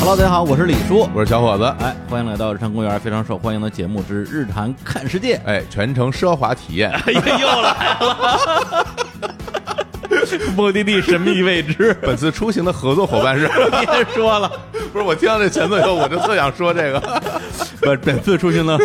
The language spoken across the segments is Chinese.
Hello，大家好，我是李叔。我是小伙子，哎，欢迎来到日常公园非常受欢迎的节目之《日坛看世界》。哎，全程奢华体验，哎呀，又来了，目的地神秘未知。本次出行的合作 伙伴是，别说了，不是我听到这前奏以后，我就特想说这 个，本本次出行的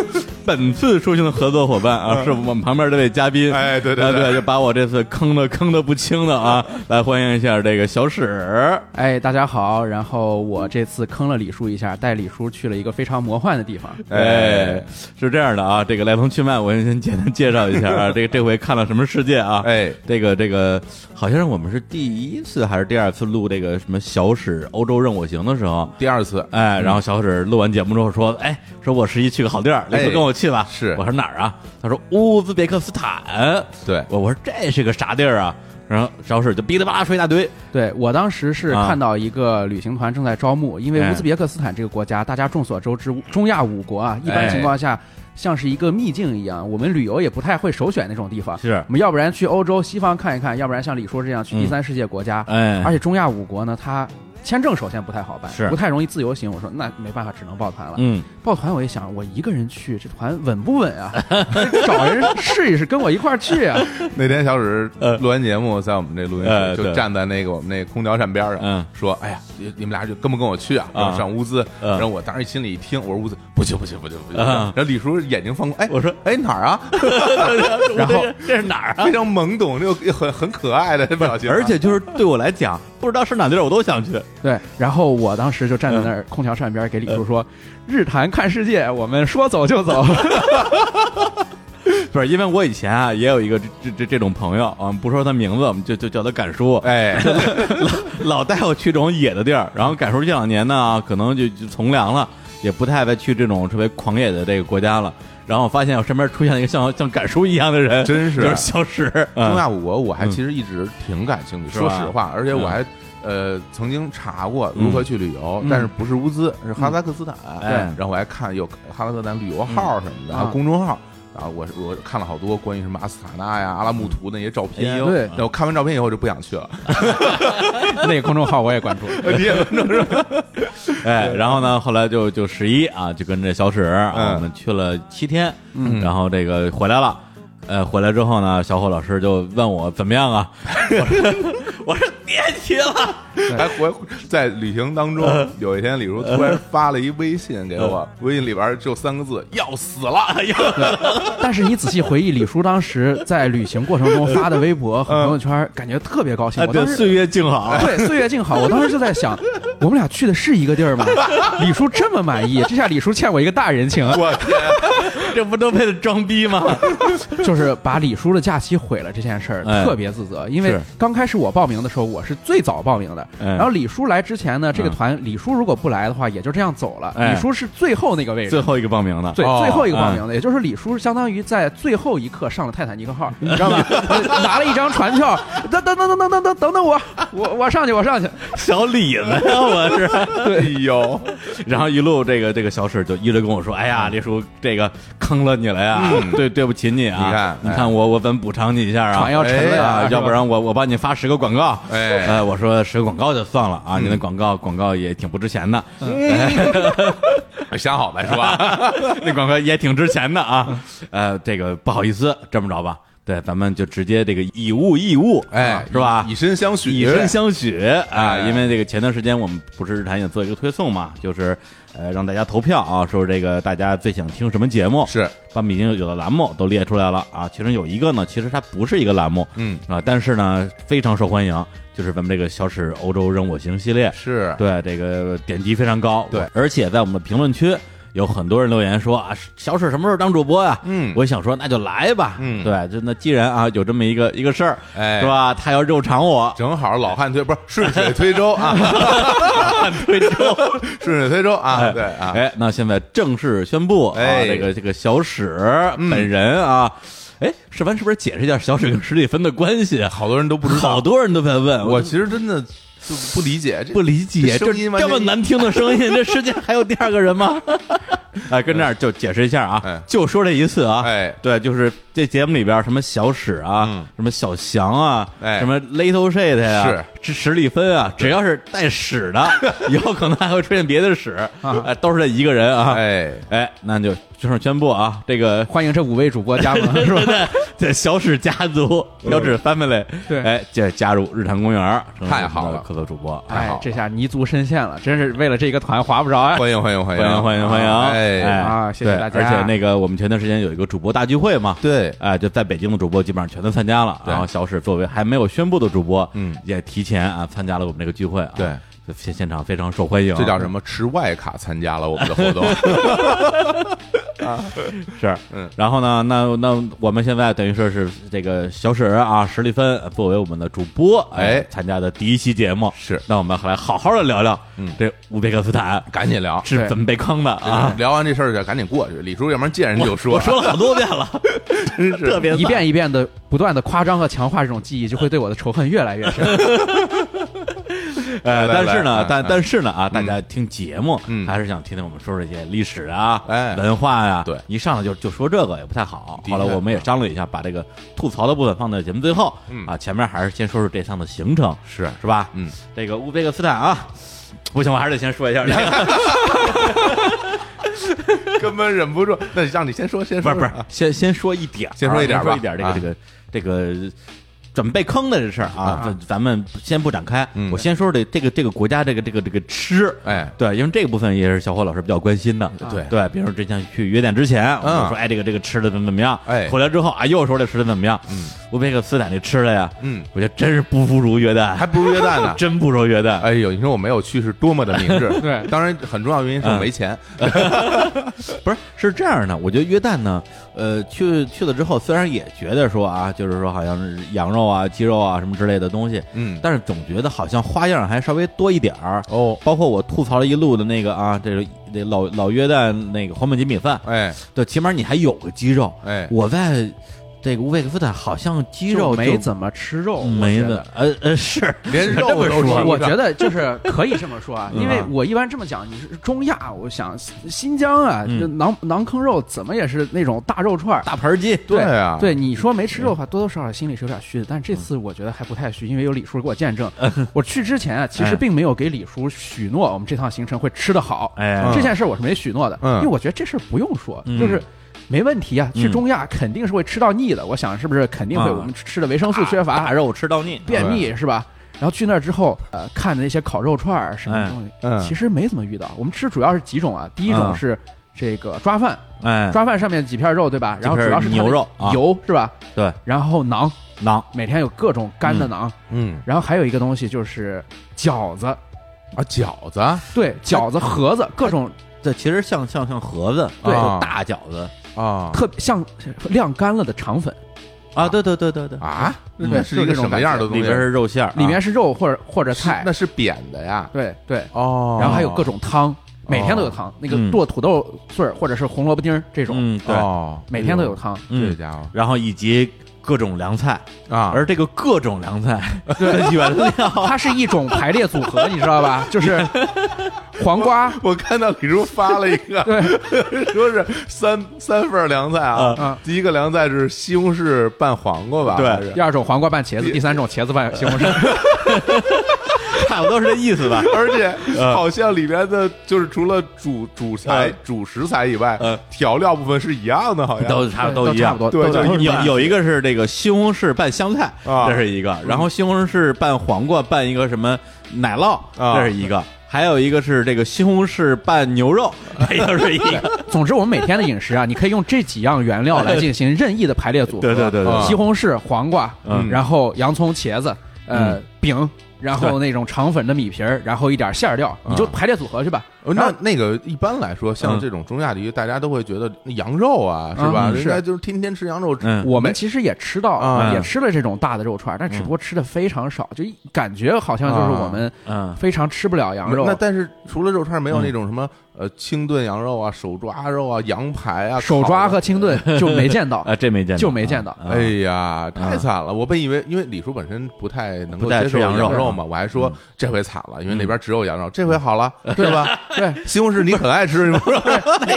本次出行的合作伙伴啊，嗯是我们旁边这位嘉宾。哎对对啊对对，就把我这次坑的坑的不轻的啊，来欢迎一下这个小史。 哎，大家好，然后我这次坑了李叔一下，带李叔去了一个非常魔幻的地方。哎，是这样的啊，这个来龙去脉，我先简单介绍一下啊。这个这回看了什么世界啊？哎这个这个，好像是我们是第一次还是第二次录这个什么小史欧洲任我行的时候，第二次，哎，然后小史录完节目之后说，哎，说我十一去个好地儿，哎你不跟我去吧？是我说哪儿啊？他说乌兹别克斯坦。对我我说这是个啥地儿啊？然后小史就哔哩吧啦说一大堆，对我当时是啊看到一个旅行团正在招募，因为哎乌兹别克斯坦这个国家，大家众所周知，中亚五国啊，一哎般情况下像是一个秘境一样，我们旅游也不太会首选那种地方。是嗯我们要不然去欧洲西方看一看，要不然像李叔这样去第三世界国家。哎而且中亚五国呢，它签证首先不太好办，是不太容易自由行。我说那没办法，只能抱团了。嗯， 抱团我一想，我一个人去这团稳不稳啊？ 找人试一试，跟我一块儿 去啊！那天小史呃录完节目，在我们这录音呃室对就站在那个我们那空调站边上，嗯说，哎呀，你你们俩就跟不跟我去啊？啊要上乌兹，嗯然后我当时心里一听，我说乌兹不行不行不行不行，啊然后李叔眼睛放光，哎，我说哎哪儿啊？然后这是哪儿啊非？常懵懂，又又很很可爱的表情啊，而且就是对我来讲，不知道是哪地儿我都想去。对，然后我当时就站在那儿空调扇边儿给李叔说：“嗯日坛看世界，我们说走就走。 不是，因为我以前啊也有一个这这这这种朋友啊，不说他名字，我们就就叫他敢叔， 哎，老带我去这种野的地儿。然后敢叔这两年呢，可能就就从良了，也不太再去这种特别狂野的这个国家了。然后我发现我身边出现了一个像像敢叔一样的人，真是就是小史。中嗯亚五国，我还嗯其实一直挺感兴趣，是说吧实话，而且我嗯还呃曾经查过如何去旅游，嗯但是不是乌兹，是哈萨克斯坦。哎然后我还看有哈萨克斯坦旅游号什么的，嗯还有啊公众号。啊，我我看了好多关于什么阿斯塔纳呀、阿拉木图那些照哎片，呦对然后看完照片以后就不想 去了。”那个公众号我也关注，你也能是吧哎，然后呢，后来就就十一啊，就跟着小史啊，嗯我们去了七天，然后这个回来了，呃，回来之后呢，小伙老师就问我怎么样啊， 我说我说别提了，还回在旅行当 中，有一天李叔突然发了一微信给嗯我，微信里边只有三个 字：要死了。哎呀，但是你仔细回忆，李叔当时在旅行过程中发的微博和朋友圈，感觉特别高兴。我哎对，当时岁月静好， 对岁月静好，我当时就在想，我们俩去的是一个地儿吗？李叔这么满意，这下李叔欠我一个大人情。我天！这不都为了装逼吗？ 就是把李叔的假期毁了这件事儿，哎特别自责。因为是刚开始我报名的时候，我是最早报名的。哎然后李叔来之前呢，这个嗯团李叔如果不来的话，也就这样走了。哎李叔是最后那个位最置。后一个报名的，最哦最后一个报名的，也就是李叔，相当于在最后一刻上了泰坦尼 克号，你知道吗？ 拿了一张船票， 等等等等等等等等等我，我我上去，我上去。小李 子呀，我是，哎呦，嗯然后一路这个这个小史就一直跟我说，哎呀，李叔这个坑了你了呀，对对不起你啊，你看哎你看我我怎么补偿你一下啊？船要沉哎了呀呀是吧要不然我我帮你发十个广告，哎嗯呃，我说十个广告就算了啊，你的广告广告也挺不值钱 的，嗯哎哎想好再说啊。那广告也挺值钱的啊，呃，这个不好意思，这么着吧，对，咱们就直接这个以物易物，哎，是吧？以身相许，以身相许啊！哎因为这个前段时间我们不是日坛也做一个推送嘛，就是呃让大家投票啊，说这个大家最想听什么节目，是把已经有的栏目都列出来了啊。其中有一个呢，其实它不是一个栏目，嗯啊，但是呢非常受欢迎，就是咱们这个小史欧洲任我行系列，是，对这个点击非常高，对，而且在我们的评论区。有很多人留言说啊，小史什么时候当主播呀、嗯我想说那就来吧。嗯对，就那既然啊有这么一个一个事儿，哎是吧？他要肉偿我，正好老汉推不是顺水推舟 啊，推舟。顺水推舟啊，哎，对啊，哎，那现在正式宣布啊，哎嗯这个这个小史本人啊，哎，石凡是不是解释一下小史跟史蒂芬的关系啊？好多人都不知道好。多人都在问我其实真的就不理解，这不理解，这这声音完这全么难听的 声音，这世界还有第二个人吗？哎，跟这儿就解释一下哎啊，就说这一次啊，哎对，就是这节目里边什么小史啊嗯，什么小翔啊，哎什么 Little Shit 呀是，史史蒂芬啊，只要是带屎的， 以后可能还会出现别的屎，哎，都是这一个人啊，哎哎，那就正式宣布啊，这 个欢迎这五位主 播加盟，是吧？这小史家族，小史 family，对哎，这加入日坛公园，成为太好我们的了客座主播，太好哎了，这下泥足深陷了，真是为了这个团划不啊着呀。欢迎欢迎欢欢迎欢迎欢迎！哎啊谢谢对大家而且那个我们前段时间有一个主播大聚会嘛，对哎，就在北京的主播基本上全都参加了。对然后小史作为还没有宣布的主播，嗯也提前啊参加了我们这个聚会啊。对，现现场非常受欢迎。啊这叫什么？持外卡参加了我们的活 动，是，嗯然后呢，那那我们现在等于说是这个小史啊，史蒂芬呃作为我们的主播，哎参加的第一期节目是那我们来好好的聊聊，嗯这乌兹别克斯坦赶紧聊是对怎么被坑的 啊？聊完这事儿就赶紧过去。李叔，要不然见人就我说，说了好多遍了，真 是特别一惨遍一遍的不断的夸张和强化这种记忆，就会对我的仇恨越来越 深。呃，来但来是呢来，但嗯但是呢啊，大家听节目嗯还是想听听我们说这些历史啊、哎文化呀。对一上来就就说这个也不太好。的确后来我们也商量一下，把这个吐槽的部分放在节目最后嗯啊，前面还是先说说这趟的行程，是是吧？嗯，这个乌兹别克斯坦啊，不行，我还是得先说一下这个。根本忍不住。那让你先说，先不说， 啊是不是，先先说一点儿，先说一点儿吧先说一点儿这个啊这个这个准备坑的这事儿啊啊，咱咱们先不展开嗯，我先说这这个这个国家这个这个这个吃，哎对，因为这个部分也是小伙老师比较关心的，对对，比如说之前去约店之前，我们嗯说哎这个这个吃的怎么怎么样，哎回来之后啊又说这吃的怎么样，嗯，乌贝克斯坦这吃的呀，嗯，我觉得真是不服如约旦，还不如约旦 呢。真不如约旦，哎呦，你说我没有去是多么的明 智。对当然很重要原因是我没钱。嗯 不是，是这样的，我觉得约旦呢，呃，去去了之后，虽然也觉得说啊，就是说好像是羊肉啊、鸡肉啊什么之类的东西，嗯，但是总觉得好像花样还稍微多一点儿。 哦，包括我吐槽了一路的那个啊，这个那老老约旦那个黄焖鸡米饭，哎对，起码你还有个鸡肉。哎，我在这个乌贝克斯坦好像鸡就肉没就怎么吃肉，我没觉的得。，呃呃是，连是 肉这么都说说我觉得就是可以这么说啊，嗯因为我一般这么讲，你是中亚，我想新疆啊，嗯这馕馕坑肉怎么也是那种大肉串儿，大盆鸡，对啊，对你说没吃肉嗯的话，多多少少心里是有点虚的。但是这次我觉得还不太虚，因为有李叔给我见证。嗯 我去之前啊，其实并没有给李叔许诺我们这趟行程会吃得好。哎，这件事我是没许诺的，嗯因为我觉得这事儿不用说，嗯就是没问题啊。去嗯中亚肯定是会吃到腻的，我想是不是肯定会啊我们吃的维生素缺大乏、肉吃到腻，便秘是吧？然后去那儿之后，呃，看的那些烤肉串儿什么哎东西，嗯其实没怎么遇到。我们吃主要是几种啊，第一种啊是这个抓饭，哎，抓饭上面几片肉对吧？然后主要是它的牛肉啊油是吧？对，然后馕，馕，每天有各种干的馕，嗯然后还有一个东西就是饺子，啊，饺子对，饺子盒哎子各种这其实像像像盒子，对就大饺子啊特像晾干了的肠粉，啊，对对对对对，啊，对那是一就个这种什么样的感东西？里边是肉馅儿，啊里面是肉或者或者菜那，是扁的呀。对对，哦然后还有各种汤，每天都有汤，那个嗯剁土豆碎儿或者是红萝卜丁儿这种，嗯对，哦，每天都有汤，这嗯，家伙然后以及各种凉菜，啊，而这个各种凉菜的原料，啊它是一种排列组合，你知 道吧？就是黄瓜， 我看到李叔发了一个，对， 说是三三份凉菜啊，啊第一个凉菜是西红柿拌黄瓜吧？对还是第二种黄瓜拌茄子，第三种茄子拌西红柿，差不多是这意 思吧？而且好像里边的，就是除了主主材嗯、主食材以外嗯，调料部分是一样的，好像都 差都一差样不。多，对都就差不多一有有一个是这个西红柿拌香菜，啊这是一个；然后西红柿拌黄瓜拌一个什么奶酪，啊这是一个；还有一个是这个西红柿拌牛 肉，这又哎是一个。总之，我们每天的饮食啊，你可以用这几样原料来进行任意的排列组合。对啊对对对西红柿、黄瓜，嗯然后洋葱、茄子，呃，嗯饼，然后那种肠粉的米皮儿，然后一点馅儿料，你就排列组合去吧。哦然那后那个一般来说，像嗯这种中亚地区，大家都会觉得那羊肉啊，是嗯吧？嗯人是家就是天天吃羊肉，嗯我们其实也吃到，啊也吃了这种大的肉串，但只不过吃的非常少，就一感觉好像就是我们嗯，非常吃不了羊肉那。但是除了肉串，没有嗯那种什么呃清炖羊肉啊、手抓肉啊、羊排啊、手烤的抓哎和清炖就没 见到，啊，这没见到，就没见到啊哎呀，太惨了！我本以为，因为李叔本身不太能够不太接受吃羊肉肉，肉嘛，我还说这回惨了，因为那边只有羊肉，这回好了，对吧？对，西红柿你很爱吃，是吗？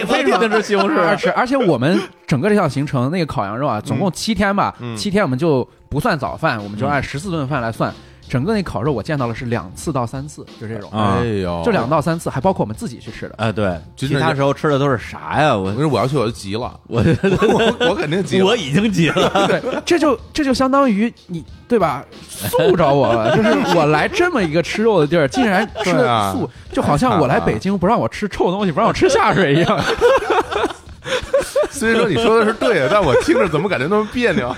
非常吃西红 而柿，且而且我们整个这项行程，那个烤羊肉啊，总共七天吧，七天我们就不算早饭，我们就按十四顿饭来算。整个那烤肉我见到了是两次到三次，就这种，哦啊哎呦 就两到三次，还包括我们自己去吃的。哎，对，真其的他时候吃的都是啥呀？我我说我要去我就急了，我 我我肯定急了。我已经急 了，对，这就这就相当于你对吧？素着我了，就是我来这么一个吃肉的地儿，竟然对吃的啊素，就好像我来北京不让我吃臭东西，不让我吃下水一样。虽然说你说的是对啊的，但我听着怎么感觉那么别扭？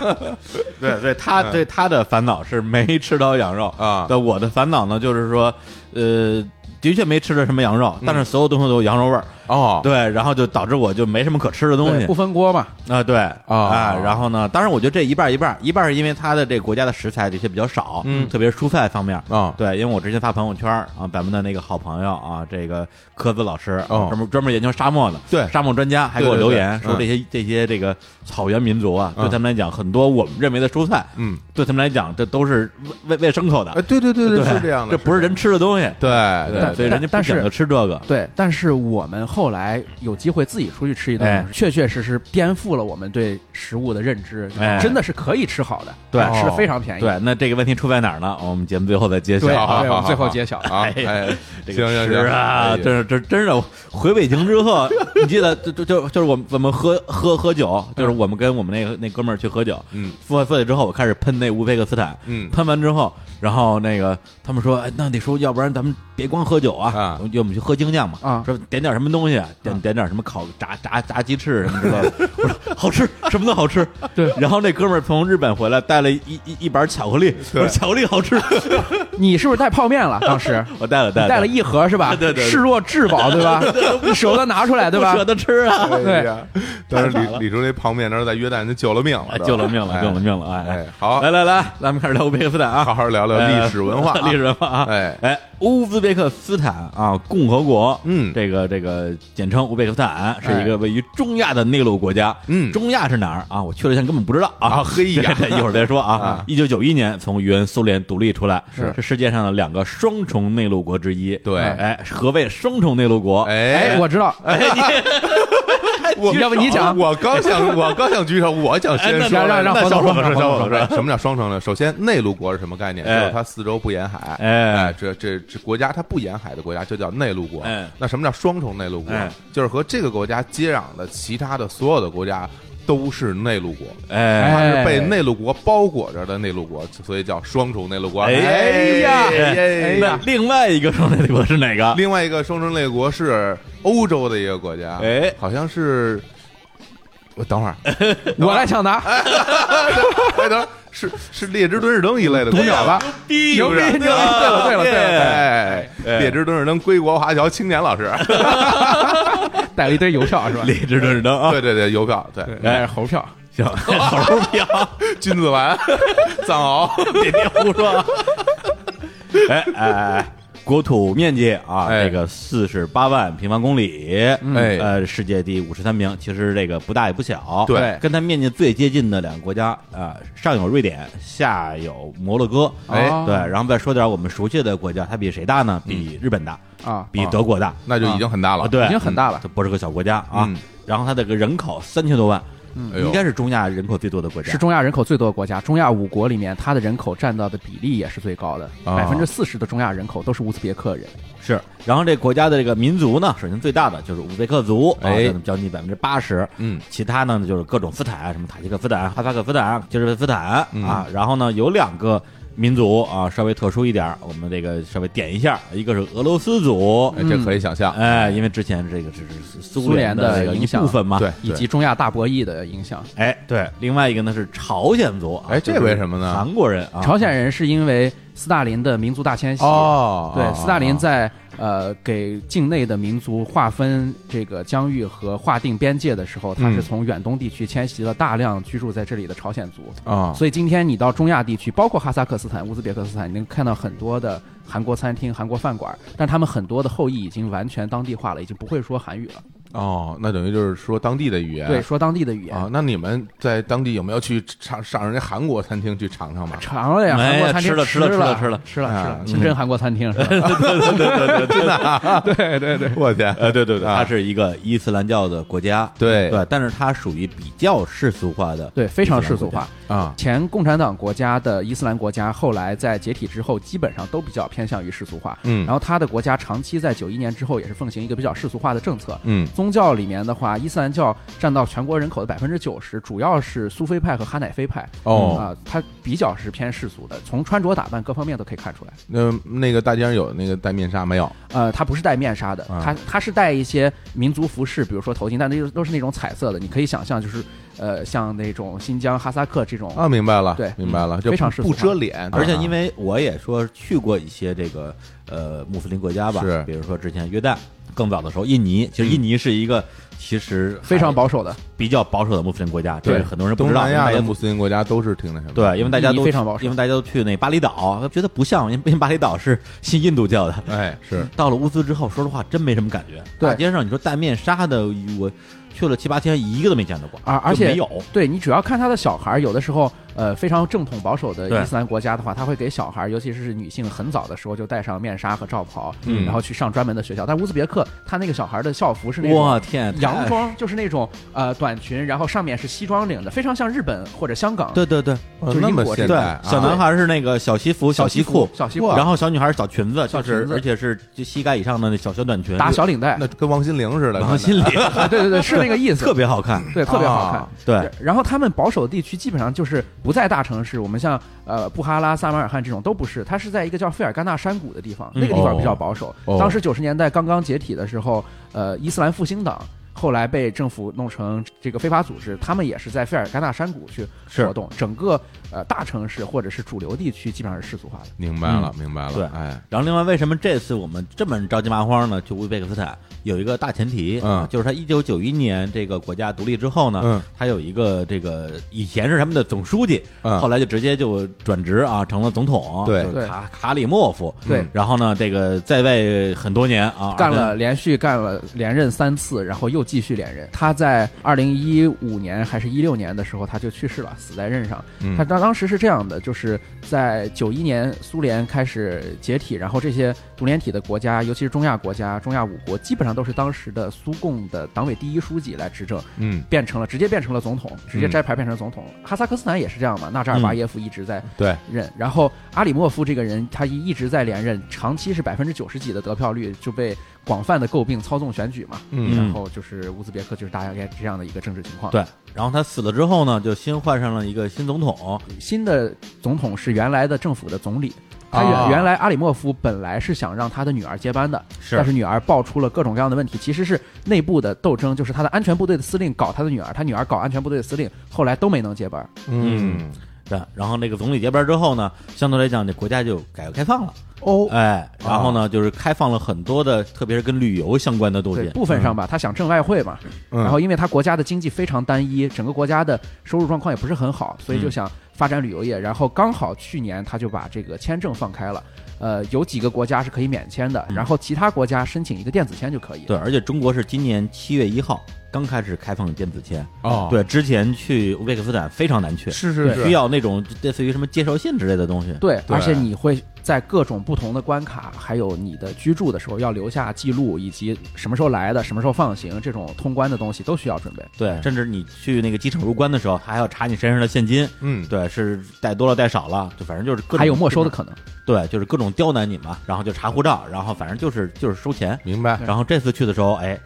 对对，他对他的烦恼是没吃到羊肉哎啊但我的烦恼呢，就是说，呃，的确没吃到什么羊肉，但是所有东西都有羊肉味儿，嗯哦，对，然后就导致我就没什么可吃的东对西不分锅嘛，啊，对哦哎然后呢，当然我觉得这一半儿一半儿，一半儿是因为他的这个国家的食材的确比较少，嗯特别是蔬菜方面哦对，因为我之前发朋友圈儿啊，咱们的那个好朋友啊，这个科子老师，啊哦专门专门研究沙漠的，对沙漠专家还给我对对留对言说嗯这些这些这个草原民族啊，对嗯他们来讲，很多我们认为的蔬菜，嗯，对他们来讲，这都是喂喂喂牲口的哎，，对对对对，是这样的，这不是人吃的东西，对对，对所以对，人家不但是讲究吃这个，对，但是我们后来有机会自己出去吃一顿，哎确确实实颠覆了我们对食物的认知，哎真的是可以吃好的，对哦吃的非常便宜。对，那这个问题出在哪儿呢？我们节目最后再揭晓对，啊。好对，我好们最好后好揭晓。啊，哎呀哎，这行个行吃行啊，哎真是这真是我回北京之后， 你记得就就就就是我们我们喝喝喝酒，就是我们跟我们那个那哥们儿去喝酒，嗯，喝完喝酒之后，我开始喷那乌菲克斯坦，嗯喷完之后，然后那个他们说，哎，那得说，要不然咱们别光喝酒啊啊，我们就我们去喝精酿嘛，啊说点点什么东西，点点点什么烤炸炸炸鸡翅什么之类的，我说好吃，什么都好吃，对然后那哥们儿从日本回来带了一一一板巧克力，我说对巧克力好吃，你是不是带泡 面了？当时我带了带你了带了一盒是吧？对对对视若至宝 对吧？你舍不得拿出来对不吧舍？得吃啊。哎呀，但是李李叔那泡面那是在约旦就救了命了哎，，救了命了，哎救了！命了！哎，哎，好来，来来，咱们开始聊乌兹别克斯坦啊，好好聊聊哎历史文化啊，历史文化啊，哎哎，乌兹别克斯坦啊，共和国，嗯这个这个简称乌兹别克斯坦，啊是哎一个位于中亚的内陆国家，嗯中亚是哪儿啊？我去了一下根本不知道啊啊，，嘿呀，这 一会儿再说啊啊。一九九一年从原苏联独立出来，是世界上的两个双重内陆国之一，对哎，何谓双重内陆国？哎哎，，我知道，我要不你讲我刚想，我刚想举手，我想哎先那说，让让让那黄小总伙说，说让小黄伙总说说，什么叫双城呢？首先，内陆国是什么概念？就哎是它四周不沿海，哎这这这国家它不沿海的国家就叫内陆国哎。那什么叫双重内陆国哎？就是和这个国家接壤的其他的所有的国家都是内陆国。哎，它是被哎内陆国包裹着的内陆国，所以叫双重内陆国。哎呀，哎哎那呀！另外一个双重内陆国是哪个？另外一个双重内陆国是欧洲的一个国家，哎好像是，我等 会儿，我来抢答。哎，等会儿是是列支敦士登一类的国家吧？逼牛逼是牛逼对了对了对了耶哎，哎列支敦士登归国华侨青年老师，带了一堆邮票是吧？理智智能啊，对对对，邮票，对，对哎带着猴票，行，猴票，君子兰、 藏獒，别别胡说啊。哎哎哎，国土面积啊，哎这个四十八万平方公里，哎呃，世界第五十三名，其实这个不大也不小，对跟它面积最接近的两个国家啊，上有瑞典，下有摩洛哥，哎对，然后再说点我们熟悉的国家，它比谁大呢？比日本大，啊，比德国大，那就已经很大了。啊，对，已经很大了它不是个小国家啊。嗯然后它这个人口三千多万，哎呦应该是中亚人口最多的国家。嗯是中亚人口最多的国家，中亚五国里面，它的人口占到的比例也是最高的，哦啊百分之四十的中亚人口都是乌兹别克人。是，然后这国家的这个民族呢，首先最大的就是乌兹别克族，啊哎将近百分之八十。嗯，其他呢就是各种斯坦，什么塔吉克斯坦、哈萨克斯坦、吉尔吉斯斯坦、嗯啊。然后呢，有两个民族啊，稍微特殊一点儿，我们这个稍微点一下，一个是俄罗斯族哎，，这可以想象，哎，因为之前这个只是苏苏联的的这个一影响部分嘛。对，以对及中亚大博弈的影响。哎，对，另外一个呢是朝鲜族啊，哎这就是为什么呢韩国人啊，朝鲜人是因为斯大林的民族大迁徙，哦，对，哦斯大林在呃给境内的民族划分这个疆域和划定边界的时候，他嗯是从远东地区迁徙了大量居住在这里的朝鲜族。啊，所以今天你到中亚地区，包括哈萨克斯坦、乌兹别克斯坦，你能看到很多的韩国餐厅、韩国饭馆，但他们很多的后裔已经完全当地化了，已经不会说韩语了。哦，那等于就是说当地的语言对，说当地的语言。啊。那你们在当地有没有去尝上人家韩国餐厅去尝尝嘛？尝了呀，哎韩呀国餐厅吃了吃吃了了吃了吃了吃啊了，清真韩国餐厅是吧？ 对对对，我天，呃，对对对，啊它是一个伊斯兰教的国家，对对，但是它属于比较世俗化的，对，非常世俗化。啊，前共产党国家的伊斯兰国家，后来在解体之后，基本上都比较偏向于世俗化。嗯然后他的国家长期在九一年之后也是奉行一个比较世俗化的政策。嗯宗教里面的话，伊斯兰教占到全国人口的百分之九十，主要是苏菲派和哈乃菲派。哦啊、它比较是偏世俗的，从穿着打扮各方面都可以看出来。那那个大街上有那个戴面纱没有？呃，它不是戴面纱的，啊它它是戴一些民族服饰，比如说头巾，但那都是那种彩色的。你可以想象，就是呃，像那种新疆哈萨克这种啊，明白了，对明白嗯了，就非常不世不俗化遮脸，啊而且啊因为为我也说去过一些这个呃穆斯林国家吧，是比如说之前约旦，更早的时候印尼，其实印尼是一个其实嗯非常还保守的。比较保守的穆斯林国家，对这是很多人不东知道，南亚因为的大家穆斯林国家都是挺那什么，，对，因为大家印尼都非常保守因为大家都去那巴厘岛，觉得不像，因为毕竟巴厘岛是信印度教的。哎是，到了乌兹之后，说实话真没什么感觉。对大街上你说戴面纱的，我去了七八天，一个都没见到过而啊而就且没有。对你主要看他的小孩儿，有的时候呃非常正统保守的对伊斯兰国家的话，他会给小孩儿，尤其是女性，很早的时候就戴上面纱和罩袍，嗯然后去上专门的学校。但乌兹别克他那个小孩儿的校服是那种我天，太洋装，就是那种呃短裙，然后上面是西装领的，非常像日本或者香港。对对对哦就是那么英国现这对代，啊，小男孩是那个小西服、小西西裤裤、小西裤啊然后小女孩是小裙子，就小裙是子而且是就膝盖以上的那小小短裙，打小领带啊那，跟王心凌似的，王心凌凌啊对对对，是那个意 思，特别好看。对特别好看啊。对，然后他们保守的地区基本上就是不在大城市，我们像呃布哈拉、撒马尔罕这种都不是，它是在一个叫费尔干纳山谷的地方，嗯那个地方比较保守。哦当时九十年代刚刚解体的时候，呃，伊斯兰复兴党。后来被政府弄成这个非法组织，他们也是在费尔干纳山谷去是活动。整个呃大城市或者是主流地区基本上是世俗化的。明白了，明白了，嗯对哎，然后另外为什么这次我们这么着急麻慌呢？去乌兹别克斯坦有一个大前提，嗯就是他一九九一年这个国家独立之后呢，嗯他有一个这个以前是他们的总书记，嗯后来就直接就转职啊，成了总统，对就是对卡卡里莫夫，对然后呢，这个在位很多年啊，干而且了连续干了连任三次，然后又继续连任。他在二零一五年还是一六年的时候，他就去世了，死在任上。嗯他当当时是这样的，就是在九一年苏联开始解体，然后这些独联体的国家，尤其是中亚国家、中亚五国，基本上都是当时的苏共的党委第一书记来执政，嗯，变成了直接变成了总统，直接嗯摘牌变成总统。哈萨克斯坦也是这样嘛，纳扎尔巴耶夫一直在对，任。然后阿里莫夫这个人，他一一直在连任，长期是百分之九十几的得票率，就被广泛的诟病操纵选举嘛。嗯然后就是乌兹别克就是大概这样的一个政治情况。，对，然后他死了之后呢，就新换上了一个新总统，新的总统是原来的政府的总理。他原、啊原来阿里莫夫本来是想让他的女儿接班的，是但是女儿爆出了各种各样的问题，其实是内部的斗争，就是他的安全部队的司令搞他的女儿，他女儿搞安全部队的司令，后来都没能接班。嗯，对，然后那个总理接班之后呢，相对来讲，这国家就改革开放了，哦，哎，然后呢，就是开放了很多的，特别是跟旅游相关的东对西，部分上吧，他想挣外汇嘛，嗯然后因为他国家的经济非常单一，整个国家的收入状况也不是很好，嗯所以就想发展旅游业。然后刚好去年他就把这个签证放开了，呃，有几个国家是可以免签嗯的，然后其他国家申请一个电子签就可以。对，而且中国是今年七月一号刚开始开放电子签，哦，，对，之前去乌兹别克斯坦非常难去，是是需是，要那种类似于什么介绍信之类的东西，对，对而且你会在各种不同的关卡，还有你的居住的时候要留下记录，以及什么时候来的、什么时候放行这种通关的东西都需要准备。对，甚至你去那个机场入关的时候，他还要查你身上的现金，嗯，对，是带多了带少了，就反正就是各种还有没收的，可能，对，就是各种刁难你嘛，然后就查护照，然后反正就是就是收钱，明白，然后这次去的时候，哎，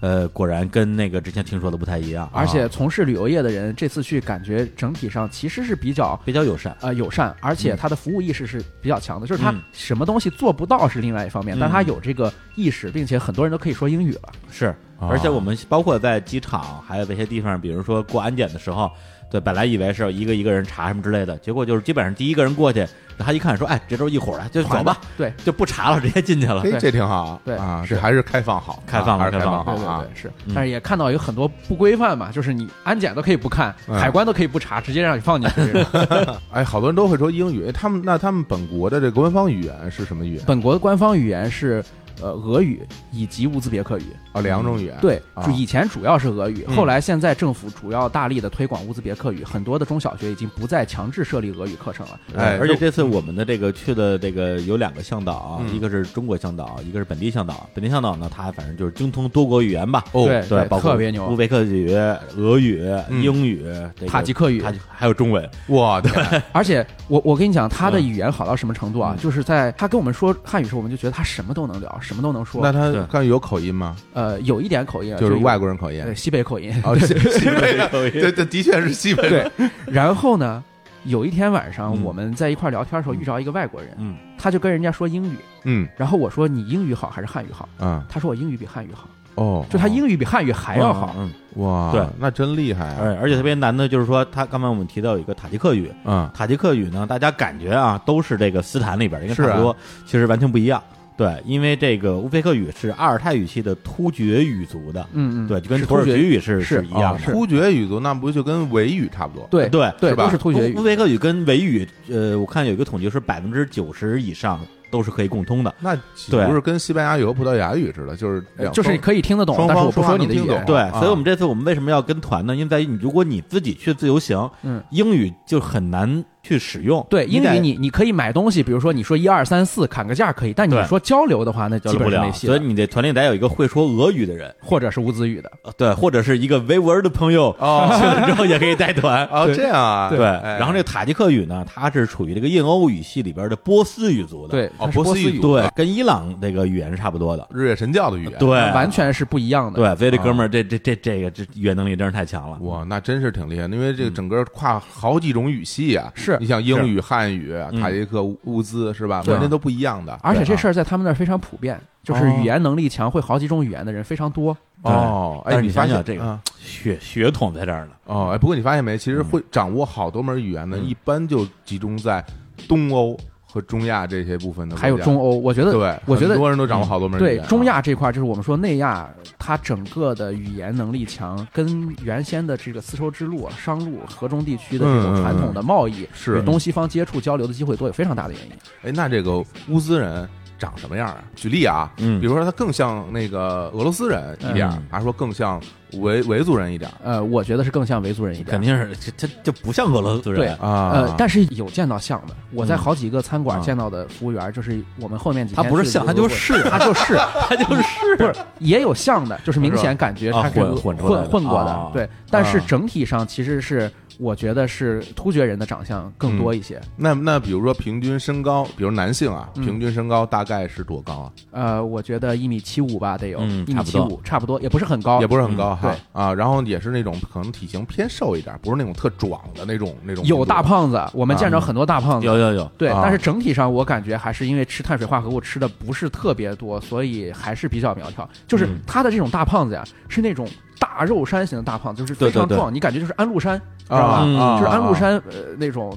呃，果然跟那个之前听说的不太一样，而且从事旅游业的人这次去感觉整体上其实是比较比较友善，呃友善，而且他的服务意识是比较强的，就是他嗯什么东西做不到是另外一方面，嗯但他有这个意识，并且很多人都可以说英语了。是，啊而且我们包括在机场，还有在一些地方，比如说过安检的时候，对，本来以为是一个一个人查什么之类的，结果就是基本上第一个人过去，他一看说，哎，这都是一伙儿的，就走吧，对 就不查了，直接进去 了。哎，对这挺好，对啊，是这还是开放好，开放了啊还是开开放了好对对啊对，，是嗯，但是也看到有很多不规范嘛，就是你安检都可以不看，嗯海关都可以不查，直接让你放进去这种。哎，好多人都会说英语，哎他们那他们本国的这官方语言是什么语言？本国的官方语言是呃俄语以及乌兹别克语。啊，两种语言，对，啊就以前主要是俄语，嗯后来现在政府主要大力的推广乌兹别克语，很多的中小学已经不再强制设立俄语课程了。哎而且就这次我们的这个去的这个有两个向导啊，嗯一个是中国向导，一个是本地向导。本地向导呢，他反正就是精通多国语言吧，哦对对，包括特别乌牛，兹别克语、俄语、嗯英语、这个塔吉克语塔。吉还有中 文，哇，对，而且我我跟你讲，他的嗯语言好到什么程度啊？就是在他跟我们说汉语时，候，我们就觉得他什么都能聊，什么都能说。那他对看有口音吗？呃，有一点口音啊，就是有外国人口音对，西北口音。哦， 西西北的，口音对对，的确是西北的，然后呢，有一天晚上嗯我们在一块儿聊天的时候遇着一个外国人， 嗯，他就跟人家说英语，嗯然后我说你英语好还是汉语好？啊，他说我英语比汉语好，哦，就他英语比汉语还要好。嗯嗯，哇，对，哎那真厉害啊，而而且特别难的就是说，他刚才我们提到有一个塔吉克语，嗯，塔吉克语呢，大家感觉啊都是这个斯坦里边儿，因为是啊差不多，其实完全不一样。对，因为这个乌兹别克语是阿尔泰语系的突厥语族的，嗯嗯，对，就跟是土耳其突厥语是是一样啊的。突厥语族那不就跟维语差不多？对对对，是吧都是突厥语乌乌。兹别克语跟维语，呃，我看有一个统计是百分之九十以上都是可以共通的。那岂对不是跟西班牙语和葡萄牙语似的？就是呃两就是你可以听得懂双，但是方我不说话说你的能语听言。懂对啊，所以我们这次我们为什么要跟团呢？因为在于你，如果你自己去自由行，嗯，英语就很难去使用。对，英得语你你可以买东西，比如说你说一二三四砍个价可以，但你对说交流的话，那交基流不本上了，没戏所以了。你这团里得有一个会说俄语的人，或者是无子语的，呃对，或者是一个维吾尔的朋友，哦。去了之后也可以带团哦对这样 啊，对，哎然后这个塔吉克语呢，它是属于这个印欧语系里边的波斯语族的，对，哦它是波波斯语语的，对，跟伊朗这个语言是差不多的，日月神教的语言，对，完全是不一样的。对，所以这哥们儿这这这这个这语言能力真是太强了，哇，那真是挺厉害的，因为这个整个跨好几种语系啊，是你像英语、汉语、啊嗯塔吉克、乌乌兹是吧？对完全都不一样的，而且这对啊事儿在他们那儿非常普遍，就是哦语言能力强、会好几种语言的人非常多。对哦，但哎，是你发想现想这个啊血血统在这儿呢。哦，哎，不过你发现没，其嗯实会掌握好多门语言的，嗯一般就集中在东欧和中亚这些部分的国家，还有中欧，我觉得，对，我觉得嗯很多人都掌握好多门语对言啊，中亚这块儿，就是我们说内亚，它整个的语言能力强，跟原先的这个丝绸之路、啊商路、河中地区的这嗯种传统的贸易，是与东西方接触交流的机会多，有非常大的原因。哎，那这个乌兹人长什么样啊？举例啊，嗯比如说他更像那个俄罗斯人一点儿嗯，还是说更像维维族人一点儿呃，我觉得是更像维族人一点肯。定是这这这不像俄罗斯人对，啊？呃，但是有见到像的，我在嗯好几个餐馆啊见到的服务员，就是我们后面几他天不是去像，他如就果是，他就是 他就是不是也有像的，就是明是吧显感觉啊他是混混混出来的混过啊的，对。但是啊整体上其实是我觉得是突厥人的长相嗯更多一些。那那比如说平均身高，比如男性啊，嗯平均身高大概是多高啊？呃，我觉得一米七五吧，得有嗯差一米不七多五，差不多，也不是很高，嗯也不是很高哈对啊，然后也是那种可能体型偏瘦一点，不是那种特壮的那种那种。有大，胖子，我们见着啊很多大胖子。有有有，对，啊但是整体上我感觉还是因为吃碳水化合物吃的不是特别多，所以还是比较苗条。就是嗯他的这种大胖子呀，是那种大肉山型的大胖子，就是对非对常对壮，你感觉就是安禄山，知啊道吧？嗯啊，就是安禄啊。山呃那种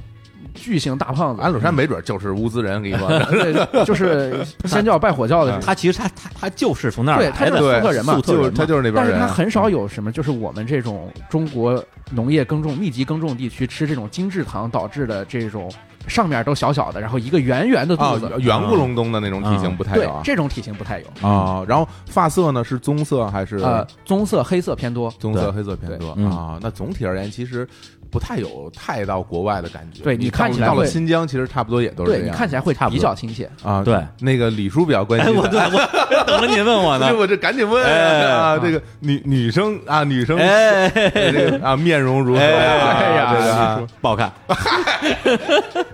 巨型大胖子，安禄山没准 就是乌兹人，跟你说，对，就是 先教拜火教的这种，他其实他他他就是从那儿对他来的，就是对，苏特人嘛就苏特是人嘛他就是那边但是人他啊。很少有什么，就是我们这种中国农业耕种密集耕种地区吃这种精制糖导致的这种上面都小小的，然后一个圆圆的肚啊子，，圆咕隆咚的那种体型嗯不太对有啊。这种体型不太有，啊，然后发色呢是棕色还是呃，棕色、黑色偏多。棕色、黑色偏多对嗯啊？那总体而言，其实不太有太到国外的感觉。对你你看起来到了会新疆，其实差不多也都是对这你样看起来会差不多比较亲切，啊。对，那个李叔比较关哎，心我的。对我 等着您问我呢哎，，我这赶紧问哎啊！这个女女生啊，女生哎，这个啊，面容如何呀？哎啊呀这个啊不好看，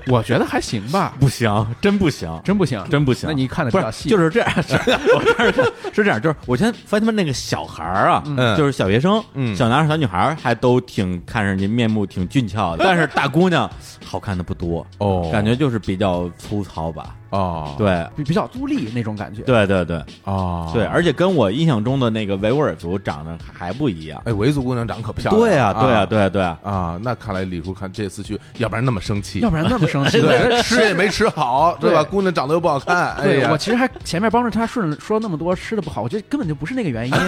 我觉得还行吧，不行，真不行，真不行，真不行那你看的比不较是，细，就是是这样，是我这儿看是这样，就是我先发现他们那个小孩儿啊，嗯就是小学生，嗯小男孩儿、小女孩儿还都挺看上去面目挺俊俏的，但是大姑娘好看的不多，哦感觉就是比较粗糙吧，哦，对。比比较粗粝那种感觉。对对对哦，对，啊而且跟我印象中的那个维吾尔族长得还不一样。哎，维族姑娘长得可漂亮。对啊，对啊，对啊，对啊，啊，那看来李叔看这次去，要不然那么生气要，不然那么生 气，对，吃也没吃好，对吧？对姑娘长得又不好看，哎对呀我，其实还前面帮着他顺说那么多吃的不好，我觉得根本就不是那个原因。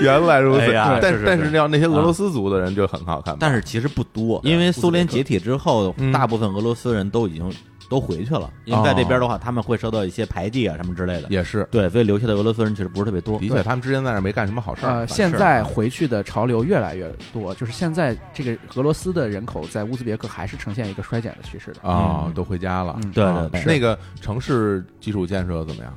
原来如此。哎呀但是是但是是要那些俄罗斯族的人就很好看吧，但是其实不多，呃对因为苏联解体之后嗯，大部分俄罗斯人都已经都回去了，因为在这边的话，他们会受到一些排挤啊什么之类的。也是，对，所以留下的俄罗斯人其实不是特别多。的确，他们之前在那儿没干什么好事儿。呃，反现事儿在回去的潮流越来越多，就是现在这个俄罗斯的人口在乌兹别克还是呈现一个衰减的趋势的。啊，都回家了。嗯对啊对对，那个城市基础建设怎么样？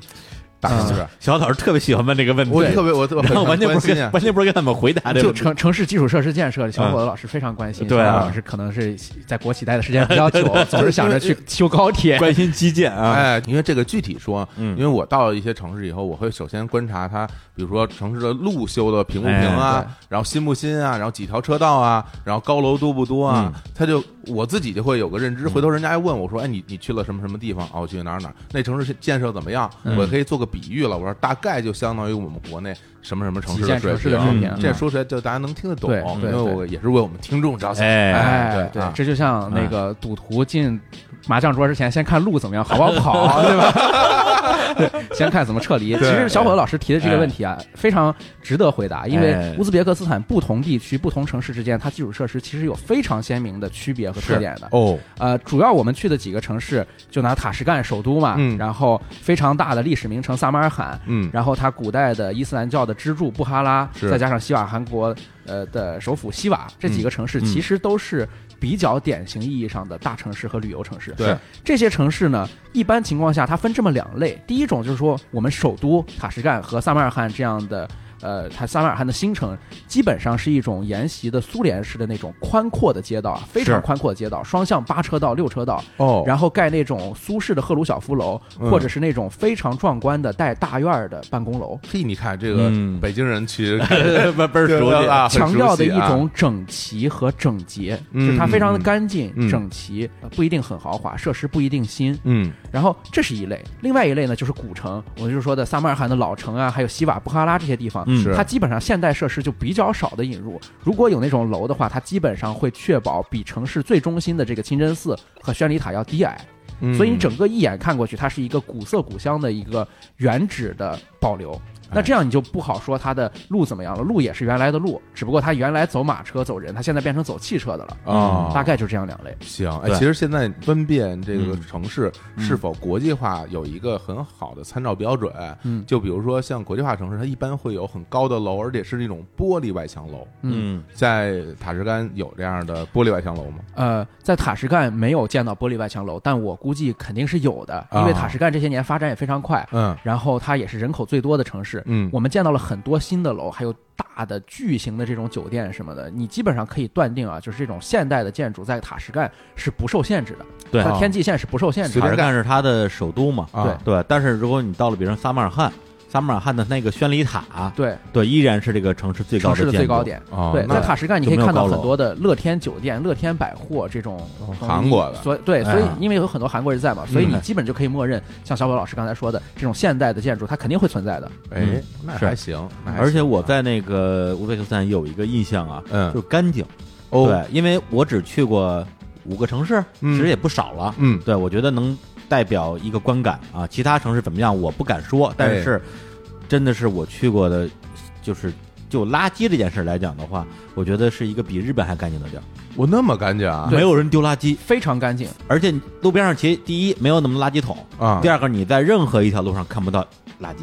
大呃城市， 小老师特别喜欢问这个问题，我特别我我 然后嗯很完全关不是心跟啊。完全不是跟他们回答这个就问题。城城市基础设施建设，小伙子老师非常关心。对啊小伙子老师可能是在国企待的时间比较久，总是想着去修高铁。关心基建啊，哎，因为这个具体说，嗯因为我到一些城市以后，我会首先观察它，比如说城市的路修的平不平哎啊，然后新不新啊，然后几条车道啊，然后高楼多不多啊，嗯他就我自己就会有个认知。回头人家还问我说，哎，你你去了什么什么地方？哦，我去哪儿哪儿，那城市建设怎么样？嗯我可以做个比喻了，我说大概就相当于我们国内什么什么城市的几线水城市平的水平，嗯这说出来就大家能听得懂，对对因为我也是为我们听众着想。哎哎，对啊这就像那个赌徒进麻将桌之前，先看路怎么样，好不好跑，对吧？ 对，先看怎么撤离。其实小伙子老师提的这个问题啊，非常值得回答，因为哎乌兹别克斯坦不同地区、不同城市之间，它基础设施其实有非常鲜明的区别和特点的。哦，呃，主要我们去的几个城市，就拿塔什干首都嘛，嗯然后非常大的历史名城萨马尔罕，嗯然后它古代的伊斯兰教的支柱布哈拉，是再加上西瓦汗国呃的首府西瓦，这几个城市嗯其实都是比较典型意义上的大城市和旅游城市。对，这些城市呢，一般情况下它分这么两类，第一种就是说我们首都塔什干和萨马尔罕这样的。呃，它萨马尔罕的新城基本上是一种沿袭的苏联式的那种宽阔的街道啊，非常是宽阔的街道，双向八车道、六车道，哦，然后盖那种苏式的赫鲁晓夫楼，嗯或者是那种非常壮观的带大院儿的办公楼，嘿，你看这个嗯北京 人去倍倍儿对熟对悉啊，很强熟调的悉一啊种整齐和整洁，嗯就是它非常的嗯嗯干净、嗯整齐，呃不一定很豪华，设施不一定新。嗯然后这是一类，另外一类呢就是古城，我就是说的萨马尔罕的老城啊，还有西瓦布哈拉这些地方，嗯是它基本上现代设施就比较少的引入。如果有那种楼的话，它基本上会确保比城市最中心的这个清真寺和宣礼塔要低矮，嗯所以你整个一眼看过去，它是一个古色古香的一个原址的保留。哎那这样你就不好说它的路怎么样了，路也是原来的路，只不过它原来走马车走人，它现在变成走汽车的了。啊，嗯大概就这样两类。行。哎，对其实现在分辨这个嗯城市是否国际化有一个很好的参照标准。嗯就比如说像国际化城市，它一般会有很高的楼，而且是那种玻璃外墙楼。嗯，在塔什干有这样的玻璃外墙楼吗？呃，在塔什干没有见到玻璃外墙楼，但我估计肯定是有的，啊因为塔什干这些年发展也非常快，嗯然后它也是人口最多的城市。嗯我们见到了很多新的楼，还有大的巨型的这种酒店什么的，你基本上可以断定啊，就是这种现代的建筑在塔什干是不受限制的，对它的天际线是不受限制随塔便的。什盖干是它的首都嘛，啊对。但是如果你到了，比如说萨马尔罕，萨马尔罕的那个宣礼塔，对，对，依然是这个城市最高城市的建筑最高。点。哦，对，那在塔什干你可以就没有看到高楼很多的乐天酒店、乐天百货这种东西哦韩国的所以哎对，嗯所以因为有很多韩国人在嘛，所以你基本就可以默认，像小宝老师刚才说的，这种现代的建筑它肯定会存在的。哎嗯，那是还行。那还而且行我啊在那个乌兹别克斯坦有一个印象啊，嗯就是干净。哦对，因为我只去过五个城市，嗯其实也不少了。嗯对，我觉得能代表一个观感啊。其他城市怎么样，我不敢说，哎但是真的是我去过的，就是就垃圾这件事来讲的话，我觉得是一个比日本还干净的地儿，我那么干净啊对没有人丢垃圾，非常干净，而且路边上其实第一没有那么多垃圾桶，啊第，二个你在任何一条路上看不到垃圾，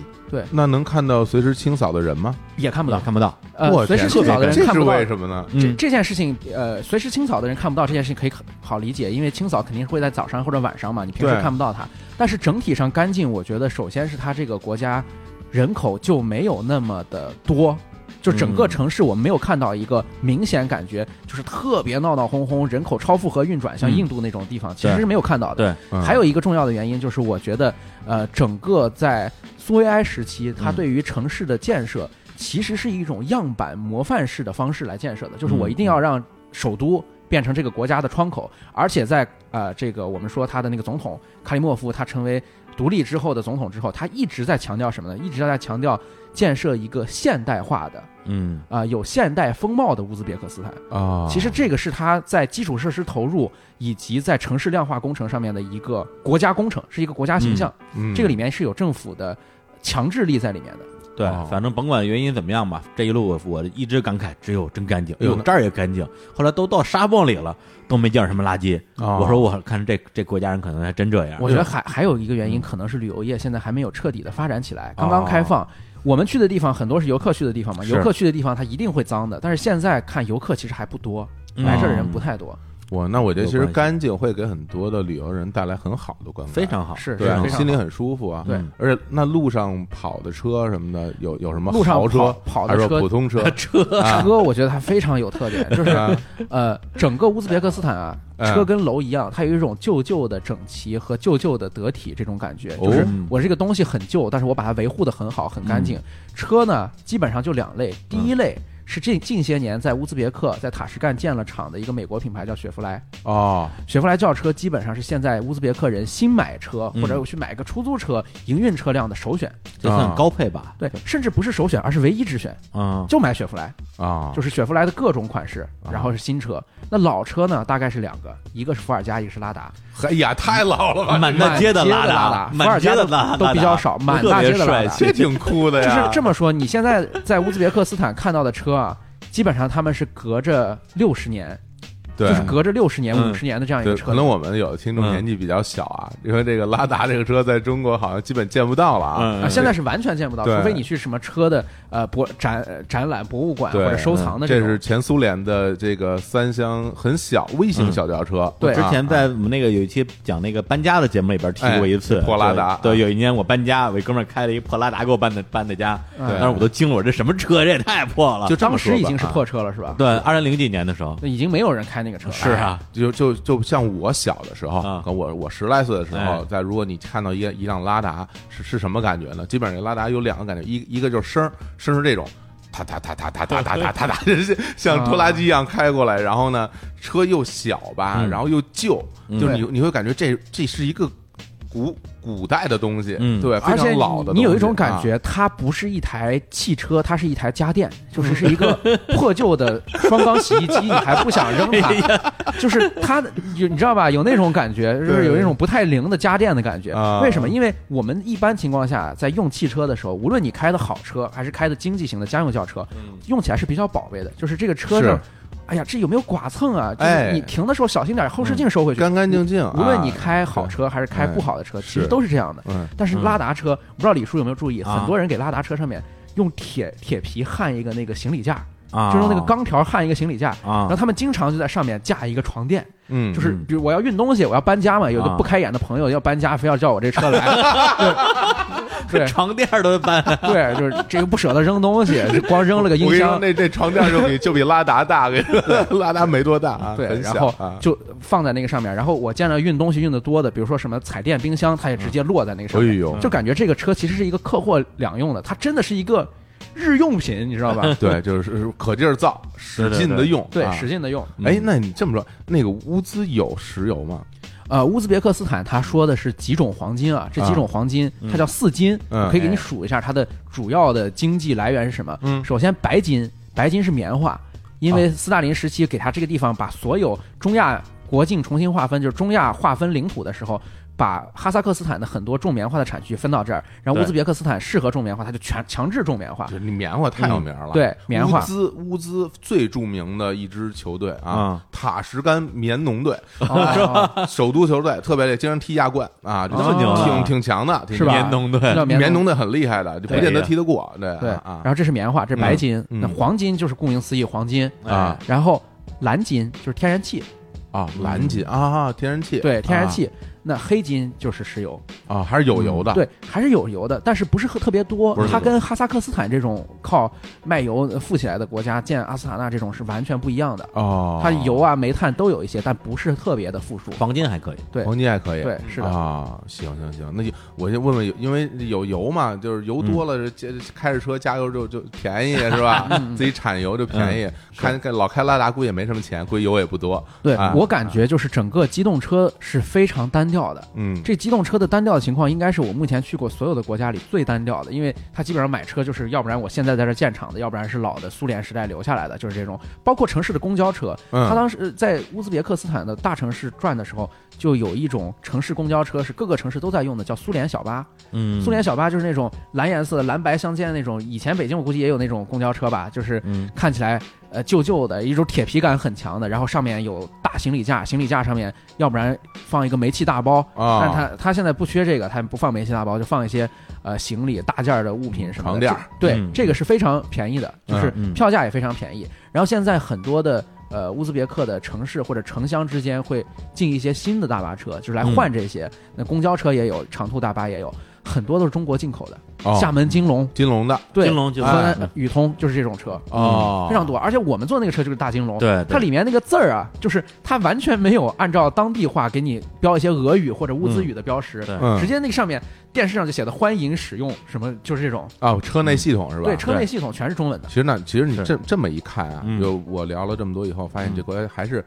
那能看到随时清扫的人吗？也看看不不到到。看不到，我呃，随时天清扫的人这看是不到。为什么呢？这嗯这件事情，呃，随时清扫的人看不到这件事情可以很好理解，因为清扫肯定会在早上或者晚上嘛，你平时对看不到它。但是整体上干净，我觉得首先是它这个国家人口就没有那么的多，就整个嗯城市我们没有看到一个明显感觉就是特别闹闹哄哄、人口超负荷运转，像嗯印度那种地方、其实对是没有看到的。对，嗯还有一个重要的原因就是，我觉得，呃，整个在苏维埃时期，它嗯对于城市的建设其实是一种样板模范式的方式来建设的，就是我嗯一定要让首都变成这个国家的窗口，而且在呃这个我们说他的那个总统卡里莫夫他成为独立之后的总统之后，他一直在强调什么呢？一直在强调建设一个现代化的嗯啊、呃有现代风貌的乌兹别克斯坦。啊，其实这个是它在基础设施投入以及在城市量化工程上面的一个国家工程，是一个国家形象。嗯这个里面是有政府的强制力在里面的。对哦，反正甭管原因怎么样吧，这一路我我一直感慨，只有真干净，哎呦哟，这儿也干净。后来都到沙漠里了，都没见着什么垃圾。哦我说我看这这国家人可能还真这样。我觉得还还有一个原因，可能是旅游业现在还没有彻底的发展起来，刚刚开哦放。我们去的地方很多是游客去的地方嘛，是游客去的地方它一定会脏的，但是现在看游客其实还不多，嗯来这儿的人不太多。我那我觉得其实有关系干净会给很多的旅游人带来很好的观感，非常好，是对非啊，常 好心里很舒服啊。对嗯而且那路上跑的车什么的，有有什么路上豪车跑跑的还是车说普 通车？车啊车我觉得它非常有特点，就是啊呃，整个乌兹别克斯坦啊，嗯车跟楼一样，它有一种旧旧的整齐和旧旧的得体这种感觉，哦就是我这个东西很旧，但是我把它维护的很好，很干净。嗯车呢，基本上就两类，第一类。是近近些年在乌兹别克在塔什干建了厂的一个美国品牌叫雪佛兰，哦，雪佛兰轿车基本上是现在乌兹别克人新买车嗯或者我去买个出租车营运车辆的首选，这算高配吧？对，甚至不是首选，而是唯一之选，嗯，就买雪佛兰。啊，就是雪佛兰的各种款式，啊然后是新车。那老车呢，大概是两个，一个是伏尔加，一个是拉达。哎呀，太老了吧，满大街的拉达，满满街街的的拉拉达伏尔加都都比较少满大街的拉达特别帅气这挺酷的就呀。是这么说，你现在在乌兹别克斯坦看到的车啊，基本上他们是隔着六十年，对就是隔着六十年、嗯五十年的这样一对，个可车。能我们有的听众嗯年纪比较小啊，因为这个拉达这个车在中国好像基本见不到了啊。嗯啊，现在是完全见不到，对除非你去什么车的呃博展呃展览、博物馆对嗯或者收藏的这种是。前苏联的这个三厢很小微型小轿车，嗯对之啊前在我们那个有一期讲那个搬家的节目里边提过一次哎破拉达对，对有一年我搬家，我一哥们儿开了一破拉达给我搬的搬的家，嗯当时我都惊了，我说这什么车，这也太破了。就这么当说吧时已经是破车了，是吧？啊对，二零零几年的时候，那已经没有人开那个车了。是啊，就就就像我小的时候，啊我我十来岁的时候，哎在如果你看到一一辆拉达是是什么感觉呢？基本上这拉达有两个感觉，一一个就是声儿，声是这种。哒哒哒哒哒哒哒哒哒哒，就是像拖拉机一样开过来，然后呢，车又小吧，嗯然后又旧，嗯就是你你会感觉这这是一个古古代的东西，嗯对，非而且常你老的东西你有一种感啊觉，它不是一台汽车，它是一台家电，就是是一个 破旧的双缸洗衣机，你还不想扔哎它，就是它的，有你知道吧？有那种感觉，就是有一种不太灵的家电的感觉啊。为什么？因为我们一般情况下在用汽车的时候，无论你开的好车还是开的经济型的家用轿车，用起来是比较宝贝的，就是这个车嗯上是。哎呀，这有没有剐蹭啊？就哎嗯是你停的时候小心点，后视镜收回去。干干净净。无论你啊开好，车还是开哎不好的车，其是实都是这样的。对嗯，但是嗯拉达车，我不知道李叔有没有注意，啊很多人给拉达车上面用铁铁皮焊一个那个行李架，啊，就用那个钢条焊一个行李架。然后啊，他们经常就在上面架一个床垫，嗯，就是嗯比如我要运东西，我要搬家嘛，有个啊不开眼的朋友要搬家，非要叫我这 车来，对床垫儿都搬，对对，就是这个不舍得扔东西，就光扔了个我音跟你说，箱，那这床垫就比就比拉达大， 跟拉达没多大啊，对，很然小后啊。就放在那个上面。然后我见到运东西运的多的，比如说什么彩电、冰箱，它也直接落在那个上哎面，嗯呦，就感觉这个车其实是一个客货两用的，它真的是一个日用品，你 知道吧？对，就是可劲儿造，使劲的用，对，啊使。劲的用。哎，那你这么说，那个乌兹有石油吗？呃，乌兹别克斯坦他说的是几种黄金啊，这几种黄金、它叫四金，嗯我可以给你数一下它的主要的经济来源是什么。嗯哦首先白金，白金是棉花，因为斯大林时期给他这个地方把所有中亚国境重新划分，就是中亚划分领土的时候。把哈萨克斯坦的很多种棉花的产区分到这儿，然后乌对兹别克斯坦适合种棉花，他就强强制种棉花就。是你棉花太有名了，嗯对棉花乌兹乌兹最著名的一支球队啊嗯，塔什干棉农队，啊哦首都球队，特别厉害，经常踢亚冠啊，这这么牛啊挺挺强的，挺 是吧棉农队叫棉棉农队很厉害的，就不对见得呀踢得过，对对，嗯啊啊然后这是棉花，这是白金，嗯那嗯黄金就是顾名思义黄金，哎啊然后蓝金就是天然气，啊，蓝金啊，天然气，对，天然气。那黑金就是石油，啊，啊还是有油的，对，还是有油的，但是不是特特别多不是。它特别跟哈萨克斯坦这种靠卖油呃富起来的国家，建阿斯塔纳这种是完全不一样的。哦，它油啊、煤炭都有一些，但不是特别的富庶。黄金还可以，对黄金还哦可以，对，是的，啊，行行行，那就我就问问有，因为有油嘛，就是油多了，这这开着车加油就就便宜是 吧？嗯自己产油就便宜，看看老开拉达估计也没什么钱，估计油也不多。对啊我感觉就是整个机动车是非常单单调的。嗯，这机动车的单调的情况，应该是我目前去过所有的国家里最单调的，因为它基本上买车就是要不然我现在在这建厂的，要不然是老的苏联时代留下来的，就是这种。包括城市的公交车，嗯他当时呃在乌兹别克斯坦的大城市转的时候，就有一种城市公交车是各个城市都在用的，叫苏联小巴。嗯，苏联小巴就是那种蓝颜色的、蓝白相间的那种，以前北京我估计也有那种公交车吧，就是嗯看起来呃旧旧的，一种铁皮感很强的，然后上面有大行李架，行李架上面要不然放一个煤气大包，啊，但他他现在不缺这个，他不放煤气大包，就放一些呃行李大件儿的物品什么床的。垫儿这对、嗯这个是非常便宜的，就是嗯嗯票价也非常便宜。然后现在很多的呃乌兹别克的城市或者城乡之间会进一些新的大巴车，就是来嗯换这些。那公交车也有，长途大巴也有，很多都是中国进口的，哦厦门金龙金龙的对金龙金龙河南嗯宇通就是这种车。哦，嗯非常多，而且我们坐那个车就是大金龙，对，对它里面那个字儿啊，就是它完全没有按照当地话给你标一些俄语或者乌兹语的标识，对嗯直接那上面电视上就写的欢迎使用什么，就是这种。哦，车内系统是吧？对，车内系统全是嗯中文的其。实呢，其实你是这这么一看啊，嗯就我聊了这么多以后，发现这国家还是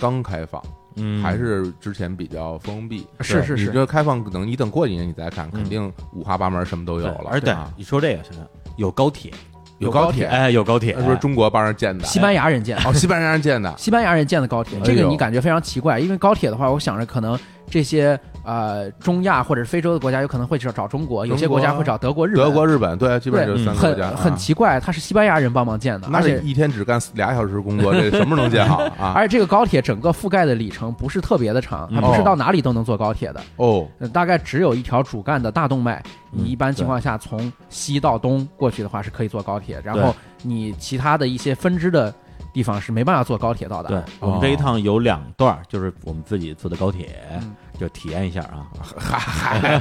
刚开放，嗯还是之前比较封闭。是是你是这开放可能你等过几年你再看，嗯肯定五花八门，什么都有对了。而且啊你说这个现在有高铁，有高铁，呃哎，有高铁，那不是中国帮人建的？西班牙人建，哦，西班牙人建的西班牙人建的高铁，哎呦这个你感觉非常奇怪，因为高铁的话，我想着可能这些呃中亚或者是非洲的国家有可能会找找中国，有些国家会找德国、日本。德国、日本，对，基本上就是对三个国家。很很啊奇怪，它是西班牙人帮忙建的，那而这且一天只干俩小时工作，这什么时候能建好啊？而且这个高铁整个覆盖的里程不是特别的长，它不是哦到哪里都能坐高铁的，哦，呃大概只有一条主干的大动脉，嗯你一般情况下从西到东过去的话是可以坐高铁，然后你其他的一些分支的地方是没办法坐高铁到达对的。我们这一趟有两段儿，就是我们自己坐的高铁，嗯就体验一下啊。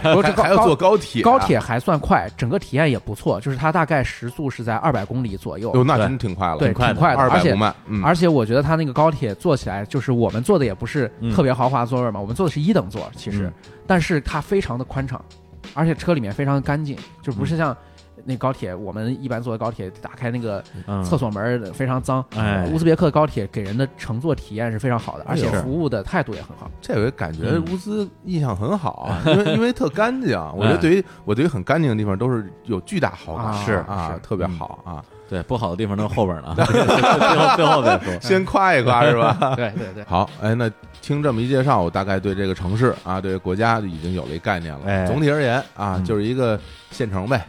不过这还还要高坐高铁，啊高铁还算快，整个体验也不错，就是它大概时速是在二百公里左右，哟，那真挺快了，对，快的挺快的，二而百不且。慢，嗯，而且我觉得它那个高铁坐起来，就是我们坐的也不是嗯特别豪华座位嘛，我们坐的是一等座，其实，嗯但是它非常的宽敞，而且车里面非常的干净，就不嗯是像那高铁、我们一般坐的高铁，打开那个嗯，厕所门儿非常脏。哎乌兹别克高铁给人的乘坐体验是非常好哎的，而且是服务的态度也很好。这回感觉嗯乌兹印象很好，啊因为因为特干 净。我觉得对于我对于很干净的地方都是有巨大好感，嗯啊是啊，特别好啊。对，不好的地方都是后边儿 呢，最后最后再说。先夸 一夸是吧？对对对，好，哎，那听这么一介绍，我大概对这个城市啊，对国家已经有了一概念哎了。总体而言啊，嗯就是一个县 城呗，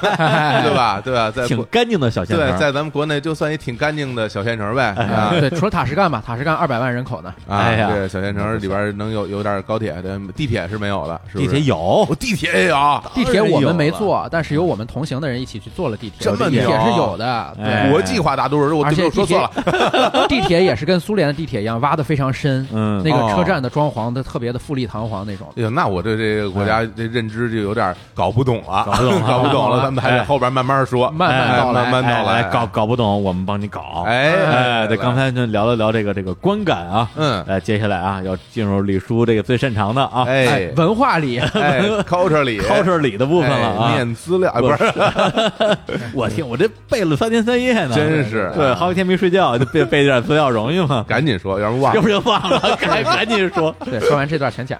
对吧？对吧？在挺国干净的小县对城，，在咱们国内就算一挺干净的小县 城呗啊。对，除了塔什干吧，塔什干二百万人口呢，啊，哎呀这小县城里边能有有点高铁，对，地铁是没有的，是不地是铁有我，地铁也有，啊地铁我们没有坐，但是有我们同行的人一起去坐了地铁，哎这么地铁牛啊是有的，对。哎国际化大都市，我而且我说错了，了， 地铁也是跟苏联的地铁一样挖的非常深，嗯那个哦车站的装潢的特别的富丽堂皇那种。哎呦，那我对这个国家这认知就有点搞不懂了，哎搞不懂了 搞不懂了。哎咱们还得后边慢 慢说，慢慢哎道来慢慢哎道来搞。搞不懂，我们帮你搞。哎哎，对，来刚才就聊了聊这个这个观感啊，嗯哎，接下来啊，要进入李叔这个最擅长的啊，哎文化里，哎，culture 里 culture 里的部分了哎啊。念资料，哎不是，我听我这背了三天三夜呢，真是啊对，好几天没睡觉，就背背点资料容易吗？赶紧说，要不然忘要了。不就忘了，赶赶紧说。对，说完这段全讲。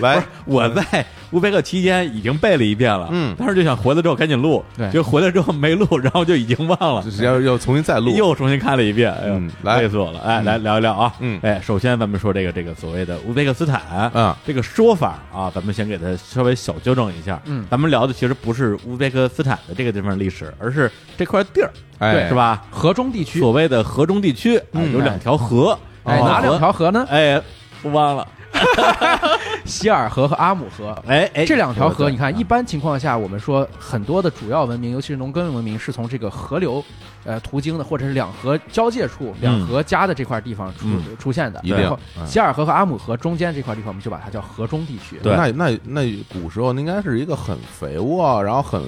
来， 我在乌贝克期间已经背了一遍了，嗯当时就想回来之后赶紧录，对就回来之后没录，然后就已经忘了就，是要要重新再录。又重新看了一遍，哎呦嗯，来累死我了，哎，来聊一聊啊，嗯哎，首先咱们说这个这个所谓的乌贝克斯坦，嗯这个说法啊，咱们先给它稍微小纠正一下，嗯咱们聊的其实不是乌贝克斯坦的这个地方的历史，而是这块地儿，哎是吧？河中地区，所谓的河中地区，啊嗯有两条河，哎，哦哪两？条河呢？哎，不忘了，希尔河和阿姆河。哎哎，这两条河，你看，啊一般情况下，我们说很多的主要文明，尤其是农耕文明，是从这个河流，呃，途经的，或者是两河交界处、两河夹的这块地方出嗯出现的。嗯一定然后嗯希尔河和阿姆河中间这块地方，我们就把它叫河中地区。对那那那古时候应该是一个很肥沃，然后很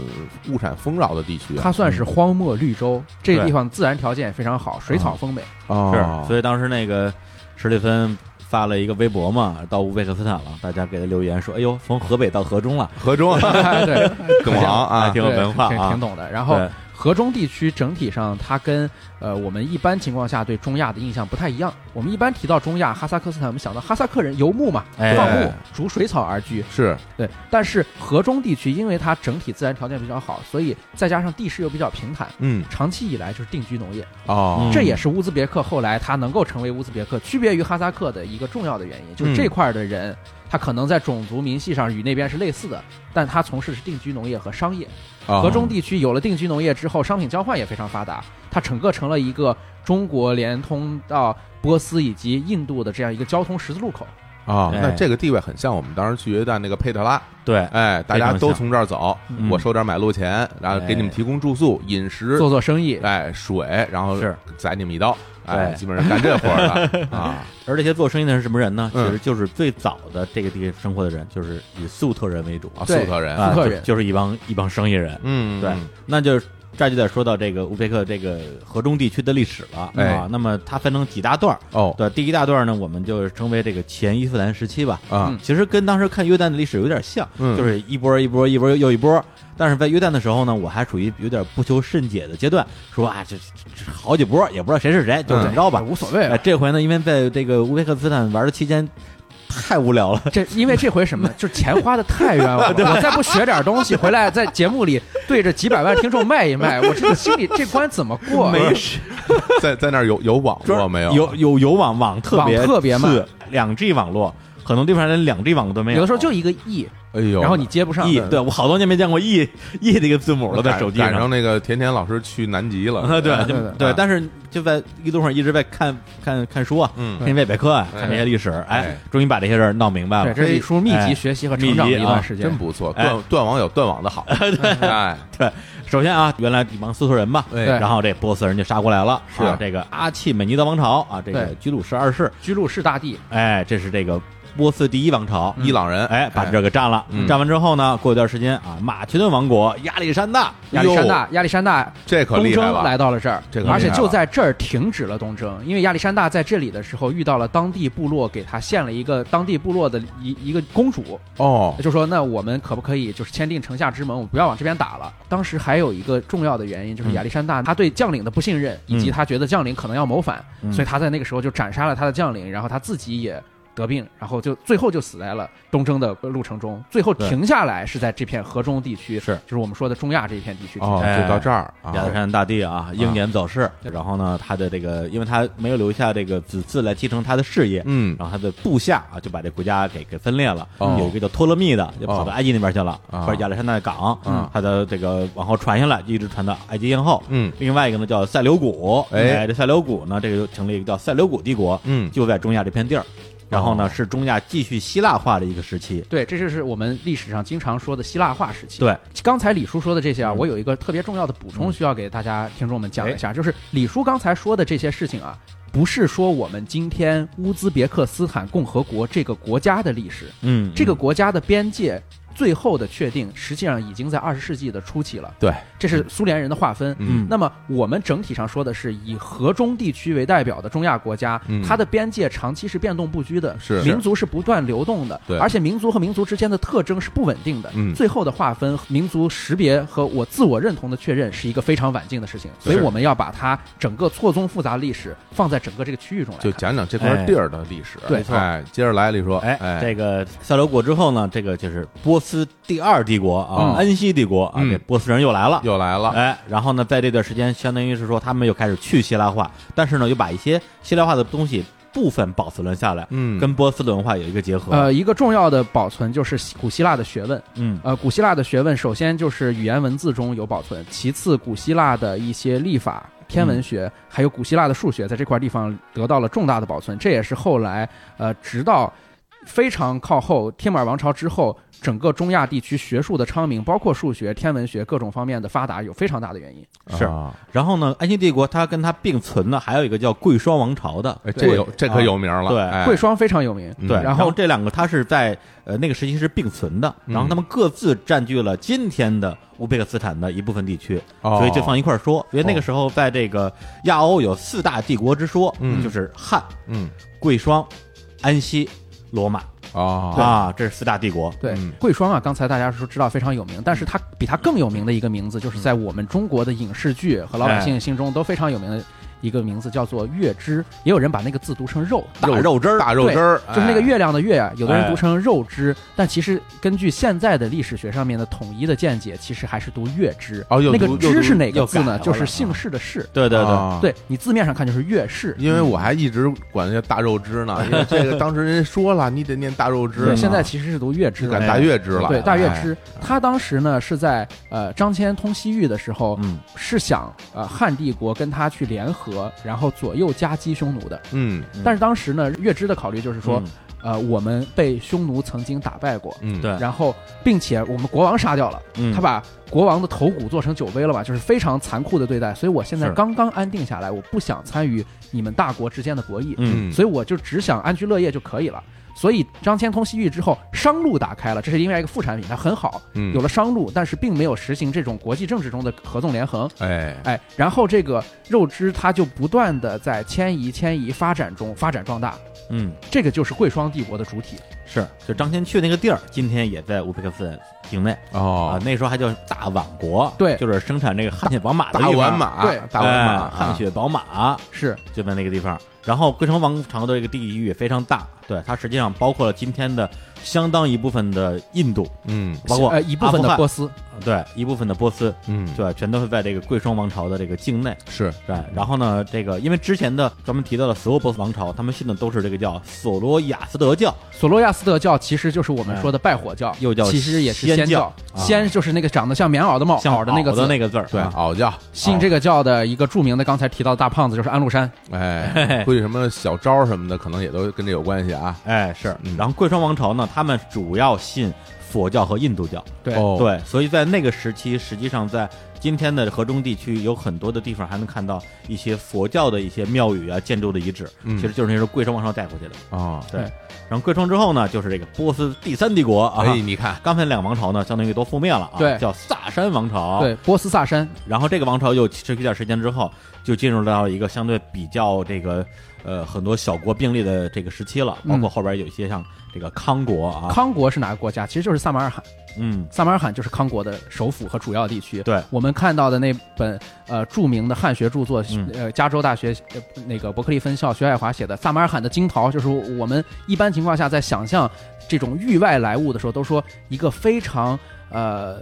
物产丰饶的地区啊。它算是荒漠绿洲，嗯这个地方自然条件也非常好，水啊草丰 美。是，哦，所以当时那个史蒂芬发了一个微博嘛，到乌贝克斯坦了，大家给他留言说：“哎呦，从河北到河中了， 河中对，懂行啊，挺有对文化挺啊挺懂的。然后对河中地区整体上它跟呃我们一般情况下对中亚的印象不太一样。我们一般提到中亚哈萨克斯坦，我们想到哈萨克人游牧嘛，哎放牧，逐水草而居。是对，但是河中地区因为它整体自然条件比较好，所以再加上地势又比较平坦，嗯长期以来就是定居农业，哦嗯这也是乌兹别克后来它能够成为乌兹别克区别于哈萨克的一个重要的原嗯因。就是这块儿的人，他可能在种族民系上与那边是类似的，但他从事是定居农业和商业。哦河中地区有了定居农业之后，商品交换也非常发达，它整个成了一个中国连通到波斯以及印度的这样一个交通十字路口。哦，那哎这个地位很像我们当时去约旦那个佩特拉，对，哎，大家都从这儿走嗯，哎我收点买路钱，然后给你们提供住宿、饮食，做做生意，哎，水，然后是宰你们一刀，哎，对基本上干这活儿 的啊，而这些做生意的是什么人呢？其嗯实就是最早的这个地生活的人，就是以粟特人为主啊，啊，粟对特人，哦粟特人就就是一帮一帮生意人。嗯，对，那就是这就得说到这个乌兹别克这个河中地区的历史了、哎啊。那么它分成几大段儿，哦，对，第一大段呢，我们就称为这个前伊斯兰时期吧。啊嗯，其实跟当时看约旦的历史有点像，嗯就是一波一波一波又一波。但是在约旦的时候呢，我还处于有点不求甚解的阶段，说啊，这这这好几波，也不知道谁是谁，就怎么着吧也。无所谓啊 哎，了。这回呢，因为在这个乌兹别克斯坦玩的期间太无聊了，这因为这回什么，就是钱花的太冤枉 了。我再不学点东西，回来在节目里对着几百万听众卖一卖，我这个心里这关怎么过？没事， 在在那儿有有网络没有？有有有网网特别网特别慢次，两 G 网络，很多地方连两 G 网络都没有。有的时候就一个亿，哎呦，然后你接不上。 E，对我好多年没见过 E E 这个字母了，在手机赶上那个甜甜老师去南极了， 啊，对对就对对啊，但是就在一路上一直在看看看书啊，嗯看一位百科啊，哎看这些历史，哎哎，终于把这些人闹明白对，了。这是李叔密集哎学习和成长的一段时间啊真。不错，哎断断网有断网的 好，哎，首先啊，原来一帮斯图人嘛，对然后这波斯人就杀过来了，哎是啊这个阿契美尼德王朝啊，这个对居鲁士二世，居鲁士大帝，哎，这是这个波斯第一王朝，伊朗人，哎，把这个给占了嗯。占完之后呢，过一段时间啊，马其顿王国亚历山大，哎亚历山大，亚历山大这可东厉害征了，来到了这儿，这可厉害而且就了在这儿停止了东征，因为亚历山大在这里的时候遇到了当地部落，给他献了一个当地部落的一一个公主，哦，哎就说那我们可不可以就是签订城下之盟，我们不要往这边打了。当时还有一个重要的原因就是亚历山大他对将领的不信任，以及他觉得将领可能要谋反，嗯所以他在那个时候就斩杀了他的将领，然后他自己也。得病，然后就最后就死在了东征的路程中，最后对停下来是在这片河中地区，是就是我们说的中亚这一片地区。哦，哎就到这儿啊，亚历山大帝啊，英年早逝。然后呢，他的这个，因为他没有留下这个子嗣来继承他的事业，嗯然后他的部下啊，就把这国家给给分裂了。哦有一个叫托勒密的，就跑到哦埃及那边去了，啊或者亚历山大的港嗯，他的这个往后传下来，一直传到埃及艳后。嗯另外一个呢叫塞琉古，哎哎，这塞琉古呢，这个就成立一个叫塞琉古帝国，嗯，就在中亚这片地儿。然后呢，是中亚继续希腊化的一个时期。对，这就是我们历史上经常说的希腊化时期。对，刚才李叔说的这些啊，嗯我有一个特别重要的补充需要给大家听众们讲一下，就是李叔刚才说的这些事情啊，不是说我们今天乌兹别克斯坦共和国这个国家的历史，嗯，这个国家的边界。最后的确定，实际上已经在二十世纪的初期了。对，这是苏联人的划分。嗯那么我们整体上说的是以河中地区为代表的中亚国家，嗯它的边界长期是变动不居的，是民族是不断流动的，对而且民族和民族之间的特征是不稳定的。嗯最后的划分、民族识别和我自我认同的确认是一个非常晚近的事情，所以是我们要把它整个错综复杂的历史放在整个这个区域中来就看。讲讲这块地儿的历史，对哎，接着来，李叔，哎，哎，这个塞琉古之后呢，这个就是波斯第二帝国啊嗯，安息帝国啊，嗯这波斯人又来了。又来了，哎，然后呢，在这段时间，相当于是说他们又开始去希腊化，但是呢，又把一些希腊化的东西部分保存了下来，嗯，跟波斯的文化有一个结合。呃，一个重要的保存就是古希腊的学问。嗯，呃，古希腊的学问首先就是语言文字中有保存，其次古希腊的一些历法、天文学，还有古希腊的数学，在这块地方得到了重大的保存。这也是后来呃，直到非常靠后帖木儿王朝之后，整个中亚地区学术的昌明，包括数学、天文学各种方面的发达，有非常大的原因。是啊然后呢，安息帝国它跟它并存的还有一个叫贵霜王朝的，哎，这有这啊可有名了，对哎贵霜非常有名，嗯对，然然后这两个它是在呃那个时期是并存的，嗯然后他们各自占据了今天的乌贝克斯坦的一部分地区，哦所以就放一块儿说。因为那个时候在这个亚欧有四大帝国之说，嗯就是汉、嗯，贵霜、安息、罗马。啊，啊，这是四大帝国。对嗯，贵霜啊，刚才大家说知道非常有名，但是它比它更有名的一个名字，就是在嗯我们中国的影视剧和老百姓心中都非常有名的一个名字，叫做月枝。也有人把那个字读成肉，大肉汁儿，大肉汁哎儿，哎就是那个月亮的月啊，有的人哎读成肉汁，但其实根据现在的历史学上面的统一的见解，其实还是读月枝。哦又那个读又枝读是哪个又字改呢？了就是啊姓氏的氏。对对对，啊，对你字面上看就是月氏，因为我还一直管它叫大肉汁呢，因为这个当时人家说了，你得念大肉汁对，嘛，现在其实是读月枝只了敢。大月汁了，对，大月哎支，他当时呢是在呃张骞通西域的时候，嗯，是想呃汉帝国跟他去联合，然后左右夹击匈奴的。嗯嗯但是当时呢，月支的考虑就是说，嗯呃，我们被匈奴曾经打败过，嗯，对然后并且我们国王杀掉了，嗯他把国王的头骨做成酒杯了吧，就是非常残酷的对待。所以我现在是刚刚安定下来，我不想参与你们大国之间的博弈，嗯嗯，所以我就只想安居乐业就可以了。所以张骞通西域之后，商路打开了，这是另外一个副产品，它很好，嗯以有了商路，但是并没有实行这种国际政治中的合纵连横。哎，哎，然后这个肉汁它就不断的在迁移、迁移、发展中发展壮大，嗯这个就是贵霜帝国的主体。是，就张骞去那个地儿，今天也在乌兹别克斯坦境内啊哦，，那时候还叫大宛国，对就是生产这个汗血宝马的大地方碗，马，啊对大碗马，啊哎汗血宝马是就在那个地方。然后龟城王朝的这个地域也非常大，对它实际上包括了今天的相当一部分的印度，嗯包括呃一部分阿的富汗波斯，对一部分的波斯，嗯，对，全都是在这个贵霜王朝的这个境内。是，对，然后呢，这个因为之前的咱们提到的所有波斯王朝，他们信的都是这个叫索罗亚斯德教，索罗亚斯德教其实就是我们说的拜火教，嗯又叫其实也是仙仙教啊仙就是那个长得像棉袄的袄像哦袄的那个的字。那个字儿，对，啊嗷叫，信这个教的一个著名的，刚才提到的大胖子就是安禄山， 哎，估计什么小招什么的，可能也都跟这有关系啊。哎，是嗯。然后贵霜王朝呢，他们主要信佛教和印度教，对哦，对，所以在那个时期，实际上在今天的河中地区，有很多的地方还能看到一些佛教的一些庙宇啊、建筑的遗址，嗯其实就是那时候贵霜王朝带回去的。哦，对对，然后贵霜之后呢，就是这个波斯第三帝国啊。哎，你看，刚才两个王朝呢，相当于都覆灭了啊，对叫萨珊王朝。对，波斯萨珊，然后这个王朝又持续一段时间之后，就进入到一个相对比较这个呃很多小国并立的这个时期了，嗯包括后边有一些像这个康国啊，康国是哪个国家？其实就是萨马尔罕，嗯萨马尔罕就是康国的首府和主要地区。对，我们看到的那本呃著名的汉学著作，嗯呃，加州大学呃那个伯克利分校薛爱华写的《萨马尔罕的金桃》，就是我们一般情况下在想象这种域外来物的时候，都说一个非常呃。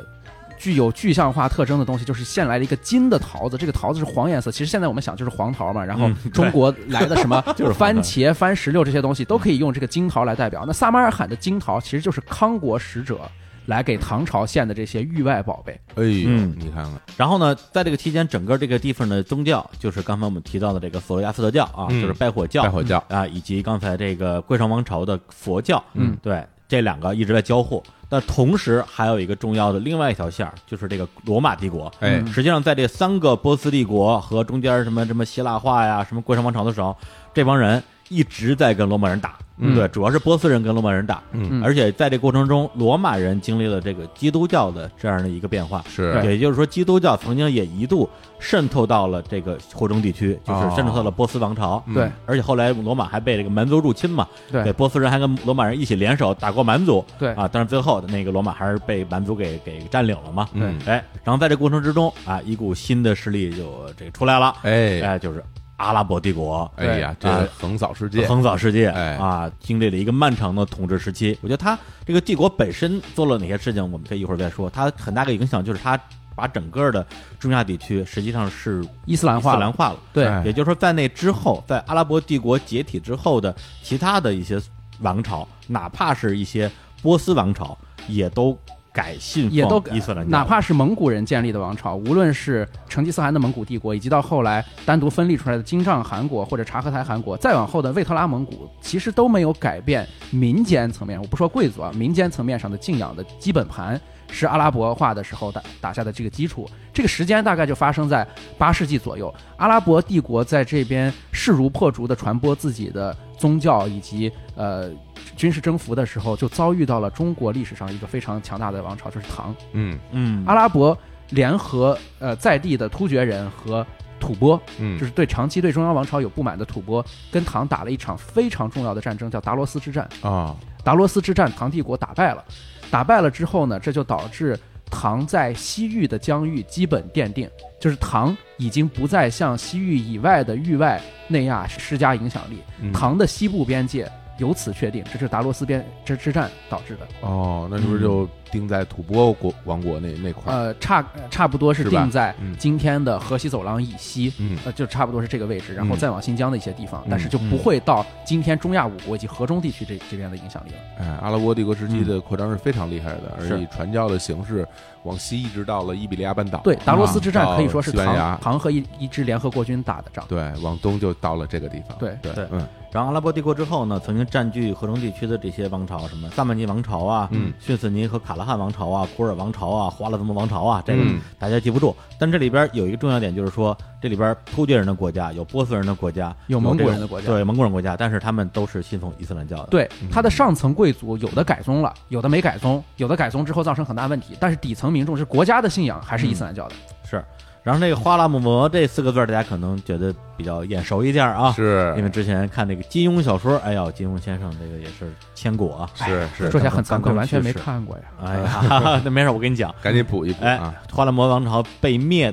具有具象化特征的东西，就是现来了一个金的桃子，这个桃子是黄颜色。其实现在我们想就是黄桃嘛，然后嗯对中国来的什么 就是黄番桃茄、番石榴这些东西，都可以用这个金桃来代表。那萨马尔罕的金桃其实就是康国使者来给唐朝献的这些域外宝贝。哎呦，嗯你看看，然后呢，在这个期间，整个这个地方的宗教就是刚才我们提到的这个索罗亚斯德教啊，嗯就是拜火教，拜火教，啊，以及刚才这个贵霜王朝的佛教，嗯对，这两个一直在交互。但同时还有一个重要的另外一条线儿，就是这个罗马帝国。哎，嗯实际上，在这三个波斯帝国和中间什么什么希腊化呀、什么贵霜王朝的时候，这帮人一直在跟罗马人打，嗯对，主要是波斯人跟罗马人打。嗯嗯而且在这过程中，罗马人经历了这个基督教的这样的一个变化，是，也就是说，基督教曾经也一度渗透到了这个霍中地区，就是哦渗透到了波斯王朝。嗯对而且后来罗马还被这个蛮族入侵嘛，对对波斯人还跟罗马人一起联手打过蛮族对啊，但是最后那个罗马还是被蛮族给给占领了嘛。嗯，哎，然后在这过程之中啊，一股新的势力就这个出来了，哎，哎，就是阿拉伯帝国。哎呀，这啊个横扫世界，横扫世界、哎啊，经历了一个漫长的统治时期。我觉得他这个帝国本身做了哪些事情，我们可以一会儿再说。它很大的影响就是它把整个的中亚地区实际上是伊斯兰伊斯化，兰化了。对哎也就是说，在那之后，在阿拉伯帝国解体之后的其他的一些王朝，哪怕是一些波斯王朝，也都改信也都奉伊斯兰教，哪怕是蒙古人建立的王朝，无论是成吉思汗的蒙古帝国，以及到后来单独分立出来的金帐汗国或者察合台汗国，再往后的魏特拉蒙古，其实都没有改变民间层面，我不说贵族啊，民间层面上的敬仰的基本盘。是阿拉伯化的时候打打下的这个基础，这个时间大概就发生在八世纪左右。阿拉伯帝国在这边势如破竹的传播自己的宗教以及呃军事征服的时候，就遭遇到了中国历史上一个非常强大的王朝，就是唐。嗯嗯阿拉伯联合呃在地的突厥人和吐蕃，嗯，就是对长期对中央王朝有不满的吐蕃，跟唐打了一场非常重要的战争，叫达罗斯之战。啊，达罗斯之战，唐帝国打败了，打败了之后呢，这就导致唐在西域的疆域基本奠定，就是唐已经不再向西域以外的域外内亚施加影响力，嗯唐的西部边界由此确定，这就是达罗斯边之之战导致的。哦，那是不嗯是就定在吐蕃国王国那那块儿？呃，差差不多是是吧定在嗯今天的河西走廊以西，嗯呃，就差不多是这个位置，然后嗯再往新疆的一些地方，嗯但是就不会到今天中亚五国以及河中地区这这边的影响力了。哎，阿拉伯帝国时嗯期的扩张是非常厉害的，而是以传教的形式往西一直到了伊比利亚半岛，对，达罗斯之战啊可以说是到西班牙唐唐和一一支联合国军打的仗。对，往东就到了这个地方，对对对嗯然后阿拉伯帝国之后呢，曾经占据河中地区的这些王朝，什么萨曼尼王朝啊、嗯逊斯尼和卡拉汗王朝啊、古尔王朝啊、花剌子模王朝啊，这个嗯大家记不住。但这里边有一个重要点，就是说这里边突厥人的国家有波斯人的国家，有蒙古人的国这家种对蒙古人国家，但是他们都是信奉伊斯兰教的。，对嗯，他的上层贵族有的改宗了，有的没改宗，有的改宗之后造成很大问题。但是底层民众是国家的信仰还是伊斯兰教的？是。然后这个花剌木模这四个字儿，大家可能觉得比较眼熟一点啊，是因为之前看那个金庸小说，哎呀，金庸先生这个也是千古啊。是是，哎说起来很惭刚刚愧，完全去没世看过呀。哎呀， 那没事，我跟你讲，赶紧补一补哎啊，，花剌摩王朝被灭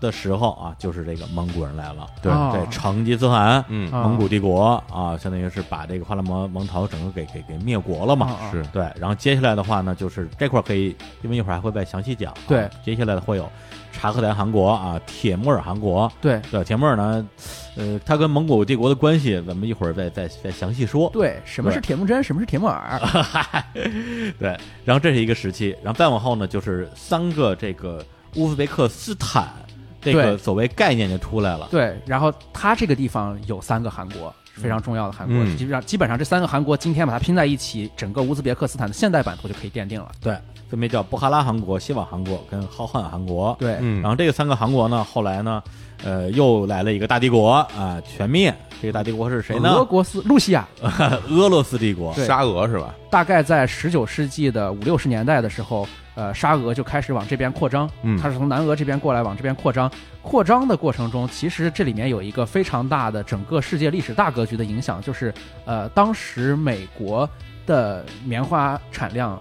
的时候啊，就是这个蒙古人来了，对啊对，成吉思汗。嗯啊蒙古帝国啊，相当于是把这个花剌摩王朝整个给给给灭国了嘛。啊啊是对，然后接下来的话呢，就是这块儿可以，因为一会儿还会再详细讲啊。对接下来会有察合台汗国啊，铁木尔汗国。对对，铁木尔呢，呃，他跟蒙古帝国的关系，咱们一会儿再再再详细说。对，什么是铁木真，什么是铁木尔？ 对，然后这是一个时期，然后再往后呢，就是三个这个乌兹别克斯坦这个对所谓概念就出来了。对，然后它这个地方有三个韩国，是非常重要的韩国。嗯基本上基本上这三个韩国今天把它拼在一起，整个乌兹别克斯坦的现代版图就可以奠定了。对，分别叫布哈拉汗国、西瓦汗国跟浩瀚汗国。，对，嗯，然后这个三个韩国呢，后来呢，呃，又来了一个大帝国啊、全灭。这个大帝国是谁呢？呃俄国斯露西亚俄罗斯帝国。对沙俄是吧？大概在十九世纪的五六十年代的时候，呃，沙俄就开始往这边扩张，嗯它是从南俄这边过来，往这边扩张。扩张的过程中，其实这里面有一个非常大的整个世界历史大格局的影响，就是呃，当时美国的棉花产量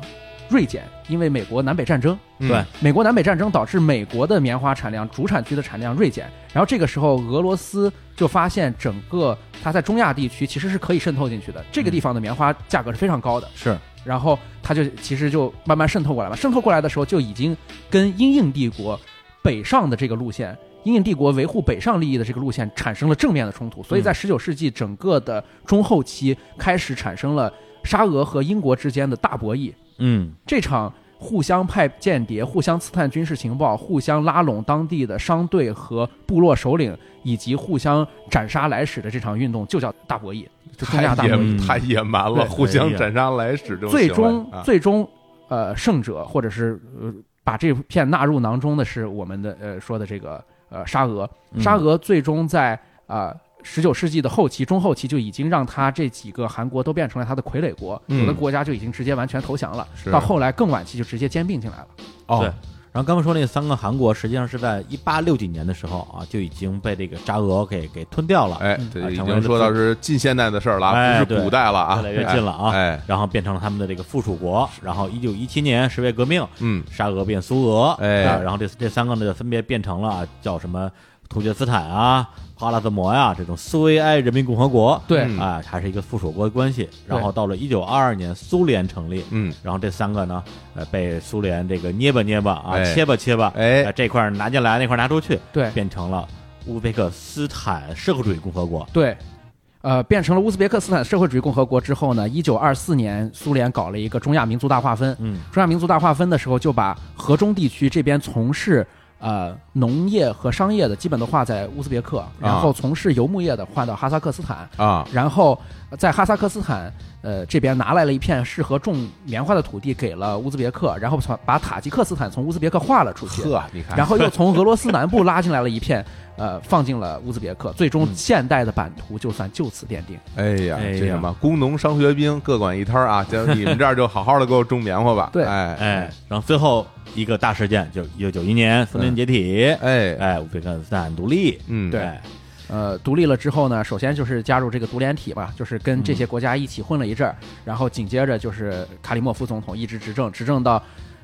锐减，因为美国南北战争。嗯对美国南北战争导致美国的棉花产量主产区的产量锐减，然后这个时候俄罗斯就发现整个它在中亚地区其实是可以渗透进去的，这个地方的棉花价格是非常高的，是然后它就其实就慢慢渗透过来嘛，渗透过来的时候就已经跟英印帝国北上的这个路线。英印帝国维护北上利益的这个路线产生了正面的冲突，所以在19世纪整个的中后期开始产生了沙俄和英国之间的大博弈，嗯，这场互相派间谍、互相刺探军事情报、互相拉拢当地的商队和部落首领，以及互相斩杀来使的这场运动，就叫大博弈， 就中太亚大博野弈。嗯太野蛮了，对互哎相呀斩杀来使这种最行为终，啊最终，呃，胜者或者是呃，把这片纳入囊中的是我们的呃说的这个呃沙俄。嗯沙俄最终在啊。十九世纪的后期、中后期就已经让他这几个韩国都变成了他的傀儡国，嗯有的国家就已经直接完全投降了是。到后来更晚期就直接兼并进来了。对哦，。然后刚才说那三个韩国，实际上是在一八六几年的时候啊，就已经被这个沙俄给给吞掉了。哎，啊这已成为了经说到是近现代的事儿了啊，哎不是古代了啊，越来越近了啊，哎，哎然后变成了他们的这个附属国。然后一九一七年十月革命，嗯，沙俄变苏俄，哎啊然后这这三个呢就分别变成了啊叫什么突厥斯坦啊、哈拉子摩呀、这种苏维埃人民共和国，对嗯啊，还是一个附属国的关系。然后到了一九二二年，苏联成立，嗯，然后这三个呢，呃，被苏联这个捏吧捏吧啊，哎切吧切吧，哎啊这块儿拿进来，那块儿拿出去，对变成了乌兹别克斯坦社会主义共和国。对，呃，变成了乌兹别克斯坦社会主义共和国之后呢，一九二四年苏联搞了一个中亚民族大划分。嗯，中亚民族大划分的时候，就把河中地区这边从事呃农业和商业的，基本都划在乌兹别克，然后从事游牧业的划到哈萨克斯坦，啊，然后在哈萨克斯坦呃这边拿来了一片适合种棉花的土地给了乌兹别克，然后把把塔吉克斯坦从乌兹别克划了出去，呵，你 看，然后又从俄罗斯南部拉进来了一片，呃，放进了乌兹别克，最终现代的版图就算就此奠定。哎呀，哎这呀什么工农商学兵各管一摊儿啊， 就你们这儿就好好的给我种棉花吧。对哎哎，然后最后一个大事件，就一九九一年苏联解体，哎，哎，乌兹别克斯坦独立，嗯，对哎呃，独立了之后呢，首先就是加入这个独联体嘛，就是跟这些国家一起混了一阵儿，然后紧接着就是卡里莫夫总统一直执政，执政到。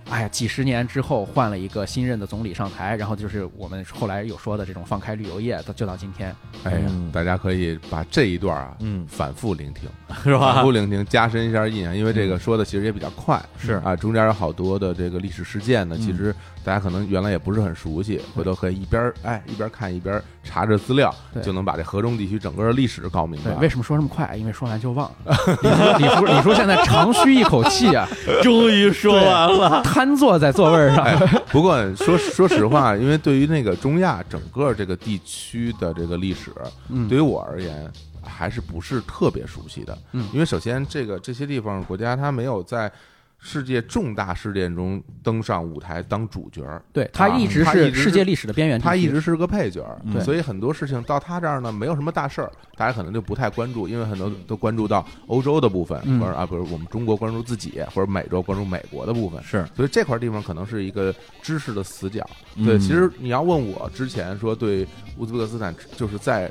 哎呀，几十年之后换了一个新任的总理上台，然后就是我们后来有说的这种放开旅游业，到就到今天。哎呀嗯，大家可以把这一段啊，嗯反复聆听，是吧反复聆听，加深一下印象，因为这嗯个说的其实也比较快，是啊，中间有好多的这个历史事件呢，嗯其实大家可能原来也不是很熟悉，回头可以一边儿哎一边儿看一边儿查着资料，对就能把这河中地区整个的历史搞明对白，。为什么说这么快？因为说完就忘。李叔，李叔，李叔现在长吁一口气啊，终于说完了，瘫坐在座位 上。哎不过说说实话，因为对于那个中亚整个这个地区的这个历史，嗯对于我而言还是不是特别熟悉的。嗯因为首先这个这些地方国家它没有在世界重大事件中登上舞台当主角儿，对，它啊一直它一是直世界是历史的边缘地区。他一直是个配角儿，嗯对所以很多事情到他这儿呢，没有什么大事儿，大家可能就不太关注，因为很多都关注到欧洲的部分，嗯或者啊，不是我们中国关注自己，或者美洲关注美国的部分。是所以这块地方可能是一个知识的死角。嗯对，其实你要问我之前说对乌兹别克斯坦，就是在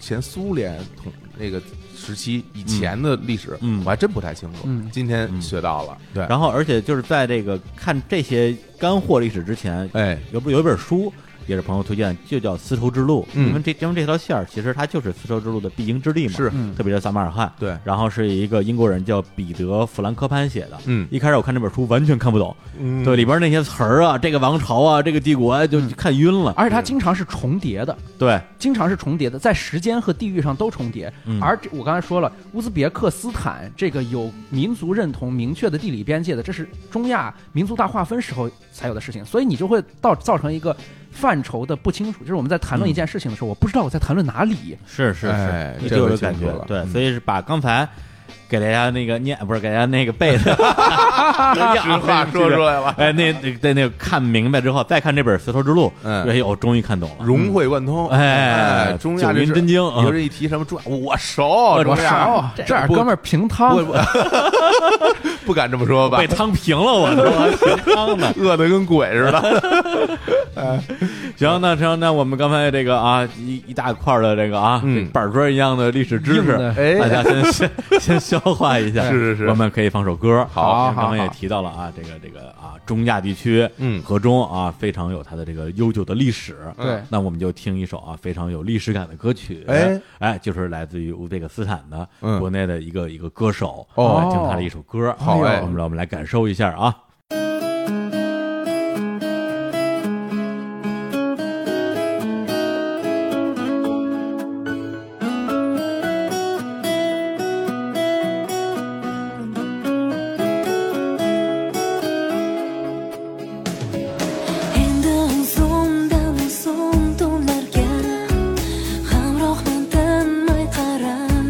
前苏联统那个时期以前的历史，嗯我还真不太清楚。嗯今天学到了，对，然后而且就是在这个看这些干货历史之前，哎，有不有一本书也是朋友推荐，就叫《丝绸之路》，嗯因为这因为这条线儿其实它就是丝绸之路的必经之地嘛，是，嗯特别是撒马尔罕，对然后是一个英国人叫彼得·弗兰科潘写的，嗯一开始我看这本书完全看不懂，嗯对里边那些词儿啊，这个王朝啊，这个帝国啊，就看晕了，而且它经常是重叠的，对，经常是重叠的，在时间和地域上都重叠。嗯而这我刚才说了，乌兹别克斯坦这个有民族认同明确的地理边界的，这是中亚民族大划分时候才有的事情，所以你就会到造成一个范畴的不清楚。就是我们在嗯谈论一件事情的时候，我不知道我在谈论 哪里。是是哎是，你这就有回这感清楚觉了，对，嗯所以是把刚才。给大家那个念不是给大家那个背的，实实话说出来了， 哎，那那那那个看明白之后，再看这本《丝绸之路》，嗯哎呦，终于看懂了。融会贯通，哎中亚九阴这真经啊有人一提什么中亚，我熟，中我亚操，这儿不哥们儿平汤哦不，不不敢这么说吧被，汤平了 我，我平汤呢。饿得跟鬼似的。 行，那行，那我们刚才这个啊，一一大块儿的这个啊，嗯这板砖一样的历史知识硬的，哎大家先先 先消化一下。是是是我们可以放首歌。好刚刚好也提到了啊，这个这个啊，中亚地区，嗯河中啊，非常有它的这个悠久的历史。对那我们就听一首啊非常有历史感的歌曲，哎哎，就是来自于乌兹别克斯坦的嗯国内的一个一个歌手，哦来听他的一首歌，好哎我们来我们来感受一下啊。 Endi uzundan-uzun tunlarga hamrohman tinmay qaram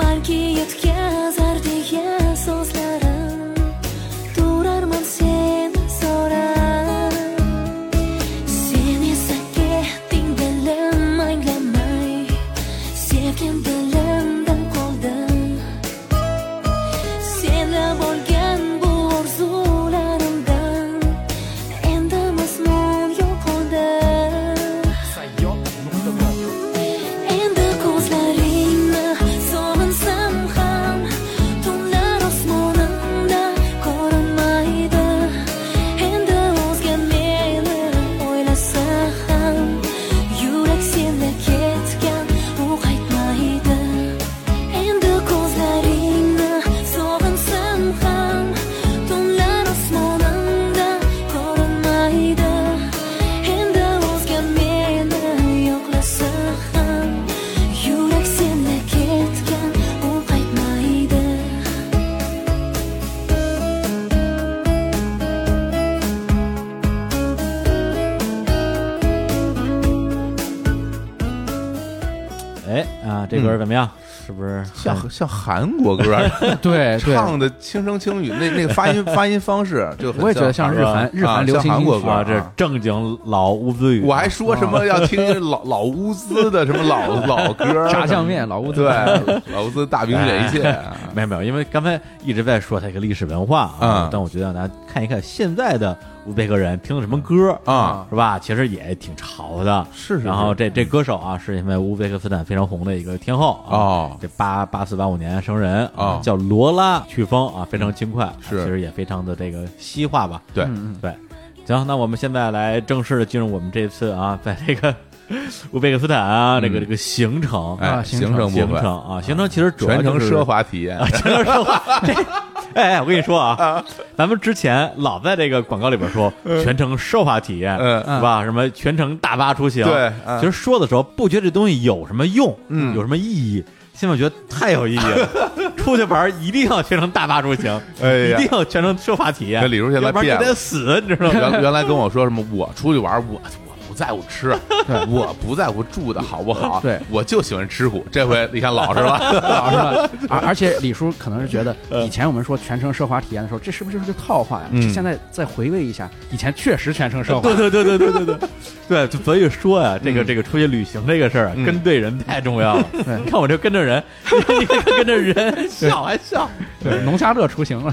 Balki yetkazar degan so'zlarim Turarman seni so'rab Sen esa ketding dilim anglamay Sevgim dilimdan qoldi Senlab olgan bu orzularimdan Endi mazmun yo'q qoldi Endi ko'zlaringni so'linsam ham Tunlar osmonimda ko'rinmaydi Endi o'zga meni o'ylasa ham Yurak sendan ketgan u qaytmaydi Endi ko'zlaringni sog'insam ham tunlar osmonimda ko'rinmaydi Endi o'zga meni yo'qlasa ham yurak senda ketgan u qaytmaydi 嗯哎啊，这歌怎么样？是不是很像像韩国歌儿对对，唱的轻声轻语，那那个发音发音方式就很我也觉得像日韩啊日韩流行像韩音国乐歌儿啊？这正经老乌兹语，我还说什么要听老老乌兹的什么老老歌儿，炸酱面老乌对对，老乌兹大兵这一切啊没有没有，因为刚才一直在说它一个历史文化啊嗯但我觉得让大家看一看现在的乌兹别克人听的什么歌儿，啊，是吧？其实也挺潮的。是是是然后这这歌手啊，是因为乌兹别克斯坦非常红的一个天后啊，哦这八八四八五年生人啊哦叫罗拉，曲风啊非常轻快，是其实也非常的这个西化吧，对，嗯对。行，那我们现在来正式的进入我们这次啊， 在这个乌兹别克斯坦啊，这个这个行程嗯哎，啊行行程部行分，程啊，行程其实主要全程就是奢华体验，全程奢华。这哎，哎我跟你说啊，咱们之前老在这个广告里边说全程奢华体验，嗯嗯是吧？什么全程大巴出行，对嗯其实说的时候不觉得这东西有什么用，嗯，有什么意义。现在我觉得太有意义了， 出去玩儿一定要全程大巴出行，哎一呀定要全程奢华体验。这李叔现在要不然变就了得死，你知道吗？ 原原来跟我说什么，我出去玩儿，我我不在乎吃，啊我不在乎住的好不好，对我就喜欢吃苦。这回你看老实了， 老实了。而而且李叔可能是 觉得，以前我们说全程奢华体验的时候，这是不是就是套话呀？嗯这现在再回味一下，以前确实全程 奢华对。对对对对对 对对，就所以说呀、嗯这个这个出去旅行这个事儿啊，嗯跟对人太重要了。 对你看我这跟着人，你看跟着 人笑还笑。对，农家乐出行了，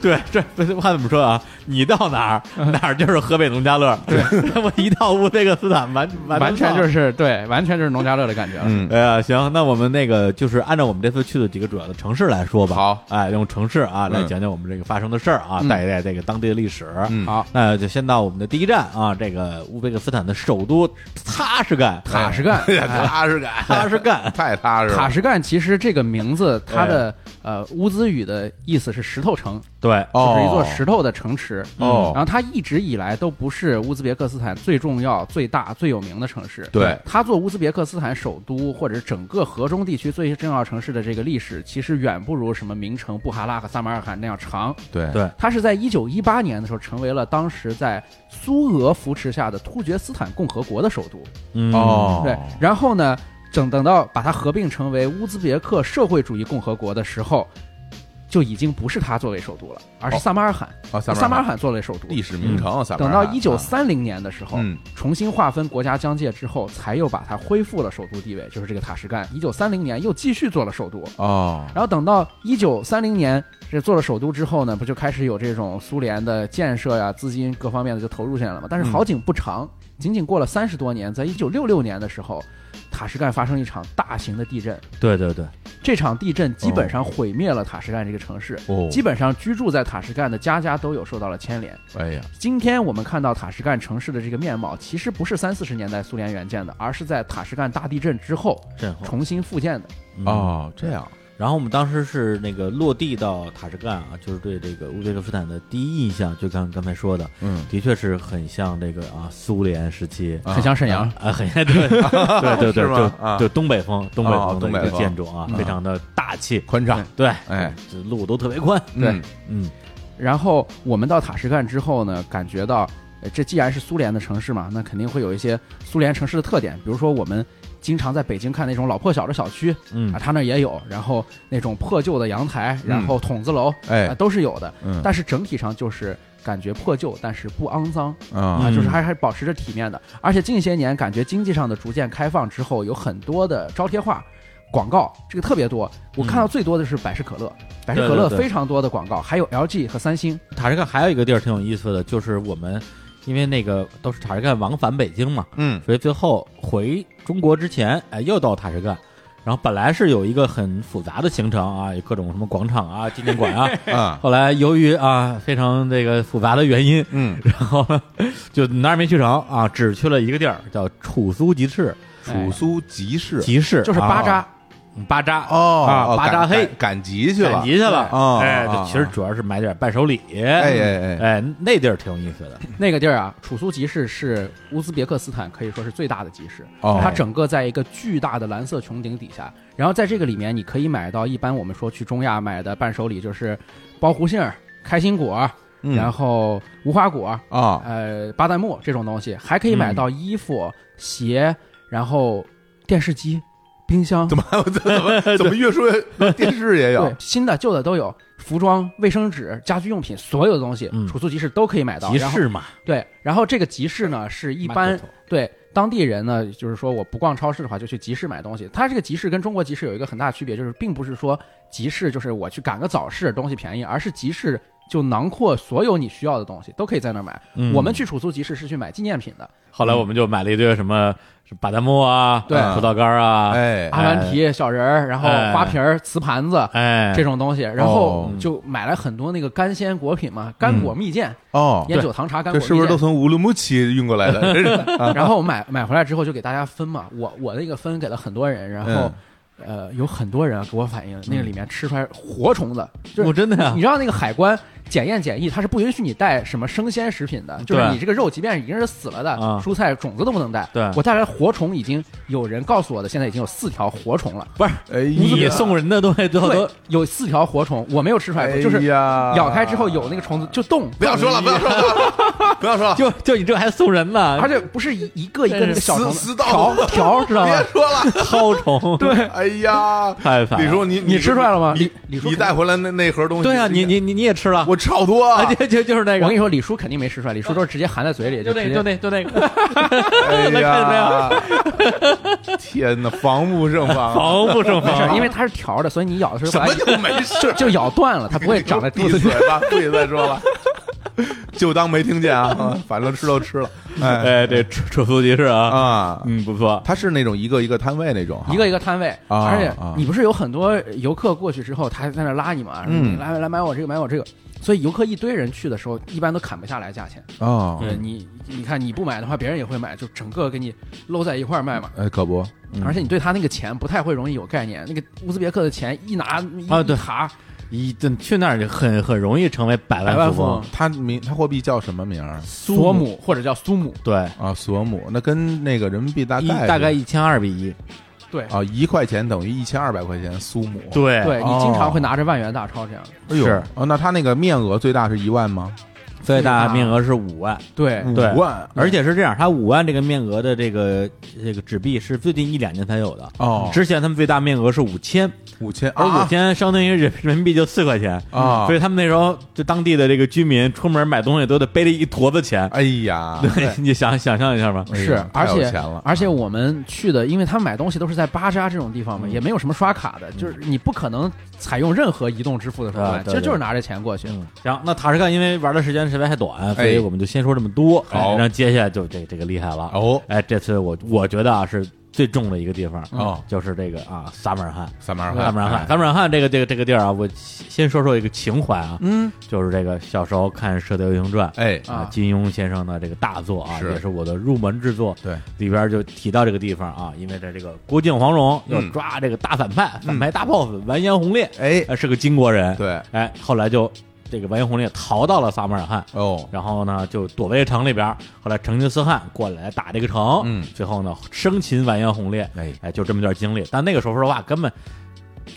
对，这不是话怎么说啊？你到哪儿嗯哪儿就是河北农家乐。对， 我一到乌兹别克斯坦，完完完全全就是对，完全就是农家乐的感觉了。啊 嗯，哎呀，行，那我们那个就是按照我们这次去的几个主要的城市来说吧。好，哎，用城市啊来嗯讲讲我们这个发生的事儿啊，嗯带一带这个当地的历史。嗯好，那就先到我们的第一站啊，这个乌兹别克斯坦的首都塔什干。塔什干，哎呀，踏实感，塔什 干，太踏实塔了。什干其实这个名字它的哎呃乌兹语的意思是石头城，对，就是一座哦石头的城池。哦然后它一直以来都不是乌兹别克斯坦最重要、最大、最有名的城市。对它做乌兹别克斯坦首都或者整个河中地区最重要城市的这个历史，其实远不如什么名城布哈拉和萨马尔罕那样长。对对它是在一九一八年的时候成为了当时在苏俄扶持下的突厥斯坦共和国的首都。嗯，哦，对，然后呢，等等到把它合并成为乌兹别克社会主义共和国的时候，就已经不是它作为首都了，而是哦萨马尔罕。哦，萨萨马尔尔罕作为首都。历史名城，萨马嗯等尔到罕一九三零年的时候，嗯重新划分国家疆界之后，才又把它恢复了首都地位，就是这个塔什干。一九三零年又继续做了首都，哦，然后等到一九三零年这做了首都之后呢，不就开始有这种苏联的建设呀、资金各方面的就投入进来了嘛？嗯但是好景不长，仅仅过了三十多年，在一九六六年的时候，塔什干发生一场大型的地震，对对对，这场地震基本上毁灭了塔什干这个城市，哦基本上居住在塔什干的家家都有受到了牵连。哎呀，今天我们看到塔什干城市的这个面貌，其实不是三四十年代苏联援建的，而是在塔什干大地震之后震后重新复建的。哦。哦，这样然后我们当时是那个落地到塔什干啊，就是对这个乌兹别克斯坦的第一印象，就像刚才说的，嗯，的确是很像这个啊苏联时期。啊很像沈阳，啊，很 对对对是对，吗啊就就东北风，东北哦风的东北一个风建筑啊，非常的大气。宽敞，对，哎，这路都特别宽。对嗯嗯，然后我们到塔什干之后呢，感觉到，呃这既然是苏联的城市嘛，那肯定会有一些苏联城市的特点，比如说我们经常在北京看那种老破小的小区，嗯啊，它那儿也有，然后那种破旧的阳台，然后筒子楼，哎啊，都是有的。嗯但是整体上就是感觉破旧，但是不肮脏啊啊，嗯就是还还保持着体面的。而且近些年感觉经济上的逐渐开放之后，有很多的招贴画。广告这个特别多，我看到最多的是百事可乐，百事可对乐对对非常多的广告，还有 LG 和三星，塔什干还有一个地儿挺有意思的，就是我们因为那个都是塔什干往返北京嘛，嗯，所以最后回中国之前，哎，又到塔什干。然后本来是有一个很复杂的行程啊，有各种什么广场啊、纪念馆 啊。 啊，后来由于啊非常这个复杂的原因，嗯，哎然后 呢就哪儿也没去成啊，只去了一个地儿叫楚苏集市，楚苏集市集市哎就是巴扎，嗯巴扎哦啊，巴扎赶黑赶赶集去赶了，集去了对哦哎，哦就其实主要是买点伴手礼，哎哎哎哎，那地儿挺有意思的，那个地儿啊，楚苏集市是乌兹别克斯坦可以说是最大的集市，哦它整个在一个巨大的蓝色穹顶底下，然后在这个里面你可以买到一般我们说去中亚买的伴手礼就是包胡杏儿、开心果，嗯然后无花果， 啊，呃巴旦木这种东西，还可以买到衣服、鞋，然后电视机、冰箱怎么还有怎么怎么越说越电视也有对，新的旧的都有，服装、卫生纸、家居用品，所有的东西，嗯楚速集市都可以买到。集然后市嘛，对，然后这个集市呢，是一般对当地人呢，就是说我不逛超市的话，就去集市买东西。它这个集市跟中国集市有一个很大的区别，就是并不是说集市就是我去赶个早市东西便宜，而是集市就囊括所有你需要的东西都可以在那儿买。嗯我们去楚苏集市是去买纪念品的，后来我们就买了一堆什么是巴旦木啊，对葡萄干儿啊，哎，阿凡提、小人儿，然后哎花瓶儿、瓷盘子。哎，这种东西，然后哦就买了很多那个干鲜果品嘛，干果蜜饯、哦，烟酒糖茶、干这果蜜是不是都饯。从乌鲁木齐运过来的？啊真是 然后我买买回来之后就给大家分嘛，我我那个分给了很多人，然后、嗯呃有很多人给我反映，那个里面吃出来活虫子，就我是真的啊呀你，知道那个海关检验检疫，它是不允许你带什么生鲜食品的，就是对你这个肉即便已经是死了的，嗯啊蔬菜种子都不能带。对我带来活虫已经有人告诉我的，现在已经有四条活虫了。不是哎呀你送人的东西最后对啊都，有四条活虫，我没有吃出来过，就是哎呀咬开之后有那个虫子就动，不要说了，不要说了，不要说了，就就你这还送人呢，而且不是一一个哎一个那个小虫撕子撕到条 条，知道吗 别？说了。绦虫，对，哎呀，太烦了李叔，你你吃出来了吗你李李叔你带回来那那盒东西？对啊，你你你你也吃了，我吃好多啊！啊，就就就是那我跟你个，说，李叔肯定没吃出来，李叔都是直接含在嘴里，就直接那就那个， 哎能看呀，天哪，防不胜防，啊防不胜没事，防，因为它是条的，所以你咬的时候什把它么就没事？就咬断了，它不会长 在肚闭子里嘴。吧，不许再说了，就当没听见啊！ 啊反正吃都吃了，哎哎，这楚楚苏集市啊，啊，嗯，不错，它是那种一个一个摊位那种哈，一个一个摊位，啊而且啊你不是有很多游客过去之后，他还在那拉你嘛，嗯来来买我这个，买我这个，所以游客一堆人去的时候，一般都砍不下来价钱。哦，对你，你看你不买的话，别人也会买，就整个给你搂在一块儿卖嘛。哎，可不，而且你对他那个钱不太会容易有概念，那个乌兹别克的钱一拿一啊对一沓一这去那儿就很很容易成为百百万哎富富翁翁，它名它货币叫什么名儿索姆或者叫苏姆，对，啊？索姆，那跟那个人民币大一概大概是一千二比一，对啊，一块钱等于一千二百块钱苏姆，对对你经常哦会拿着万元大钞这样。哎呦，是哦，那他那个面额最大是一万吗？最大面额是五万，对，对五万而且是这样，它五万这个面额的这个这个纸币是最近一两年才有的，哦，之前他们最大面额是五千，五千而嗯啊五千相当于人 人民币就四块钱。啊所以他们那时候就当地的这个居民出门买东西都得背着一坨子钱，哎呀，对， 你想想象一下吧，哎呀是，太而有且钱了而且我们去的，因为他们买东西都是在巴扎这种地嗯方嘛，也没有什么刷卡的，就是你不可能采用任何移动支付的手啊段，对其对实就是拿着钱过去。嗯，行，那塔什干因为玩的时间实在太短，所以我们就先说这么多。哎好然后接下来就这这个厉害了。哦哎，这次我我觉得啊是最重的一个地方，哦，就是这个啊撒马尔罕。三百二撒马尔罕，撒马尔罕这个这个这个地儿啊，我先说说一个情怀啊，嗯，就是这个小时候看《射雕英雄传》哎，啊啊，金庸先生的这个大作啊，是也是我的入门之作。对，里边就提到这个地方啊，因为这这个郭靖、黄蓉要嗯抓这个大反派，反派大 boss 完颜洪烈，哎，哎，是个金国人。对，哎，后来就这个完颜洪烈逃到了撒马尔罕，哦，然后呢就躲在这城里边儿。后来成吉思汗过来打这个城，嗯最后呢生擒完颜洪烈，哎，哎，就这么段经历。但那个时候说实话，根本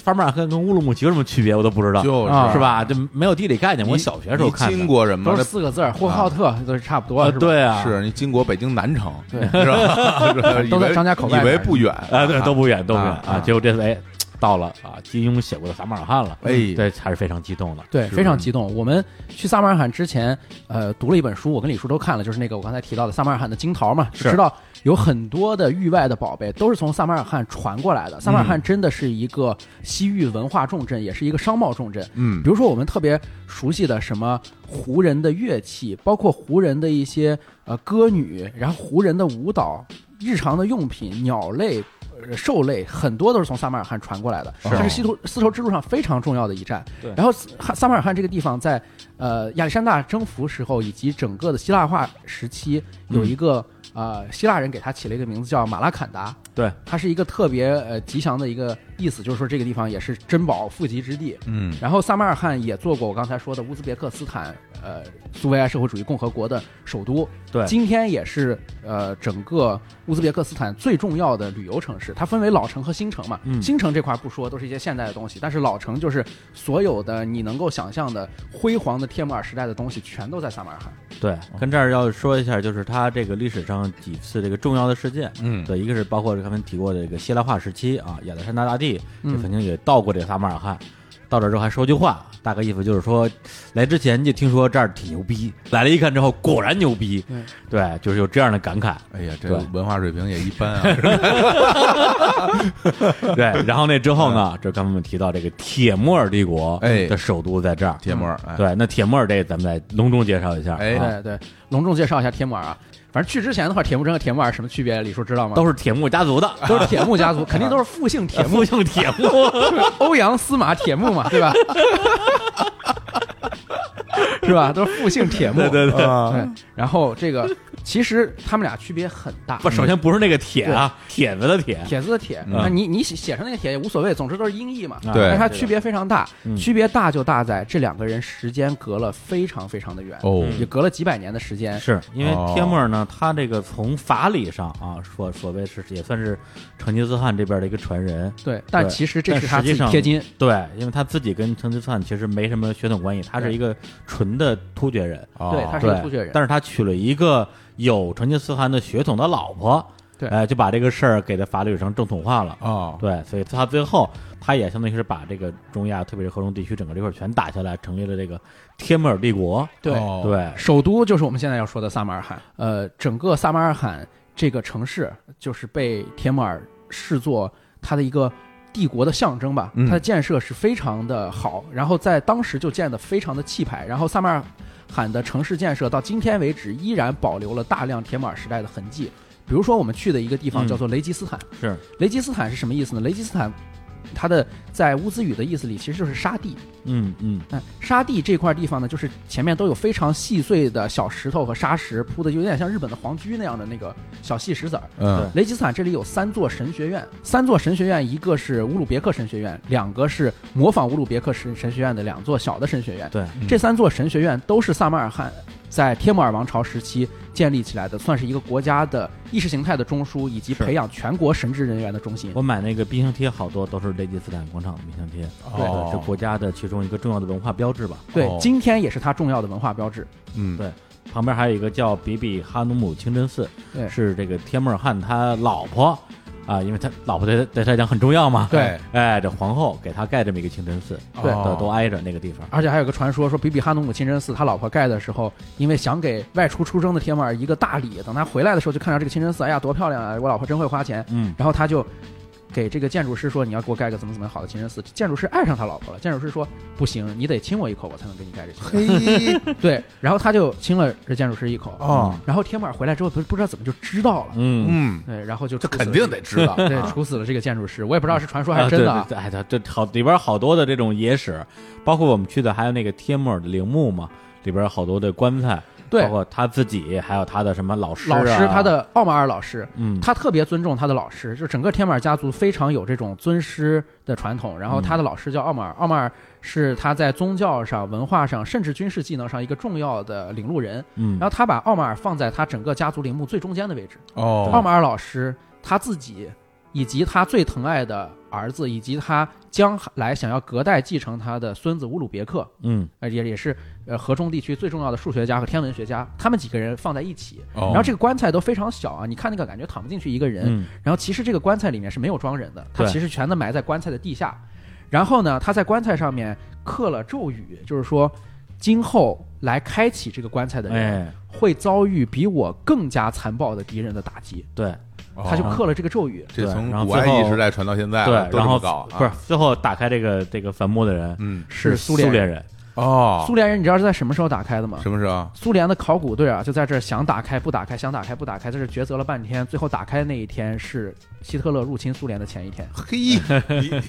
撒马尔罕跟乌鲁木齐有什么区别，我都不知道，就是啊是？吧？就没有地理哎概念。你我小学时候你看的，金国人嘛都，是那四个字儿，呼和浩特都是差不多啊的，是吧对啊，是你金国北京南城， 对是 吧？是吧都在以为张家口外以为边不远，哎，对，都不远，都不远啊啊。结果这次哎到了啊，金庸写过的撒马尔罕了，哎对，还是非常激动的。对，是非常激动。我们去撒马尔罕之前，呃，读了一本书，我跟李叔都看了，就是那个我刚才提到的撒马尔罕的金桃嘛，是就知道有很多的域外的宝贝都是从撒马尔罕传过来的。撒马尔罕真的是一个西域文化重镇，也是一个商贸重镇。嗯比如说我们特别熟悉的什么胡人的乐器，包括胡人的一些呃歌女，然后胡人的舞蹈、日常的用品、鸟类。呃兽类很多都是从撒马尔罕传过来的，是它是西头丝绸之路上非常重要的一站。对然后撒撒马尔罕这个地方在呃亚历山大征服时候以及整个的希腊化时期，有一个、呃希腊人给它起了一个名字叫马拉坎达，对，它是一个特别呃吉祥的一个意思，就是说这个地方也是珍宝富集之地。嗯，然后撒马尔罕也做过我刚才说的乌兹别克斯坦，呃，苏维埃社会主义共和国的首都。对今天也是呃整个乌兹别克斯坦最重要的旅游城市。它分为老城和新城嘛。嗯新城这块不说，都是一些现代的东西，但是老城就是所有的你能够想象的辉煌的帖木尔时代的东西，全都在撒马尔罕。对，跟这儿要说一下，就是它这个历史上几次这个重要的事件，嗯对，一个是包括刚才提过的这个希腊化时期啊，亚历山大大帝嗯也曾经也到过这撒马尔罕，到这儿之后还说句话，大概意思就是说，来之前就听说这儿挺牛逼，来了一看之后果然牛逼，对对，就是有这样的感慨，哎呀，这对文化水平也一般 啊。对，然后那之后呢，这刚才我们提到这个铁木尔帝国，哎的首都在这儿，铁木尔，哎，对，那铁木尔这咱们再隆重介绍一下，哎啊对对，隆重介绍一下铁木尔啊。反正去之前的话，铁木真和铁木尔什么区别？李叔知道吗？都是铁木家族的，都是铁木家族，肯定都是复姓铁木，啊 木姓铁木，欧阳司马铁木嘛，对吧？ 是吧？都是复姓铁木。对对对。啊， 对然后这个其实他们俩区别很大。嗯不，首先不是那个铁啊，帖子的铁，铁字的铁，嗯那你你写写成那个铁也无所谓，总之都是音译嘛。啊对但它区别非常大嗯，区别大就大在这两个人时间隔了非常非常的远，哦，也隔了几百年的时间。是哎因为哦帖木儿呢，他这个从法理上啊，说所谓是也算是成吉思汗这边的一个传人，对，但对其实这但是他实际自己上贴金，对，因为他自己跟成吉思汗其实没什么血统关系，他是对一个纯的突厥人，哦对他是一个对，突厥人但是他娶了一个有成吉思汗的血统的老婆，对哎，就把这个事儿给他法律上正统化了。哦，对，所以他最后他也相当于是把这个中亚，特别是河中地区整个这块儿全打下来，成立了这个帖木儿帝国。对，哦，对，首都就是我们现在要说的撒马尔罕。呃，整个撒马尔罕这个城市就是被铁木尔视作它的一个帝国的象征吧。嗯它的建设是非常的好，然后在当时就建得非常的气派。然后撒马尔罕的城市建设到今天为止依然保留了大量铁木尔时代的痕迹。比如说我们去的一个地方嗯叫做雷吉斯坦，是雷吉斯坦是什么意思呢？雷吉斯坦它的在乌兹语的意思里其实就是沙地。嗯嗯，那沙地这块地方呢，就是前面都有非常细碎的小石头和沙石铺的，有点像日本的皇居那样的那个小细石子儿。嗯，雷吉斯坦这里有三座神学院，三座神学院，一个是乌鲁别克神学院，两个是模仿乌鲁别克神神学院的两座小的神学院。对，这三座神学院都是萨马尔罕在帖木儿王朝时期建立起来的，算是一个国家的意识形态的中枢，以及是培养全国神职人员的中心。我买那个冰箱贴，好多都是雷吉斯坦广场的冰箱贴，对哦是国家的其中一个重要的文化标志吧。对哦，今天也是它重要的文化标志。嗯，对旁边还有一个叫比比哈努姆清真寺，对是这个帖木儿汗他老婆啊，因为他老婆对他对他来讲很重要嘛。对，哎，这皇后给他盖这么一个清真寺，对都哦都挨着那个地方。而且还有个传说，说比比哈努姆清真寺他老婆盖的时候，因为想给外出出征的铁木尔一个大礼，等他回来的时候就看到这个清真寺，哎呀，多漂亮啊！我老婆真会花钱。嗯，然后他就给这个建筑师说，你要给我盖个怎么怎么好的清真寺。建筑师爱上他老婆了，建筑师说不行，你得亲我一口，我才能给你盖这清真嘿，寺。对，然后他就亲了这建筑师一口。哦，然后铁木尔回来之后，不是不知道怎么就知道了，嗯，嗯，对，然后就这这肯定得知道，啊对处死了这个建筑师，我也不知道是传说还是真的啊啊。对对对哎，他这好里边好多的这种野史，包括我们去的还有那个帖木儿的陵墓嘛，里边好多的棺材，对包，括他自己，还有他的什么老师、啊，老师他的奥马尔老师，嗯，他特别尊重他的老师，就整个天马尔家族非常有这种尊师的传统。然后他的老师叫奥马尔，奥马尔是他在宗教上、文化上，甚至军事技能上一个重要的领路人。嗯，然后他把奥马尔放在他整个家族陵墓最中间的位置。哦，奥马尔老师他自己，以及他最疼爱的儿子，以及他将来想要隔代继承他的孙子乌鲁别克，嗯呃，也也是呃河中地区最重要的数学家和天文学家，他们几个人放在一起。哦然后这个棺材都非常小啊，你看那个感觉躺不进去一个人。嗯然后其实这个棺材里面是没有装人的，它对其实全都埋在棺材的地下。然后呢，他在棺材上面刻了咒语，就是说，今后来开启这个棺材的人、哎，会遭遇比我更加残暴的敌人的打击。对哦他就刻了这个咒语，这对从然后古最埃后及时代传到现在对了，，都这然后么搞啊不是最后打开这个这个坟墓的人嗯，是苏联联人，哦，苏联人你知道是在什么时候打开的吗？什么时候？苏联的考古队啊，就在这儿想打开不打开，想打开不打开，在这儿抉择了半天，最后打开的那一天是希特勒入侵苏联的前一天。 嘿，你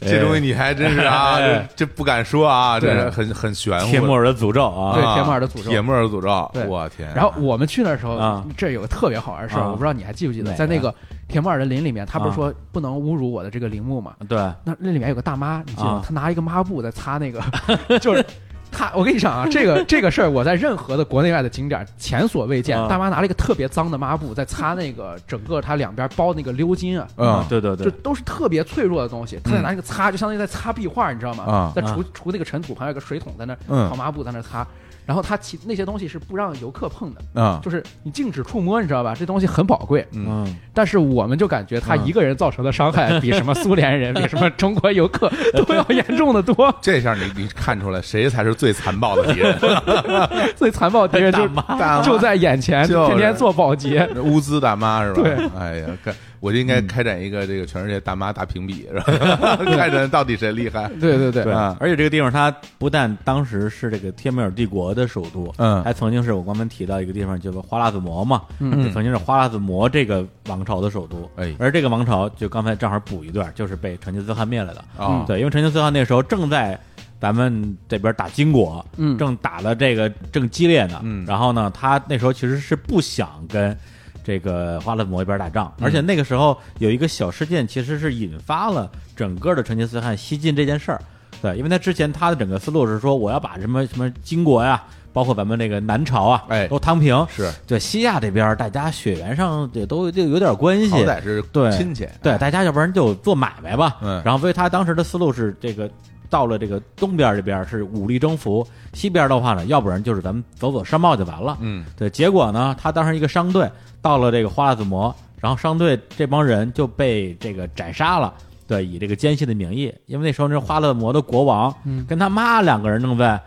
这东西你还真是啊，这这不敢说啊，这是很很玄乎。帖哎木儿的诅咒对啊，啊铁木尔的诅咒铁木尔的诅对咒，我天！然后我们去那时候，哎啊这儿有个特别好玩的事儿，啊我不知道你还记不记哪得，个在那个铁木尔的林里面，他不啊是说不能侮辱我的这个陵墓吗？嗯对，那那里面有个大妈，你记得吗啊？ 她拿一个抹布在擦那个，就是。哈，我跟你讲啊，这个这个事儿，我在任何的国内外的景点前所未见啊。大妈拿了一个特别脏的抹布在擦那个整个它两边包那个鎏金啊，嗯对对嗯就对，都是特别脆弱的东西，她在拿那个擦，就相当于在擦壁画，你知道啊吗？在除除那个尘土，旁边有个水桶在那儿，嗯好抹布在那儿擦。然后她其那些东西是不让游客碰的，啊，嗯就是你禁止触摸，你知道吧？这东西很宝贵。嗯，但是我们就感觉他一个人造成的 伤害比什么苏联人、比什么中国游客 都要严重 的多。这下你你看出来谁才是最残暴的敌 人？最残暴敌人就哎大妈就在眼前，就是天天做 保洁。乌兹大妈是吧？对，哎呀，开我就应嗯该开展一个这个全世界大妈大评 比，是吧？看展到底谁厉害？对对对对啊，而且这个地方它不但当时是这个帖米尔帝国的首都，嗯还曾经是我刚才提到一个地方叫做花剌子模嘛，嗯就曾经是花剌子模这个王朝的首都，哎而这个王朝就刚才正好补一段，就是被成吉思汗灭了的，啊嗯对，因为成吉思汗那时候正在咱们这边打金国，嗯正打的这个正激烈呢，嗯然后呢，他那时候其实是不想跟。这个花剌子模一边打仗，嗯而且那个时候有一个小事件，其实是引发了整个的成吉思汗西进这件事儿。对，因为他之前他的整个思路是说，我要把什么什么金国呀、包括咱们这个南朝啊，哎都摊平。是对西亚这边儿，大家血缘上也都就有点关系，好歹是对亲戚，对，大家要不然就做买卖吧。哎嗯然后所以他当时的思路是这个。到了这个东边这边是武力征服，西边的话呢，要不然就是咱们走走商贸就完了。嗯，对，结果呢，他当时一个商队到了这个花剌子模，然后商队这帮人就被这个斩杀了。对，以这个奸细的名义，因为那时候那花剌子模的国王、嗯跟他妈两个人正在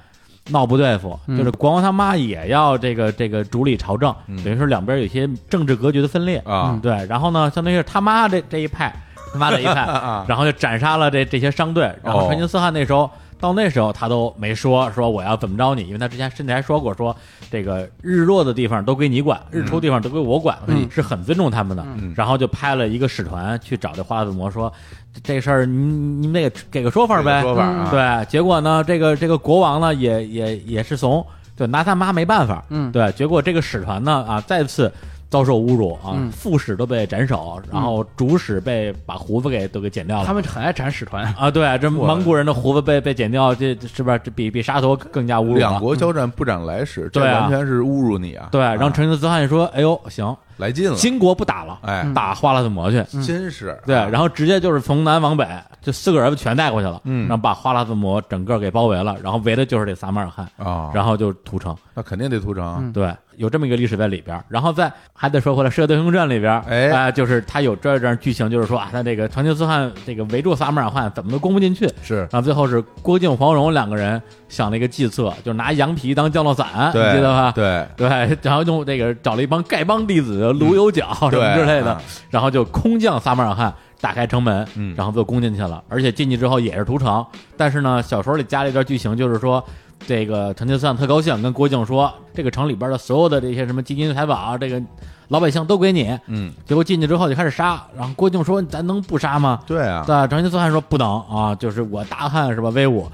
闹不对付，嗯就是国王他妈也要这个这个主理朝政，嗯等于说两边有一些政治格局的分裂啊嗯对，然后呢，相当于是他妈这这一派，他妈这一派，啊 哦然后就斩杀了这这些商队。然后成吉思汗那时候、到那时候他都没说说我要怎么着你，因为他之前甚至还说过说这个日落的地方都归你管，日出地方都归我管，嗯是很尊重他们的。嗯然后就派了一个使团去找这花剌子模说这这事儿你你们得给个说法这个呗。说法啊，对，结果呢，这个这个国王呢也也也是怂，对，拿他妈没办法。嗯对，结果这个使团呢啊，再次遭受侮辱啊，嗯副使都被斩首，然后主使被把胡子给都给剪掉他了。们很爱斩使团，啊，对，这蒙古人的胡子被被剪掉，这这是不是这比比杀头更加侮辱了？两国交战不斩来使，这嗯对啊完全是侮辱你啊！对，然后啊成吉思汗说：“哎呦，行，来劲了，金国不打了，哎嗯啊打花剌子模去。真是对，啊然后直接就是从南往北，就四个儿子全带过去了，嗯然后把花剌子模整个给包围了，然后围的就是这撒马尔汗，啊，然后就屠城。那肯定得啊屠城嗯对，有这么一个历史在里边儿。然后再还得说回来，《射雕英雄传》里边儿，哎啊就是它有这样剧情，就是说啊，他这个成吉思汗这个围住撒马尔罕，啊怎么都攻不进去。是然后最后是郭靖、黄蓉两个人想了一个计策，就是拿羊皮当降落伞，啊你对记得吧？对对，然后用这个找了一帮丐帮弟子卢有角什么嗯对之类的啊，然后就空降撒马尔罕，打开城门嗯，然后就攻进去了。而且进去之后也是屠城，但是呢，小说里加了一段剧情，就是说。这个成吉思汗特高兴，跟郭靖说：“这个城里边的所有的这些什么金银财宝，这个老百姓都归你。嗯”结果进去之后就开始杀，然后郭靖说：“咱能不杀吗？”对啊，对，成吉思汗说不能啊，就是我大汉是吧威武。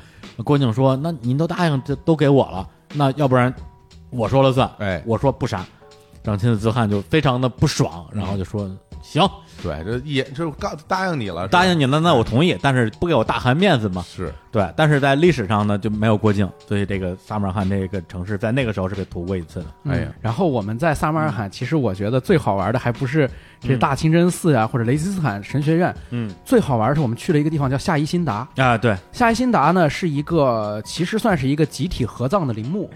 郭靖说，那您都答应，这都给我了，那要不然我说了算。哎我说不杀，然后成吉思汗就非常的不爽，然后就说行，对，这也这告答应你啊了，是吧答应你了，那我同意，但是不给我大汉面子嘛。是对，但是在历史上呢就没有郭靖，所以这个撒马尔罕这个城市在那个时候是被屠过一次的。哎呀嗯嗯然后我们在撒马尔罕，其实我觉得最好玩的还不是这大清真寺啊，或者雷吉斯坦神学院，嗯最好玩的是我们去了一个地方叫夏伊辛达。啊，对，夏伊辛达呢是一个其实算是一个集体合葬的陵墓，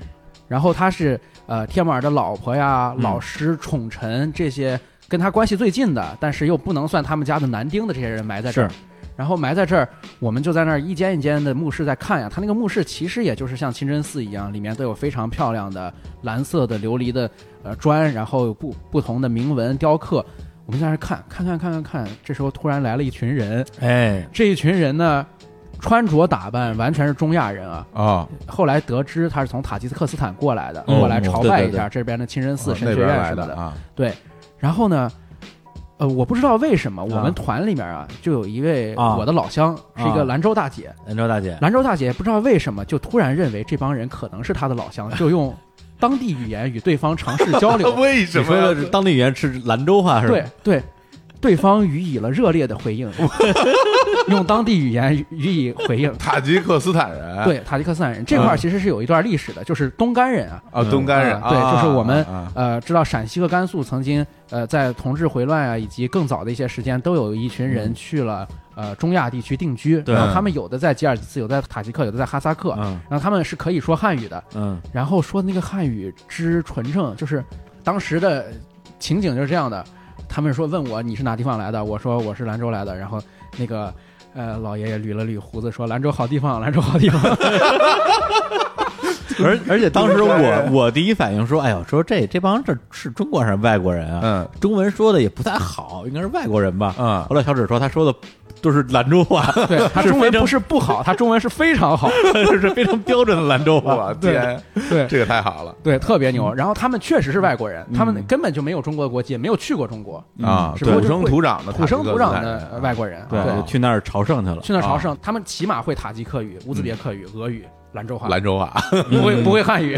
然后他是呃帖木儿的老婆呀、嗯老师、宠臣这些跟他关系最近的，但是又不能算他们家的男丁的这些人埋在这儿是。然后埋在这儿，我们就在那儿一间一间的墓室在看呀。他那个墓室其实也就是像清真寺一样，里面都有非常漂亮的蓝色的琉璃的呃砖，然后有不不同的铭文雕刻。我们在那儿看，看看看看看。这时候突然来了一群人，哎，这一群人呢，穿着打扮完全是中亚人啊。啊，后来得知他是从塔吉克斯坦过来的，嗯过来朝拜一对对下这边的清真寺、啊神那学边院来什么的。啊，对，然后呢，呃，我不知道为什么我们团里面啊，就有一位啊我的老乡，是一啊个兰州大姐。兰州大姐，兰州大姐不知道为什么就突然认为这帮人可能是她的老乡，就用当地语言与对方尝试交 流。为什。你说的是当地语言是兰州话是吧？对对，对方予以了热烈的回应。用当地语言予以回应塔吉克斯坦人，对，塔吉克斯坦人这块儿其实是有一段历史的，就是东干人啊，啊，嗯东干人，呃对，就是我们啊啊啊呃知道陕西和甘肃曾经呃在同治回乱啊，以及更早的一些时间，都有一群嗯人去了呃中亚地区定居，对然后他们有的在吉尔吉斯，有的在塔吉克，有的在哈萨克，嗯然后他们是可以说汉语的， 嗯然后说那个汉语之纯正，就是当时的情景就是这样的。他们说问我你是哪地方来的，我说我是兰州来的。然后那个呃老爷爷捋了捋胡子说兰州好地方，兰州好地方。而而且当时我我第一反应说，哎呦，说这这帮这是中国还是外国人啊？嗯中文说的也不太好，应该是外国人吧？嗯后来小指说他说的都是兰州话， 对他中文不是不好，他中文是非常好。是非常标准的兰州话。我天，对这个太好了对，特别嗯牛。然后他们确实是外国人，他们根本就没有中国国籍，也没有去过中国，啊！嗯只不过土就生会土长的土生土长塔吉克斯坦的人呃外国人。对，就去那儿朝圣去了。去那儿朝啊圣，他们起码会塔吉克语、乌兹别克语、俄语、兰州话，兰嗯州话 不会不会汉语，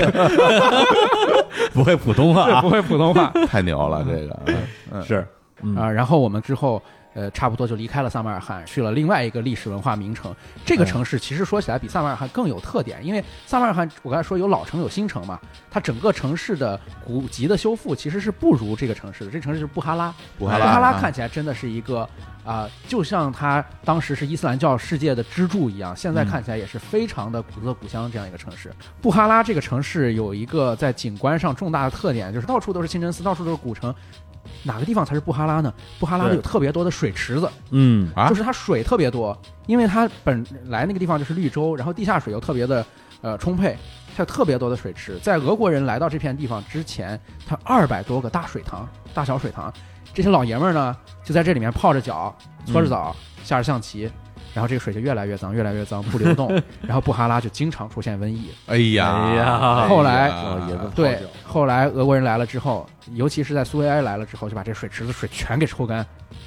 不会普通话啊不会普通话。太牛了，这个嗯嗯是，嗯啊、然后我们之后呃，差不多就离开了萨马尔罕，去了另外一个历史文化名城。这嗯个城市其实说起来比萨马尔罕更有特点，因为萨马尔罕我刚才说有老城有新城嘛，它整个城市的古籍的修复其实是不如这个城市的。这城市是布哈拉，布布哈哈拉啊看起来真的是一个啊、就像它当时是伊斯兰教世界的支柱一样，现在看起来也是非常的古色古香这样一个城市。布哈拉这个城市有一个在景观上重大的特点，就是到处都是清真寺，到处都是古城。哪个地方才是布哈拉呢？布哈拉对有特别多的水池子，嗯啊就是它水特别多，因为它本来那个地方就是绿洲，然后地下水又特别的呃充沛，它有特别多的水池。在俄国人来到这片地方之前，它二百多个大水塘、大小水塘，这些老爷们儿呢就在这里面泡着脚、搓嗯着澡、下着象棋，然后这个水就越来越脏、越来越脏，不流 动，然后布哈拉就经常出现瘟疫。哎呀哎呀哎后来老爷子对，后来俄国人来了之后，尤其是在苏维埃来了之后，就把这水池子水全给抽干，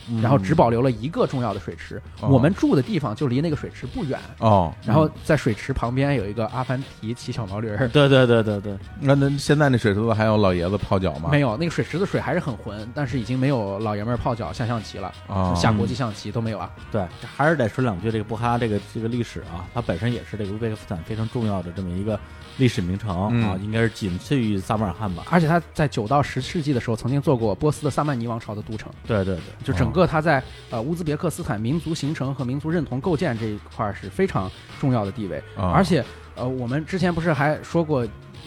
嗯然后只保留了一个重要的水池。嗯哦我们住的地方就离那个水池不远，哦，然后在水池旁边有一个阿凡提骑小毛驴儿。对对对对对，那那现在那水池子还有老爷子泡脚吗？没有，那个水池子水还是很浑，但是已经没有老爷们儿泡脚下象棋了，哦下国际象棋都没有了。对，还是得说两句这个布哈拉这个这个历史啊，它本身也是这个乌兹别克斯坦非常重要的这么一个历史名城嗯啊，应该是仅次于撒马尔罕吧？而且他在九到十世纪的时候，曾经做过波斯的萨曼尼王朝的都城。对对对，就哦整个它在呃乌兹别克斯坦民族形成和民族认同构建这一块儿是非常重要的地位，哦而且呃我们之前不是还说过，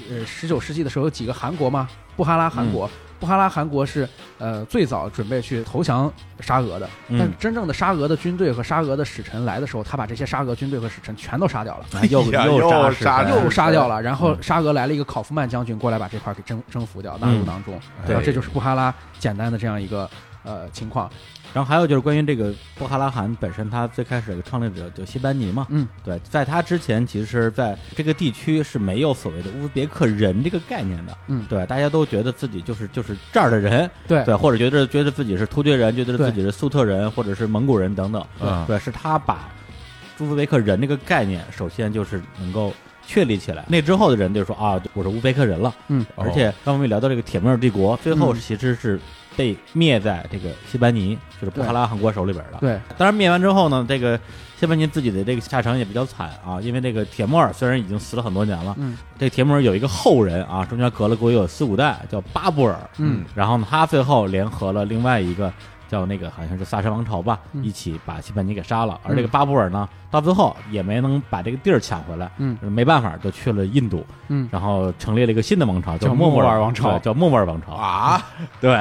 呃十九世纪的时候有几个韩国吗？布哈拉韩国，布哈拉韩国是呃最早准备去投降沙俄的，嗯但真正的沙俄的军队和沙俄的使臣来的时候，他把这些沙俄军队和使臣全都杀掉了。哎又哎呀又扎杀实人人又杀掉了，然后沙俄来了一个考夫曼将军过来把这块儿给征征服掉，纳入囊中，对然后这就是布哈拉简单的这样一个呃情况。然后还有就是关于这个布哈拉汗本身，它最开始的创立者就西班尼嘛，嗯，对，在他之前，其实在这个地区是没有所谓的乌兹别克人这个概念的，嗯对，大家都觉得自己就是就是这儿的人，对对，或者觉得觉得自己是突厥人，觉得对自己是粟特人，或者是蒙古人等等，嗯对，是他把乌兹别克人这个概念，首先就是能够。确立起来，那之后的人就说啊，我是乌兹别克人了。嗯，哦而且刚我们也聊到这个铁木尔帝国，最后其实是被灭在这个西班尼，就是布哈拉汗国手里边的。对，当然灭完之后呢，这个谢班尼自己的这个下场也比较惨啊，因为这个铁木尔虽然已经死了很多年了，嗯这个铁木尔有一个后人啊，中间隔了估计有四五代，叫巴布尔，嗯，然后呢，他最后联合了另外一个叫那个好像是萨珊王朝吧，嗯一起把谢班尼给杀了，而嗯这个巴布尔呢，到最后也没能把这个地儿抢回来，嗯没办法就去了印度，嗯，然后成立了一个新的王朝，叫莫莫卧卧儿儿王朝对叫莫卧儿王朝，啊，对，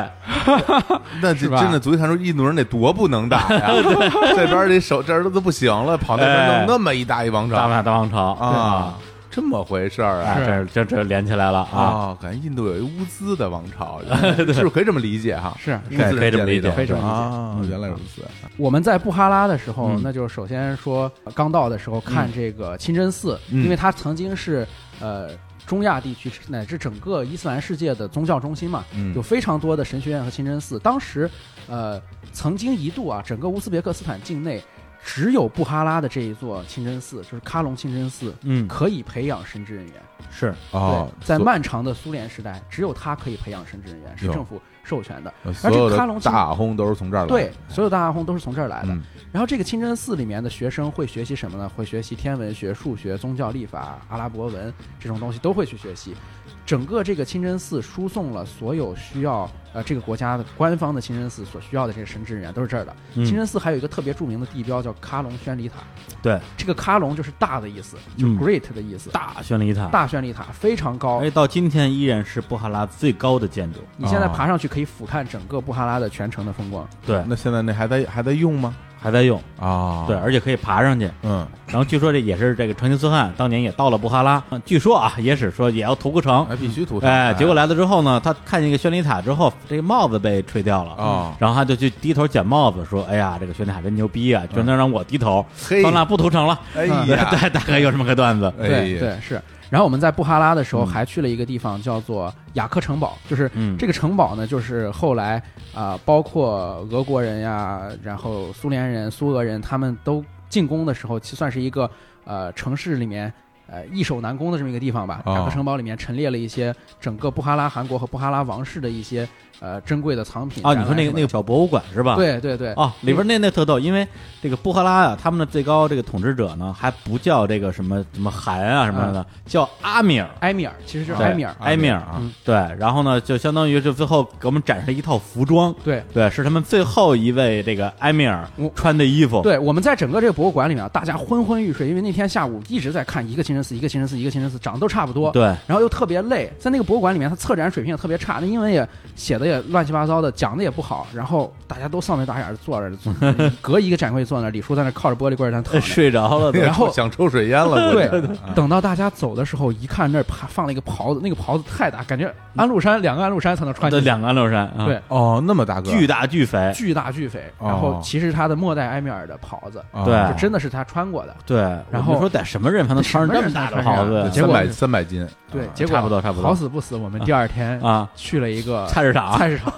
那这是吧真的足球看出印度人得多不能打 呀！ 这边儿这手这儿都不行了，跑那边哎弄那么一大一王大朝满大王朝啊，，这么回事儿对啊！哎，这这这连起来了啊。啊，感觉印度有一乌兹的王 朝，是不是可以这么理解哈？是乌可以兹人可以这么建立理解的可以这么理解啊，嗯原来如此。我们在布哈拉的时候，嗯那就是首先说呃刚到的时候看这个清真寺，嗯因为它曾经是呃中亚地区乃至整个伊斯兰世界的宗教中心嘛，嗯有非常多的神学院和清真寺。当时，呃，曾经一度啊，整个乌兹别克斯坦境内。只有布哈拉的这一座清真寺，就是喀隆清真寺，嗯，可以培养神职人员。是哦，对，在所漫长的苏联时代，只有它可以培养神职人员，是哟政府授权的。呃而所这有的个喀隆清大耳轰都是从这儿来的，对，所有大阿訇都是从这儿来的。嗯然后这个清真寺里面的学生会学习什么呢？会学习天文学、数学、宗教、历法、阿拉伯文这种东西都会去学习。整个这个清真寺输送了所有需要呃这个国家的官方的清真寺所需要的这个神职人员都是这儿的。嗯清真寺还有一个特别著名的地标叫喀隆宣礼塔，对，这个喀隆就是大的意思，就是嗯 great 的意思，大宣礼塔，大宣礼塔非常高。哎，到今天依然是布哈拉最高的建筑。你现在哦爬上去可以俯瞰整个布哈拉的全城的风光。对，那现在那还在还在用吗？还在用，啊，对，，而且可以爬上去。嗯，然后据说这也是这个成吉思汗当年也到了布哈拉，嗯据说啊，野史说也要屠个城还，必须吐槽，哎，结果来了之后呢，他看见一个宣礼塔之后，这个帽子被吹掉了嗯哦然后他就去低头捡帽子，说：“哎呀，这个宣礼塔真牛逼啊，居然能让我低头，哎嘿算了，不屠城了。”哎 对，呀，大概有这么个段子。哎对呀，对是。然后我们在布哈拉的时候还去了一个地方，叫做雅克城堡，就是嗯这个城堡呢，就是后来啊、包括俄国人呀，然后苏联人、苏俄人，他们都进攻的时候，其实算是一个呃城市里面。呃，易守难攻的这么一个地方吧，哦雅克城堡里面陈列了一些整个布哈拉汗国和布哈拉王室的一些呃珍贵的藏品啊，你说那个那个个小博物馆是吧？。对对对哦，里边那那特逗，因为这个布哈拉啊，他们的最高这个统治者呢，还不叫这个什么什么汗啊什嗯么的，叫阿米尔，埃米尔其实就是对埃米尔，埃米尔啊嗯，对，然后呢，就相当于是最后给我们展示了一套服装，对对，是他们最后一位这个埃米尔我穿的衣服，，对，我们在整个这个博物馆里面啊，大家昏昏欲睡，因为那天下午一直在看一个清真寺，一个清真寺，一个清真寺，长得都差不多。对然后又特别累，在那个博物馆里面，它策展水平也特别差，那英文也写的也乱七八糟的，讲的也不好，然后大家都丧眉打眼儿地坐着，坐隔一个展柜坐那儿，李叔 在那儿靠着玻璃柜儿在那儿躺呃着。睡着 了都，然后 想抽水烟了，对我觉得，等到大家走的时候，一看那儿爬放了一个袍子，那个袍子太大，感觉安禄山两个安禄山才能穿这进去，两个安禄山，啊对，哦，那么大个，巨大巨肥，巨大巨肥。然哦后其实他的末代埃米尔的袍子，啊对就真的是他穿过的。对，然我后们说得什么人才能穿上这么大的袍什么人才能穿上子结三果百三百斤，对啊，结果差不多差不多好死不死，我们第二天啊？去了一个菜市场菜市场，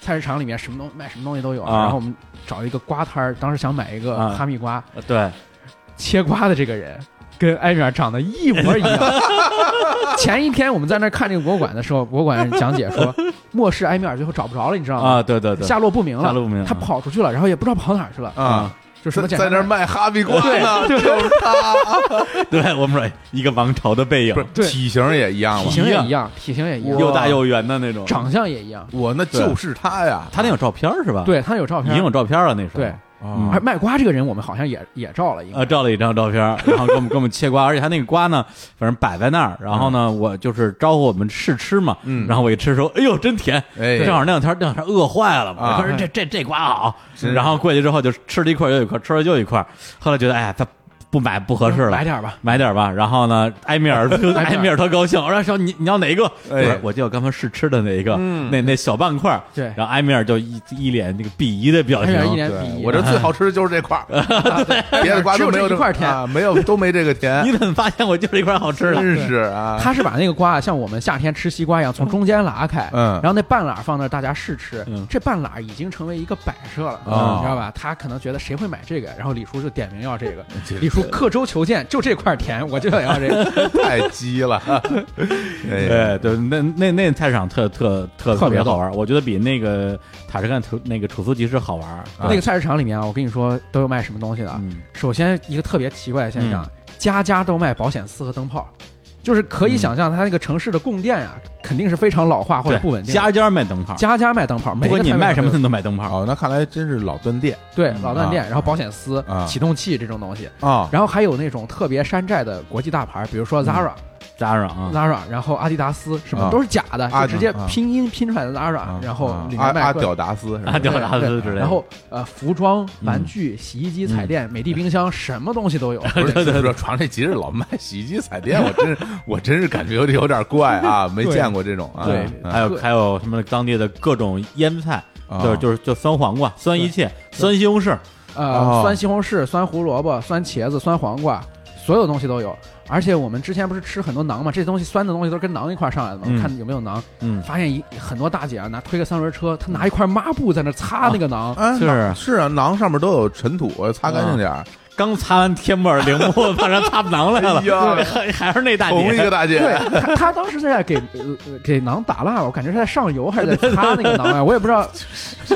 菜市场里面什么东卖什么东西都有。啊然后我们找一个瓜摊儿，当时想买一个啊哈密瓜，对，切瓜的这个人跟埃米尔长得一模一样。 前一天我们在那儿看这个博物馆的时候，博物馆讲解说，末世埃米尔最后找不着了，你知道吗？啊，对对对，下落不明了，下落不明他啊跑出去了，然后也不知道跑哪儿去了，啊，就什么在简在单那儿的卖哈密瓜呢，就是他，对我们说哎一个王朝的背影不，是对体型也一样体吗？型也啊一一样，体型也一样，又大又圆的那种。长相也一样。我那就是他呀，他那有照片是吧？，对他有照已片，啊经有照片了，那时候对，啊而卖瓜这个人，我们好像也也照了，应该呃，照了一张照片，然后给我们给我们切瓜，而且他那个瓜呢，反正摆在那儿，然后嗯呢，我就是招呼我们试吃嘛，嗯然后我一吃说，哎呦，真甜，哎正好那两天那两天饿坏了嘛，啊我说这这这瓜好，是然后过去之后就吃了一块又一块，吃了又一块，后来觉得哎呀，他不买不合适了，买点儿吧。买点吧。然后呢，埃米 尔埃米尔特高兴，我说说你你要哪一个？哎我说我就要刚才试吃的那一个，那那小半块儿。嗯对然后埃米尔就一一脸那个鄙夷的表埃情米。尔一脸对鄙夷，我这最好吃的就是这 块儿，啊别的瓜哎只都有没这有一块甜。啊没有都没这个你甜，怎么发现我就是一块好吃的？ 真是啊，他是把那个瓜像我们夏天吃西瓜一样从中间拉开，嗯然后那半拉放那儿大家试吃嗯，啊这半拉已经成为一个摆设了，哦你知道吧？他可能觉得谁会买这个，然后李叔就点名要这个 这，李叔刻舟求剑，就这块甜，我就想要这个，太鸡 了， 哎对呀，对，那那那菜市场特特特特别好玩，我觉得比那个塔什干图那个楚苏集市好玩。那个菜市场里面啊，我跟你说都有卖什么东西的啊。嗯，首先一个特别奇怪的现象，家家都卖保险丝和灯泡。就是可嗯以想象，它那个城市的供电啊，肯定是非常老化或者对，不稳定的。家家卖灯泡，家家卖灯泡，不每个管你摊位卖什上都么有都卖灯泡。哦，那看来真是老断店对老断电，啊然后保险丝、啊启动器这种东西，啊，然后还有那种特别山寨的国际大牌，比如说 Zara、加上啊， Zara，然后阿迪达斯什嗯啊么都是假的，啊就直接啊拼音拼出来的 Zara，、啊然后啊里阿面卖阿各屌种。达斯是吧阿屌达斯之类的。然后呃，服装、嗯玩具、洗衣机、彩电、美的冰箱，什么东西 都有。 不是，就是说床这集市老卖洗衣机、彩电，我真是我真是感觉有点有点怪啊，没对见过这种啊。对哎嗯还有对还有什么当地的各种腌菜，啊就是就是就酸黄瓜、酸一切、酸西红柿，呃，哦酸西红柿、酸胡萝卜、酸茄子、酸黄瓜、所有东西都有。而且我们之前不是吃很多馕嘛，这些东西酸的东西都是跟馕一块儿上来的嘛。嗯我看有没有馕，嗯，发现一很多大姐啊拿推个三轮车，她拿一块抹布在那擦那个馕，哎是馕是啊，馕上面都有尘土，擦干净点儿。刚擦完天幕耳铃木，马上擦不囊来 哎了，呀还还是那大同一姐，个大姐，对他，他当时是在给呃呃给馕打蜡吧，我感觉是在上油还是在擦那个馕啊，我也不知道，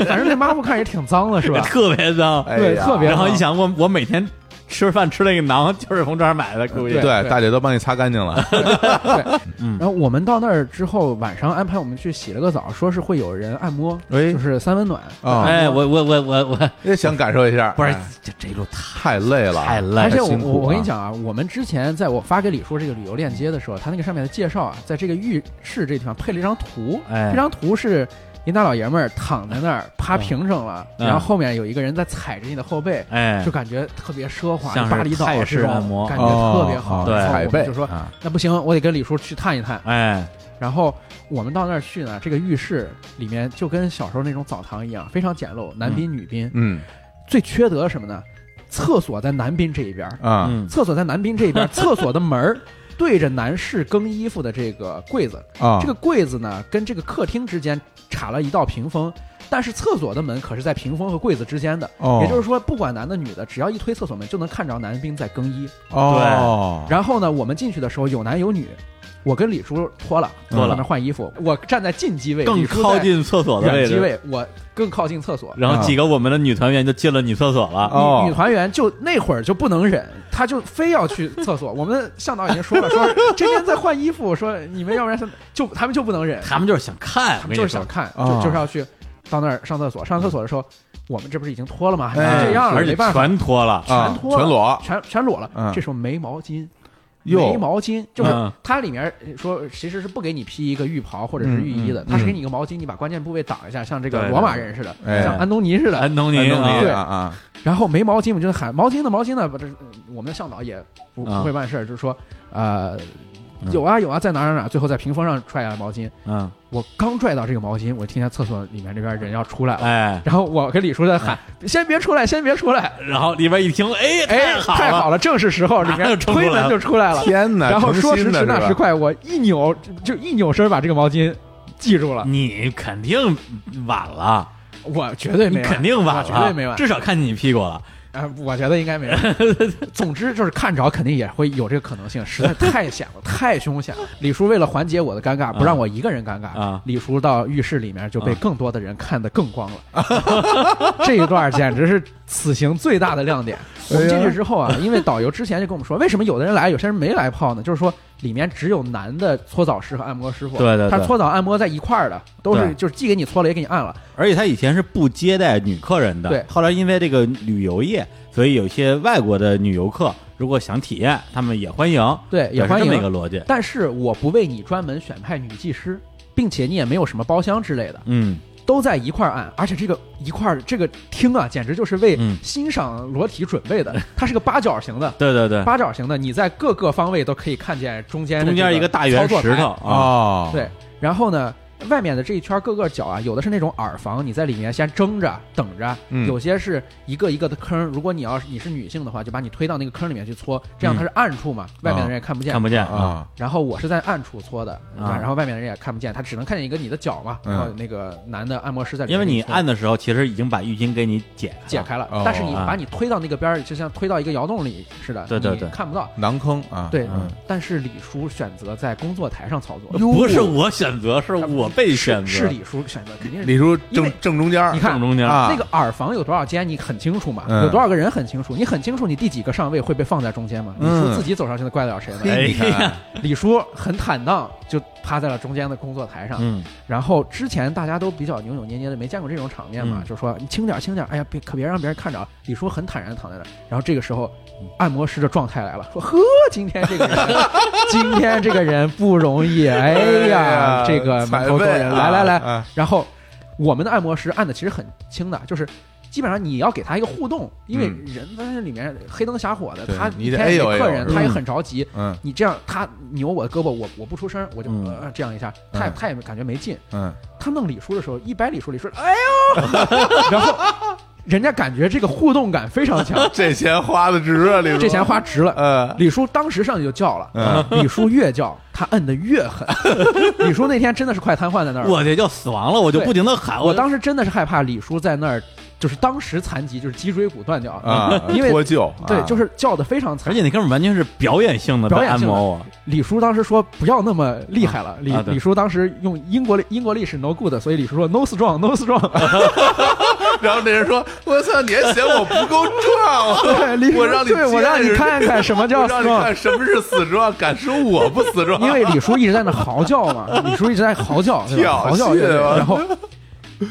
反正那抹布看着也挺脏的，是吧？特别脏。哎对，呀特别然后脏一想，我我每天吃饭吃那个馕就是从这儿买的，估计对对，大姐都帮你擦干净 了。然后我们到那儿之后，晚上安排我们去洗了个澡，说是会有人按摩，哎就是三温暖。啊，哎，我我我我哎我，也想感受一下，不是哎这这一路太太累了，太累了，而且我辛苦我我跟你啊讲啊，我们之前在我发给李叔这个旅游链接的时候，他那个上面的介绍啊，在这个浴室这地方配了一张图，哎这张图是一大老爷们儿躺在那儿趴平整了，嗯然后后面有一个人在踩着你的后背，哎就，感觉特别奢华，像是巴厘岛泰式这种按摩感觉特别哦好。对然后海我们贝就说啊那不行，我得跟李叔去探一探。哎，然后我们到那儿去呢，这个浴室里面就跟小时候那种澡堂一样，非常简陋，男宾女宾。嗯最缺德什么呢？厕所在男宾这一边儿，啊，嗯厕所在男宾这 一边儿，厕所的门儿对着男士更衣服的这个柜子，啊，这个柜子呢跟这个客厅之间插了一道屏风，但是厕所的门可是在屏风和柜子之间的，哦也就是说不管男的女的，只要一推厕所门就能看着男兵在更衣。哦，然后呢，我们进去的时候有男有女，我跟李叔脱了，脱了在那换衣服，我站在近机位，更李叔在靠近厕所的远位机置，位，啊我更靠近厕所。然后几个我们的女团员就进了女厕所了，哦女女团员就那会儿就不能忍，她就非要去厕所。我们向导已经说了，说这边在换衣服，说你们要不然是就他们就不能忍，他们就是想看，他我们跟就你是说想，看，哦就就是要去到那儿上厕所。上厕所的时候，我们这不是已经脱了吗？还哎能这样了，而且没办法，全脱了，啊全脱了全裸全全裸了。嗯这时候没毛巾，哟没毛巾，就是嗯它里面呃说其实是不给你披一个浴袍或者是浴衣的，它是给你一个毛巾，你把关键部位挡一下，像这对个对罗马人似的，哎像安东尼似的。安东尼安东尼啊对啊啊，然后没毛巾，我们就喊毛巾呢，毛巾呢，不这我们的向导也不啊不会办事儿，就是说呃嗯有啊有啊，在哪儿哪儿哪儿，最后在屏风上拽下来毛巾。嗯，我刚拽到这个毛巾，我听见厕所里面这边人要出来了。哎，然后我跟李叔在喊：“先别出来，先别出来然后里边一听，哎！”，哎，好太了，好了，正是时候，里马上面就冲出来推门了就出来了。天哪！然后诚说心时的迟那是时吧，快，我一扭就一扭身把这个毛巾系住了，你肯定晚了，我绝对你没完，肯定晚了，我绝对没完，至少看见你屁股了，啊，我觉得应该没完。总之就是看着肯定也会有这个可能性，实在太险了，太凶险了。李叔为了缓解我的尴尬，不让我一个人尴尬，啊李叔到浴室里面就被更多的人看得更光了。 这一段简直是此行最大的亮点。我们进去之后啊，因为导游之前就跟我们说，为什么有的人来，有些人没来泡呢？就是说里面只有男的搓澡师和按摩师傅，对对对他搓澡按摩在一块儿的，都对是就是既给你搓了也给你按了。而且他以前是不接待女客人的，对后来因为这个旅游业，所以有些外国的女游客如果想体验，他们也欢迎，对也是欢迎这么一个逻辑，但是我不为你专门选派女技师，并且你也没有什么包厢之类的，嗯，都在一块儿按，而且这个一块儿这个厅啊，简直就是为嗯欣赏裸体准 备的，它是个八角形的。对对对，八角形的，你在各个方位都可以看见中间的中间这一个大圆操作石台头，啊，哦，对，然后呢，外面的这一圈各个角啊，有的是那种耳房，你在里面先蒸着等着；嗯有些是一个一个的坑儿，如果你要是你是女性的话，就把你推到那个坑里面去搓，这嗯样它是暗处嘛，外面的人也看不见。看不见，啊，然后我是在暗处搓的，啊然后外面的人也看不见，他只能看见一个你的脚嘛。嗯然后那个男的按摩师在里面因为给你搓按的时候，其实已经把浴巾给你解开了解，开了，哦但是你啊把你推到那个边儿，就像推到一个窑洞里似的，对对对你看不到。囊坑啊，对嗯，但是李叔选择在工作台上操作，不是我选择，是我被选择，是李叔选择，肯定是李叔因为正正中间儿，你看正中间啊那个耳房有多少间，你很清楚嘛？嗯有多少个人很清楚？你很清楚你第几个上位会被放在中间嘛？李嗯叔自己走上去，能怪得了谁呢？哎嘿你呀看，李叔很坦荡，就趴在了中间的工作台上。嗯，然后之前大家都比较扭扭捏捏的，没见过这种场面嘛，嗯就说你轻点儿轻点儿，哎呀，别可别让别人看着啊。李叔很坦然地躺在那儿，然后这个时候，按摩师的状态来了，说呵，今天这 个人，今天这个人不容易，哎呀，这个满彩头多背人，啊来来来，啊然后我们的按摩师按的其实很轻的，就是基本上你要给他一个互动，因为嗯人在那里面黑灯瞎火的，对他你一得天哎也呦哎没呦客人，嗯他也很着急。嗯你这样，他扭我的胳膊，我我不出声，我就、嗯呃这样一下，他也嗯他也感觉没劲。嗯，，他弄李叔的时候，一掰李叔，李叔哎呦，然后人家感觉这个互动感非常强这钱花的值啊，李叔，这钱花值了。呃，李叔当时上去就叫了，李叔越叫他摁的越狠， 李叔那天真的是快瘫痪在那儿了。我这就死亡了，我就对不停的喊，我当时真的是害怕李叔在那儿，就是当时残疾，就是脊椎骨断掉啊，因为脱臼，对啊，就是叫的非常而惨。且那哥们儿完全是表演性的表演按性的摩我，李叔当时说不要那么厉害了，李啊对李叔当时用英国英国历史 no good，所以李叔说 no strong no strong， 然后那人说：“我操，你还嫌我不够对李壮？啊叔我让你对我让见你识看 看什么叫我让你 strong 看什么是死壮，敢说我不死壮？因为李叔一直在那嚎叫 嘛，李叔一直在嚎叫，对吧？挑嚎叫衅乐队啊然后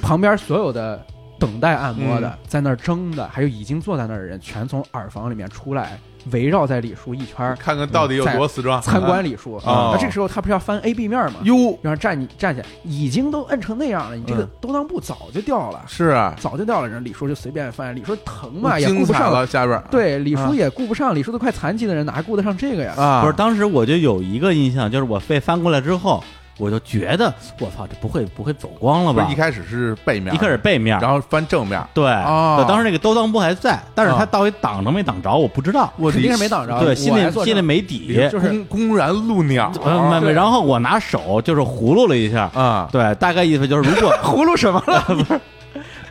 旁边所有的等待按摩嗯的，在那儿争的，还有已经坐在那儿的人，全从耳房里面出来，围绕在李叔一圈儿看看到底有多死壮。”参观李叔。啊哦那这个时候他不是要翻 A B 面吗？哟，嗯让人站你站起来，已经都摁成那样了，你这个兜裆布早就掉了，是啊，早就掉了。然后李叔就随便翻，李叔疼嘛也顾精不彩上。了，下边儿对，李啊叔也顾不上，李叔都快残疾的人哪顾得上这个呀？啊，不是，当时我就有一个印象，就是我被翻过来之后，我就觉得我操，这不会不会走光了不吧是？一开始是背面，一开始，背面，然后翻正面，对，哦对当时那个兜裆布还在，但是啊他到底挡着没挡哦着，我不知道。我肯定是没挡着。对，我心还里坐心这里儿没 底。就是公公然露鸟嗯，没没，对然后我拿手就是葫芦了一下，啊，对，大概意思就是如果 葫芦什么了？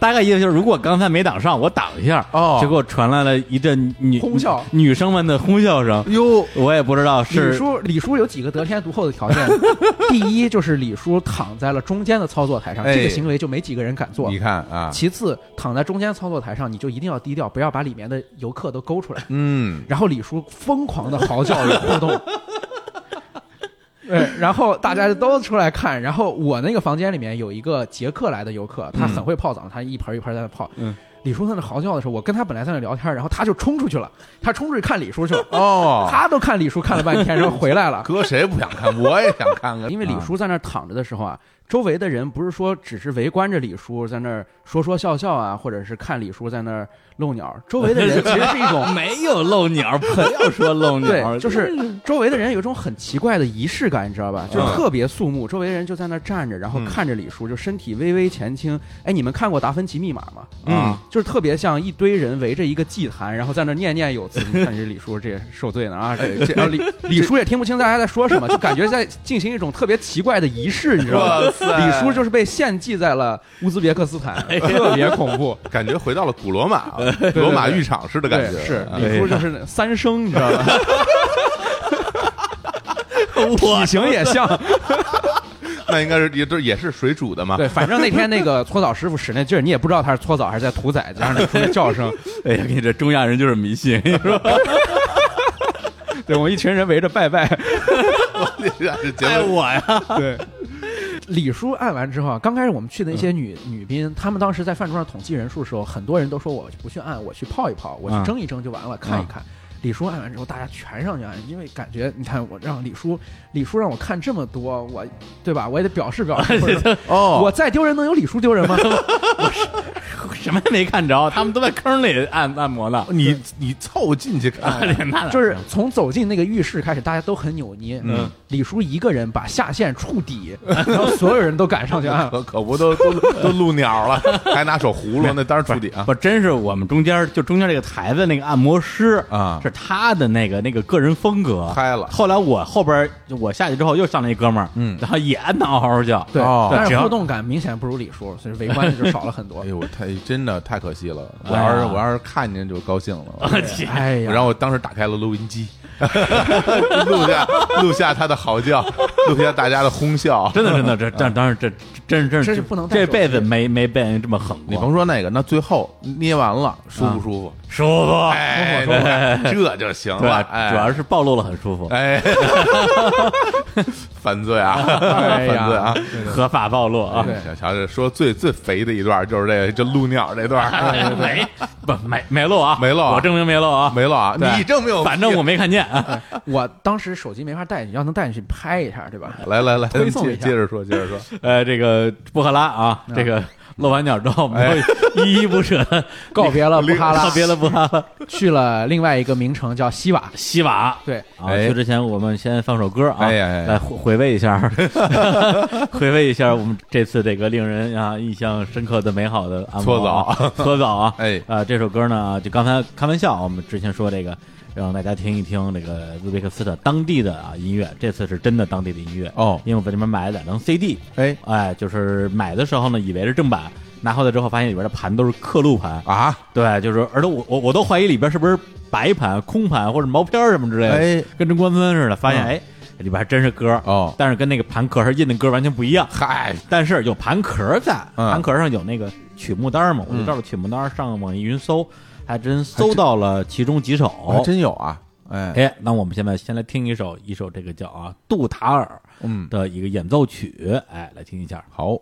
大概意思就是如果刚才没挡上，我挡一下，哦结果传来了一阵女哄笑女生们的哄笑声，哟，我也不知道李是叔，李叔有几个得天独厚的 条件。第一就是李叔躺在了中间的操作台上，哎这个行为就没几个人敢做你。看啊，其次，躺在中间操作台上，你就一定要低调，不要把里面的游客都勾出来。嗯，然后李叔疯狂的嚎叫与互动，对，然后大家都出来看。然后我那个房间里面有一个捷克来的游客，他很会泡澡，他一盆一盆在那泡。嗯。李叔在那嚎叫的时候，我跟他本来在那聊天，然后他就冲出去了，他冲出去看李叔去了。 哦，他都看李叔看了半天，然后回来了。哥谁不想看？我也想看 啊看，因为李叔在那儿躺着的时候啊，周围的人不是说只是围观着李叔在那儿说说笑笑啊，或者是看李叔在那儿露鸟，周围的人其实是一种没有漏鸟，不要说漏对，就是周围的人有一种很奇怪的仪式感，你知道吧？嗯就是特别肃穆，周围人就在那儿站着，然后看着李叔，就身体微微前倾。哎，你们看过《达芬奇密码》吗？啊嗯，就是特别像一堆人围着一个祭坛，然后在那儿念念有词。你看这李叔这受罪呢啊！哎这这然后李李叔也听不清大家在说什么，就感觉在进行一种特别奇怪的仪式，你知道吗哇？塞哎李叔就是被献祭在了乌兹别克斯坦，特别恐怖。 感觉回到了古罗马啊，罗马浴场似的感觉，对，是啊李叔就是三生，你知道吗？ 我体型也像，那应该是也这也是水煮的嘛， 对，反正那天那个搓澡师傅使那劲儿，你也不知道他是搓澡还是在屠宰，加上李叔的叫 声，哎呀，你这中亚人就是迷信，对我们一群人围着拜 拜，是节爱目哎我呀！对，李叔按完之后啊，刚开始我们去的一些女、女宾，她们当时在饭桌上统计人数的时候，很多人都说我不去按，我去泡一泡，我嗯去蒸一蒸就完了，看一看。李叔按完之后，大家全上去按，因为感觉你看我让李叔，李叔让我看这么多，我对吧？我也得表示表 示，或者哦我再丢人能有李叔丢人吗？什么也没看着，他们都在坑里按按摩呢。 你你凑进去看， 那就是从走进那个浴室开始，大家都很扭捏。嗯，李叔一个人把下线触底，然后所有人都 赶上去按。可可不都都都露鸟 了，还拿手葫芦，那当然触底啊不，真是我们中间就中间这个台子那个按摩师啊是他的那个那个个人风格嗨了后来我后边我下去之后又上来一哥们儿，嗯然后也按的嗷嗷叫， 对，哦但只是要互动感明显不如李叔，所以围观的就少了很多 哎。呦，太真的太可惜了！我哎呀要是我要是看见就高兴了。哎呀，然后我当时打开了录音机， 录下录下他的嚎叫，录下大家的哄笑。真的真的这这当然这真真真是不能带这手辈子机没没被人这么狠你过，甭说那个，那最后捏完了舒不舒服？舒服，嗯哎，舒服对 这就行对了。吧，哎主要是暴露了很舒服，哎， 犯罪啊，哎呀犯罪啊！合法暴露啊。对哎小乔这说最最肥的一段就是这个这露鸟这段，没，不没没漏啊，没漏啊我证明没漏啊， 没了啊！对你证明我反正我没看见啊。我当时手机没法带进去，要能带进去拍一下，对吧？来来来，推送接一下接着说，接着说，呃，这个布赫拉啊，这个漏完鸟之后，我们又依依不舍的告别了布哈拉告，别了布哈拉去了另外一个名城叫西瓦。西瓦。对，啊，哎去之前我们先放首歌啊，哎呀哎呀来回回味一下， 回味一下我们这次这个令人啊印象深刻的美好的安排啊搓澡啊， 哎啊、这首歌呢，就刚才开玩笑，我们之前说这个，让大家听一听这个乌兹别克斯坦当地的啊音乐，这次是真的当地的音乐哦因为我在这边买了两张 CD，哎哎，就是买的时候呢以为是正版，拿回来之后发现里边的盘都是刻录盘，啊，对，就是，而且我我我都怀疑里边是不是白盘、空盘或者毛片儿什么之类的，哎跟真官方似的。发现、嗯哎，里边还真是歌哦但是跟那个盘壳上印的歌完全不一样。嗨，但是有盘壳在，嗯盘壳上有那个曲目单嘛，我就嗯照着曲目单上网易云搜，还真搜到了其中几首。还真有啊，哎，哎，那我们现在先来听一首，一首这个叫啊杜塔尔嗯，的一个演奏曲，哎，来听一下。好，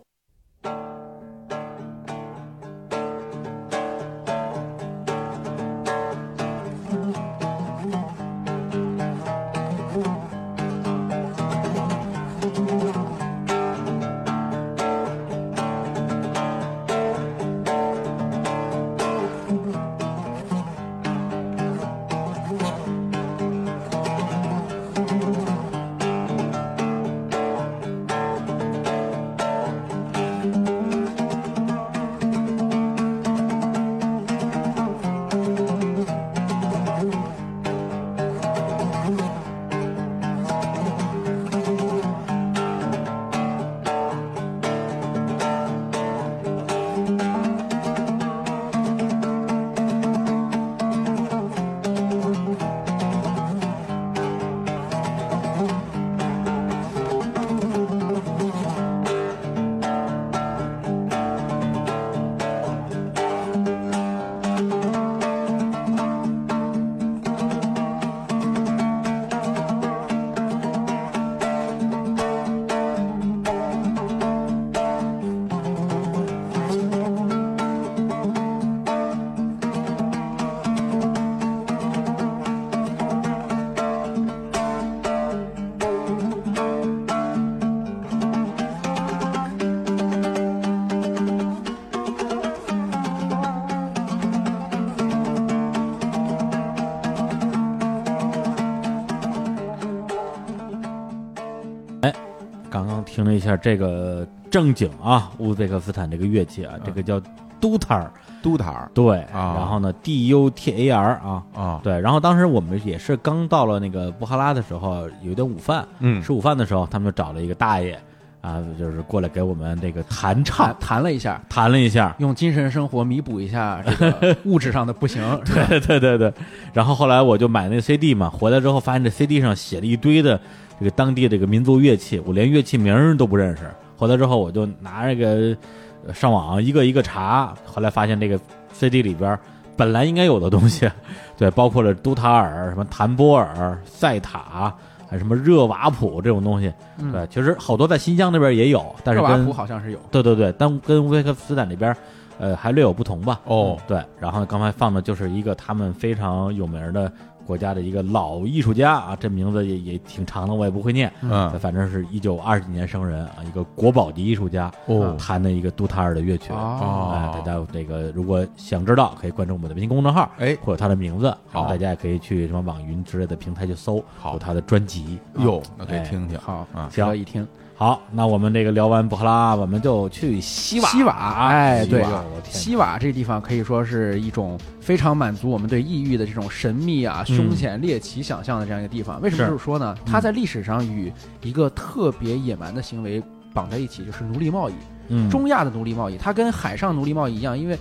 刚刚听了一下这个正经啊乌兹别克斯坦这个乐器啊，这个叫杜塔尔。都塔儿对，嗯啊然后呢，D U T A R 啊，啊，对，然后当时我们也是刚到了那个布哈拉的时候，有一顿午饭，嗯吃午饭的时候，他们就找了一个大爷啊，就是过来给我们这个弹唱谈，谈了一下，弹了一下，用精神生活弥补一下这个物质上的不行。是吧 对对对对，然后后来我就买那 CD 嘛，回来之后发现这 CD 上写了一堆的这个当地这个民族乐器，我连乐器名儿都不认识。回来之后我就拿这个呃上网一个一个查，后来发现这个 CD 里边儿本来应该有的东西， 对，包括了都塔尔、什么弹波尔、塞塔，还有什么热瓦普这种东西。对，其实好多在新疆那边也有，但是嗯热瓦跟普好像是有，对对对，但跟乌兹别克斯坦那边儿，呃，还略有不同吧。嗯哦对，然后刚才放的就是一个他们非常有名的国家的一个老艺术家啊，这名字也也挺长的，我也不会念，嗯，反正是一九二几年生人啊，一个国宝级艺术家啊哦弹的一个杜塔尔的乐曲。哦哎大家这个如果想知道，可以关注我们的微信公众号，哎或者他的名字，然后好大家也可以去什么网云之类的平台去搜，好有他的专辑。哟，那可以哎听听，嗯好啊，值得一听。好，那我们这个聊完布哈拉，我们就去西瓦。西瓦，哎，西瓦对我，天西瓦这地方可以说是一种非常满足我们对异域的这种神秘啊、嗯凶险、猎奇想象的这样一个地方。为什是么嗯这么说呢？它在历史上与一个特别野蛮的行为绑在一起，就是奴隶贸易。嗯，中亚的奴隶贸易，它跟海上奴隶贸易一样，因为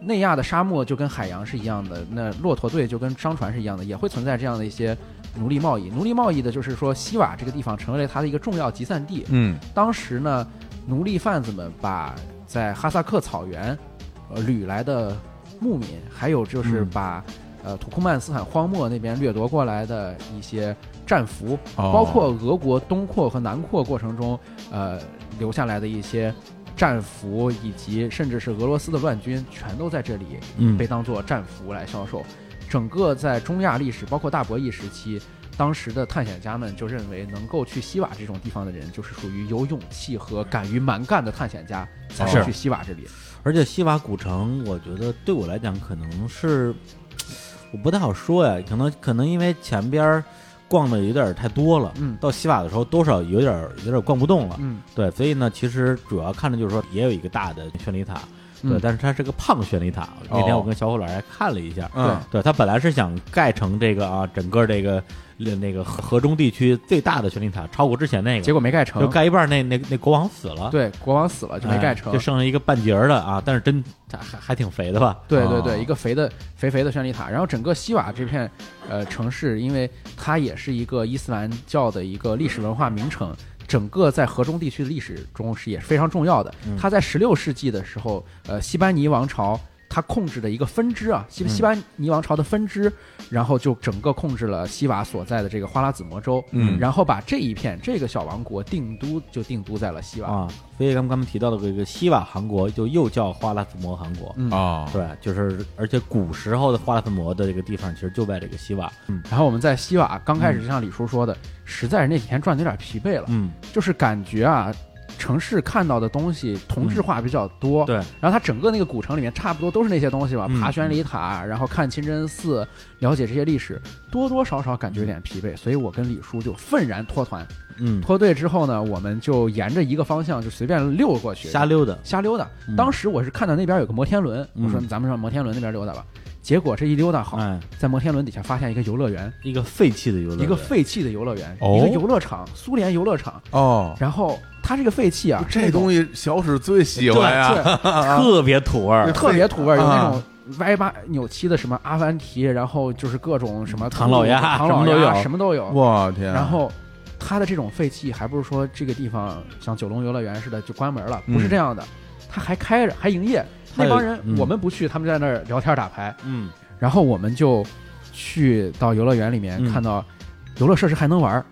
内亚的沙漠就跟海洋是一样的，那骆驼队就跟商船是一样的，也会存在这样的一些奴隶贸易。奴隶贸易的就是说，西瓦这个地方成为了它的一个重要集散地。嗯，当时呢，奴隶贩子们把在哈萨克草原呃掳来的牧民，还有就是嗯把、呃土库曼斯坦荒漠那边掠夺过来的一些战俘，哦包括俄国东扩和南扩过程中呃留下来的一些战俘以及甚至是俄罗斯的乱军，全都在这里嗯被当做战俘来销售。整个在中亚历史，包括大博弈时期，当时的探险家们就认为，能够去西瓦这种地方的人，就是属于有勇气和敢于蛮干的探险家才是会去西瓦这里。而且西瓦古城，我觉得对我来讲可能是，我不太好说呀，可能可能因为前边儿逛的有点儿太多了，嗯到西瓦的时候多少有点儿有点儿逛不动了，嗯，对，所以呢，其实主要看的就是说也有一个大的宣礼塔，对，嗯哦但是它是个胖宣礼塔，那天我跟小伙老师还看了一下，嗯对他本来是想盖成这个啊，整个这个那个河河中地区最大的宣礼塔，超过之前那结个，果没盖成，就盖一半儿那那那国王死了，对国王死了就没哎盖成，就剩下一个半截儿的啊，但是真还还还挺肥的吧？对对哦对，一个肥的肥肥的宣礼塔。然后整个西瓦这片呃城市，因为它也是一个伊斯兰教的一个历史文化名城，整个在河中地区的历史中是也是非常重要的。嗯它在十六世纪的时候，呃，西班尼王朝。它控制的一个分支啊，西嗯西班尼王朝的分支，然后就整个控制了西瓦所在的这个花剌子模州，嗯然后把这一片这个小王国定都就定都在了西瓦，啊，所以咱们刚才提到的这个西瓦汗国，就又叫花剌子模汗国。嗯哦，对，就是而且古时候的花剌子模的这个地方，其实就在这个西瓦。嗯然后我们在西瓦刚开始，就像李叔说的，实在是那几天转的有点疲惫了，嗯，就是感觉啊，城市看到的东西同质化比较多。嗯对，然后它整个那个古城里面差不多都是那些东西吧，嗯爬宣礼塔，然后看清真寺，了解这些历史，多多少少感觉有点疲惫，所以我跟李叔就愤然脱团。嗯，脱队之后呢，我们就沿着一个方向就随便溜过去，瞎溜达。瞎溜达嗯。当时我是看到那边有个摩天轮，嗯我说咱们上摩天轮那边溜达吧。结果这一溜达好，哎，在摩天轮底下发现一个游乐园，一个废弃的游乐园，一个废弃的游乐园，哦一个游乐场，苏联游乐场。哦，然后它这个废弃啊，这东西西小史最喜欢呀，啊特别土味儿，呃特别土味儿，有那啊种歪八扭七的什么阿凡提，然后就是各种什么唐老鸭唐老什么都鸭有什么都有。 我天，然后它的这种废弃，还不是说这个地方像九龙游乐园似的就关门了，不是嗯这样的，它还开着，还营业。还那有帮人嗯我们不去，他们在那儿聊天打牌，嗯，然后我们就去到游乐园里面嗯看到游乐设施还能玩儿，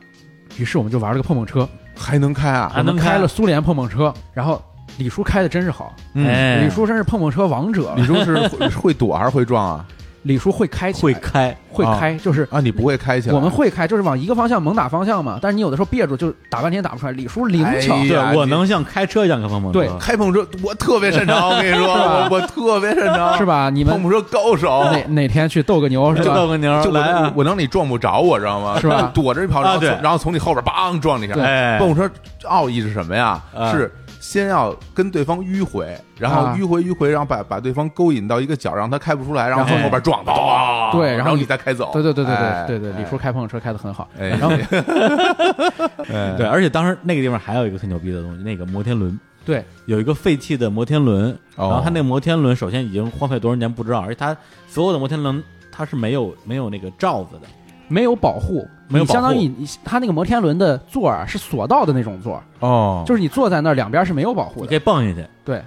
于是我们就玩了个碰碰车。还能开啊，还能我们开开了苏联碰碰车，然后李叔开的真是好，嗯哎，李叔真是碰碰车王者，李叔是会 会躲还是会撞啊？李叔会开起来会开，会开，就是啊，你不会开起来，我们会开，就是往一个方向猛打方向嘛，但是你有的时候憋住就打半天打不出来，李叔灵巧哎，对呀我你能像开车一样开碰碰车，对开碰车，我特别擅长，我跟你说，我我特别擅长，是？吧？你碰碰们车高手，哪哪天去斗个牛是就吧逗？个牛儿就我来啊能，我能你撞不着我，知道吗？是 吧躲着一跑，啊然后对从然后从你后边梆撞你一下。对哎碰碰车奥义是什么呀？啊是先要跟对方迂回，然后啊迂回迂回，然后把把对方勾引到一个角，让他开不出来，然后然后从后边撞，咚对然后然后你你再开走。对对对对哎对对对，李叔。开碰碰车开的很好，哎然后 哎对，而且当时那个地方还有一个特牛逼的东西，那个摩天轮。对有一个废弃的摩天轮，哦然后它那个摩天轮首先已经荒废多少年不知道，而且它所有的摩天轮它是没有没有那个罩子的，没有保护，没有你保护相当于你你他那个摩天轮的座儿啊是索道的那种座儿，哦，嗯就是你坐在那儿两边是没有保护你的可，以蹦下去。对。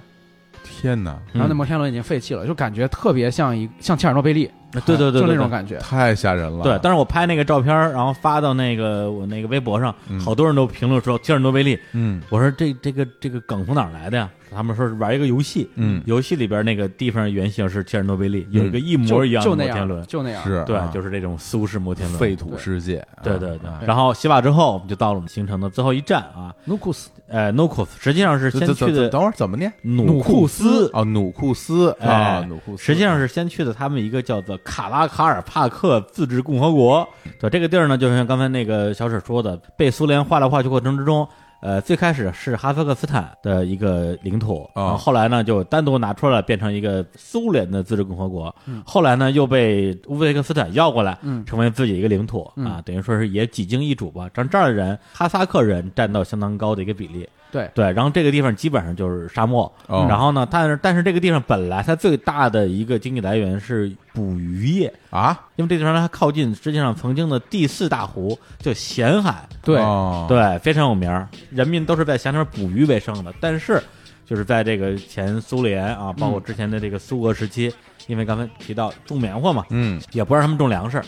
天哪，嗯然后那摩天轮已经废弃了，就感觉特别像一像切尔诺贝利，对对对，啊就对那种对感觉。太吓人了。对，但是我拍那个照片儿，然后发到那个我那个微博上，嗯好多人都评论说切尔诺贝利。嗯我说这这个这个梗从哪儿来的呀？他们说是玩一个游戏，嗯游戏里边那个地方原型是切尔诺贝利，有一个一就模一样的嗯就摩那天样，轮，就那样。是对啊，就是这种苏式摩天轮。废土世界。对对对啊，然后洗瓦之后，我们就到了我们行程的最后一站啊，努库斯，呃 n o k u s 实际上是这先这去这的等会儿怎么念？努库斯，哦，努库斯啊，哎努库斯，实际上是先去的他们一个叫做卡拉卡尔帕克自治共和国。对，这个地儿呢，就像刚才那个小史说的，被苏联划来划去过程之中。呃，最开始是哈萨克斯坦的一个领土，哦然后后来呢就单独拿出来变成一个苏联的自治共和国，后来呢又被乌兹别克斯坦要过来，嗯成为自己一个领土、嗯啊，等于说是也几经易主吧。让这儿的人，哈萨克人占到相当高的一个比例，对对，然后这个地方基本上就是沙漠，哦然后呢，但是但是这个地方本来它最大的一个经济来源是捕鱼业，啊，因为这地方它靠近世界上曾经的第四大湖，叫咸海，对，哦，对，非常有名儿，人民都是在咸海捕鱼为生的。但是就是在这个前苏联啊，包括之前的这个苏俄时期，因为刚才提到种棉花嘛，嗯，也不让他们种粮食，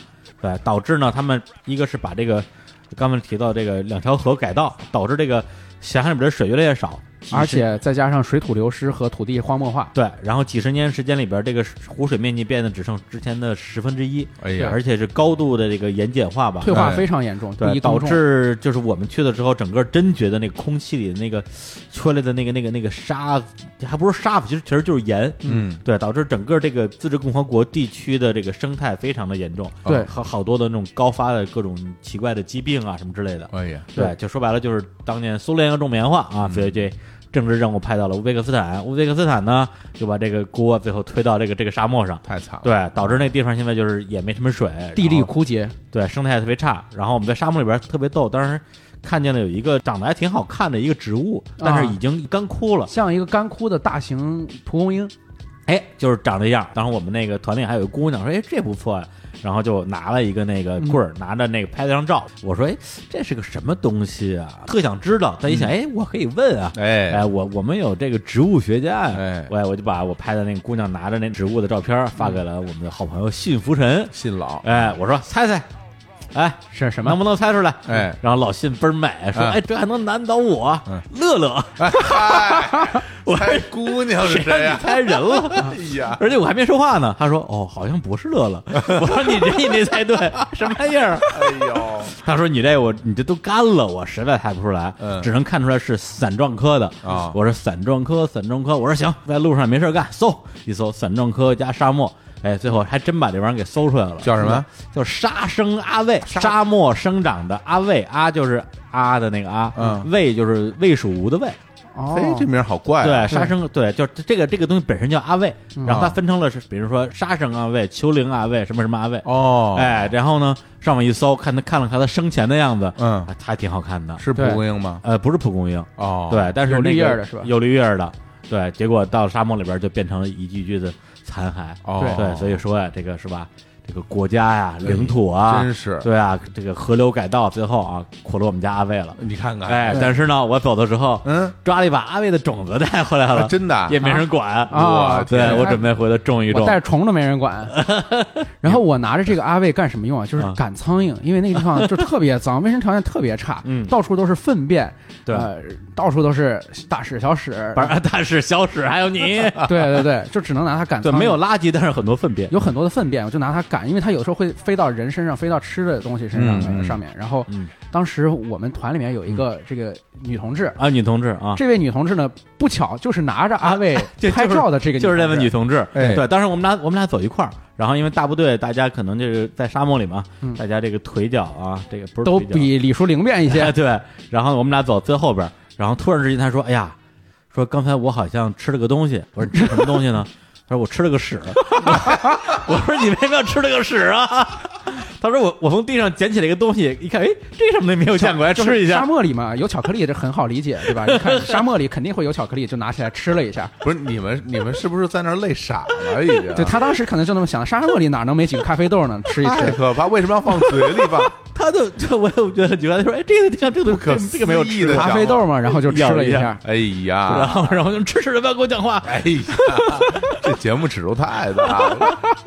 对，导致呢，他们一个是把这个刚才提到这个两条河改道，导致这个咸海里边的水越来越少，几而十且再加上水土流失和土地荒漠化，对，然后几十年时间里边，这个湖水面积变得只剩之前的十分之一，哎呀而且是高度的这个盐碱化吧，退化哎非常严重，第对，一导公众致就是我们去的时候，整个真觉得那个空气里的那个出来的那个那个那个沙，还不是沙子，其实其实就是盐，嗯，对，导致整个这个自治共和国地区的这个生态非常的严重，对好好多的那种高发的各种奇怪的疾病啊什么之类的，哎呀，对，就说白了就是当年苏联要种棉花啊，所以这政治任务派到了乌兹别克斯坦，乌兹别克斯坦呢就把这个锅最后推到这个这个沙漠上，太惨了，对，导致那地方现在就是也没什么水，地力然后枯竭，对，生态也特别差。然后我们在沙漠里边特别逗，当时看见了有一个长得还挺好看的一个植物，但是已经干枯了，像一个干枯的大型蒲公英，哎，就是长这样。当时我们那个团里还有一个姑娘说，哎，这不错呀、然后就拿了一个那个棍儿，嗯拿着那个拍了张照。我说，哎，这是个什么东西啊？特想知道。但一嗯想，哎，我可以问啊。哎哎，，我我们有这个植物学家呀，哎我我就把我拍的那个姑娘拿着那植物的照片发给了我们的好朋友信福神，信老，哎，我说猜猜，哎，是什能么？不能猜出来？哎然后老信倍儿美，说：“嗯哎，这还能难倒我？嗯乐乐，哎， 我还猜姑娘是谁谁让呀 你？猜人了 哎？ 呀，而且我还没说话呢。”他说：“哦，好像不是 乐乐。”我说：“你这你没猜对，什么玩意 儿哎呦，？”他说：“你这我你这都干了，我实在猜不出来，嗯只能看出来是伞状科的啊我说：“伞状科，伞状科。”我说：“行，在路上没事儿干，搜一搜伞状科加沙漠。”哎，最后还真把这玩意儿给搜出来了，叫什么？叫沙生阿魏，沙漠生长的阿魏，阿就是阿的那个阿，嗯魏就是魏蜀吴的魏，哎哦，，这名儿好怪，啊对，，沙生对，就是这个这个东西本身叫阿魏，然后它分成了是，比如说沙生阿魏、丘陵阿魏、什么什么阿魏，哦，，哎，然后呢，上网一搜，看他看了看他生前的样子，嗯啊，他还挺好看的，是蒲公英吗？呃，不是蒲公英，哦，对，但是有绿那个叶儿的是吧有绿叶儿的，对，结果到沙漠里边就变成了一具具的残骸，哦对，所以说呀，这个是吧？这个国家呀，领土啊，真是对啊，这个河流改造最后啊，苦了我们家阿魏了。你看看，哎，但是呢，我走的时候，嗯，抓了一把阿魏的种子带回来了，啊真的啊也没人管啊我对天我准备回头种一我种， 带着虫都没人管。然后我拿着这个阿魏干什么用啊？就是啊赶苍蝇，因为那个地方就特别脏，卫生条件特别差，嗯到处都是粪便，对呃，到处都是大屎小屎，反正大屎、小屎还有你，对对对，就只能拿它 赶对，苍没蝇。有垃圾，但是很多粪便。有很多的粪便，我就拿它赶，因为它有时候会飞到人身上，飞到吃的东西身上、嗯嗯呃上面。然后嗯当时我们团里面有一个这个女同志， 啊，女同志啊，这位女同志呢不巧就是拿着阿 魏这拍照的这个就是这位同女志同志，哎对，当时我们俩我们俩走一块儿，然后因为大部队大家可能这个在沙漠里嘛，嗯大家这个腿脚啊，这个不是都腿脚比李叔灵便 一些哎，对，然后我们俩走最后边儿，然后突然之间他说：“哎呀，说刚才我好像吃了个东西。”我说：“你吃什么东西呢？”他说：“我吃了个屎。” 我说：“你为什么要吃了个屎啊？”他说我：“我从地上捡起了一个东西，一看，哎，这什么都没有见过，来 吃一沙下。漠里嘛，有巧克力这很好理解，对吧？你看沙漠里肯定会有巧克力，就拿起来吃了一啊下。不是你们，你们是不是在那儿累傻了？已经，对他当时可能就那么想，沙漠里哪能没几个咖啡豆呢？吃一太 吃。可怕，为什么要放嘴里吧？”他就就我也觉得觉得说：“哎，这个地方这个可这个没有思吃议的过。咖啡豆嘛，然后就吃了一咬一下，哎然呀，后，然后就吃屎的不要跟我讲话。哎呀，这节目尺度太大了，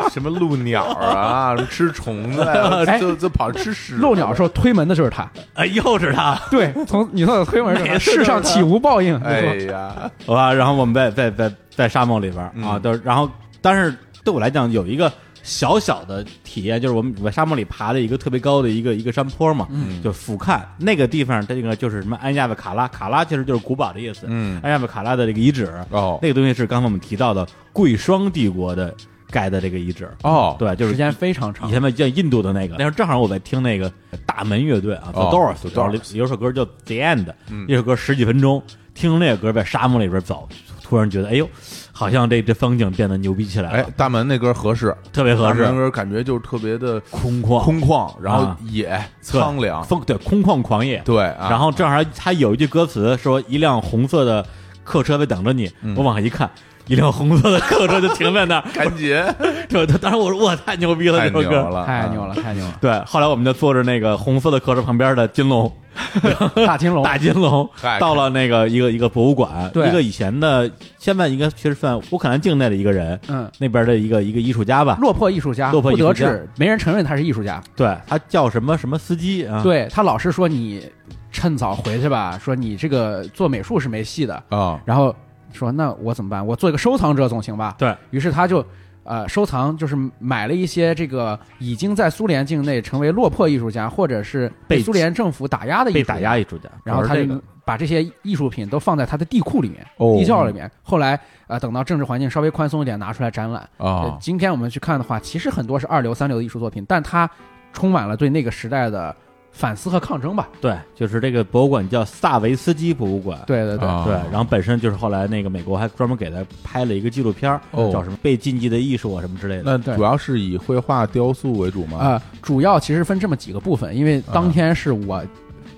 什么鹿鸟啊，什么吃虫子呀、哎就就跑吃屎。漏鸟时候推门的就是他，哎，又是他，对，从女厕所推门 哪儿，个世上岂无报应？哎对吧呀，好吧，啊然后我们在在在在沙漠里边儿啊，嗯都、然后但是对我来讲有一个小小的体验，就是我们在沙漠里爬了一个特别高的一个一个山坡嘛，嗯就俯瞰那个地方，这个就是什么安亚的卡拉，卡拉其实就是古堡的意思，嗯，安亚的卡拉的这个遗址，哦那个东西是刚才我们提到的贵霜帝国的盖的这个遗址，哦，对，就是时间非常长以。前嘛叫印度的那个，那时候正好我在听那个大门乐队啊，The Doors， The 然后 Doors 有首歌叫《The End》，哦嗯一首歌十几分钟，听那个歌在沙漠里边走，突然觉得哎呦，好像这这风景变得牛逼起来哎了，，大门那歌合适，特别合大门那适，歌感觉就是特别的空旷空旷，然后啊野对苍凉，风对空旷狂野，对啊，，然后正好他有一句歌词说一辆红色的客车在等着你，我往下一看。一辆红色的客车就停在那儿 感觉这当时我说哇太牛逼了太这首牛歌，了，太牛了。嗯了，太牛了！对，后来我们就坐着那个红色的客车旁边的金 龙，大金龙，大金龙嗨到了那个一个一个博物馆，对一个以前的，现在应该其实算乌克兰境内的一个人，嗯，那边的一个一个艺术家吧，落魄艺术家，落魄艺不术家得志，没人承认他是艺术家。对他叫什么什么司机啊？对他老是说你趁早回去吧，说你这个做美术是没戏的。啊，然后说那我怎么办？我做一个收藏者总行吧？对于是他就呃收藏，就是买了一些这个已经在苏联境内成为落魄艺术家，或者是被苏联政府打压的艺术被家打压艺术家，然后他这就个把这些艺术品都放在他的地库里面、哦地窖里面。后来呃，等到政治环境稍微宽松一点，拿出来展览。呃啊，今天我们去看的话，其实很多是二流、三流的艺术作品，但它充满了对那个时代的反思和抗争吧。对，就是这个博物馆叫萨维斯基博物馆。对对对，啊对，然后本身就是后来那个美国还专门给他拍了一个纪录片儿，哦叫什么《被禁忌的艺术》啊什么之类的。那对主要是以绘画、雕塑为主吗？呃，主要其实分这么几个部分，因为当天是我呃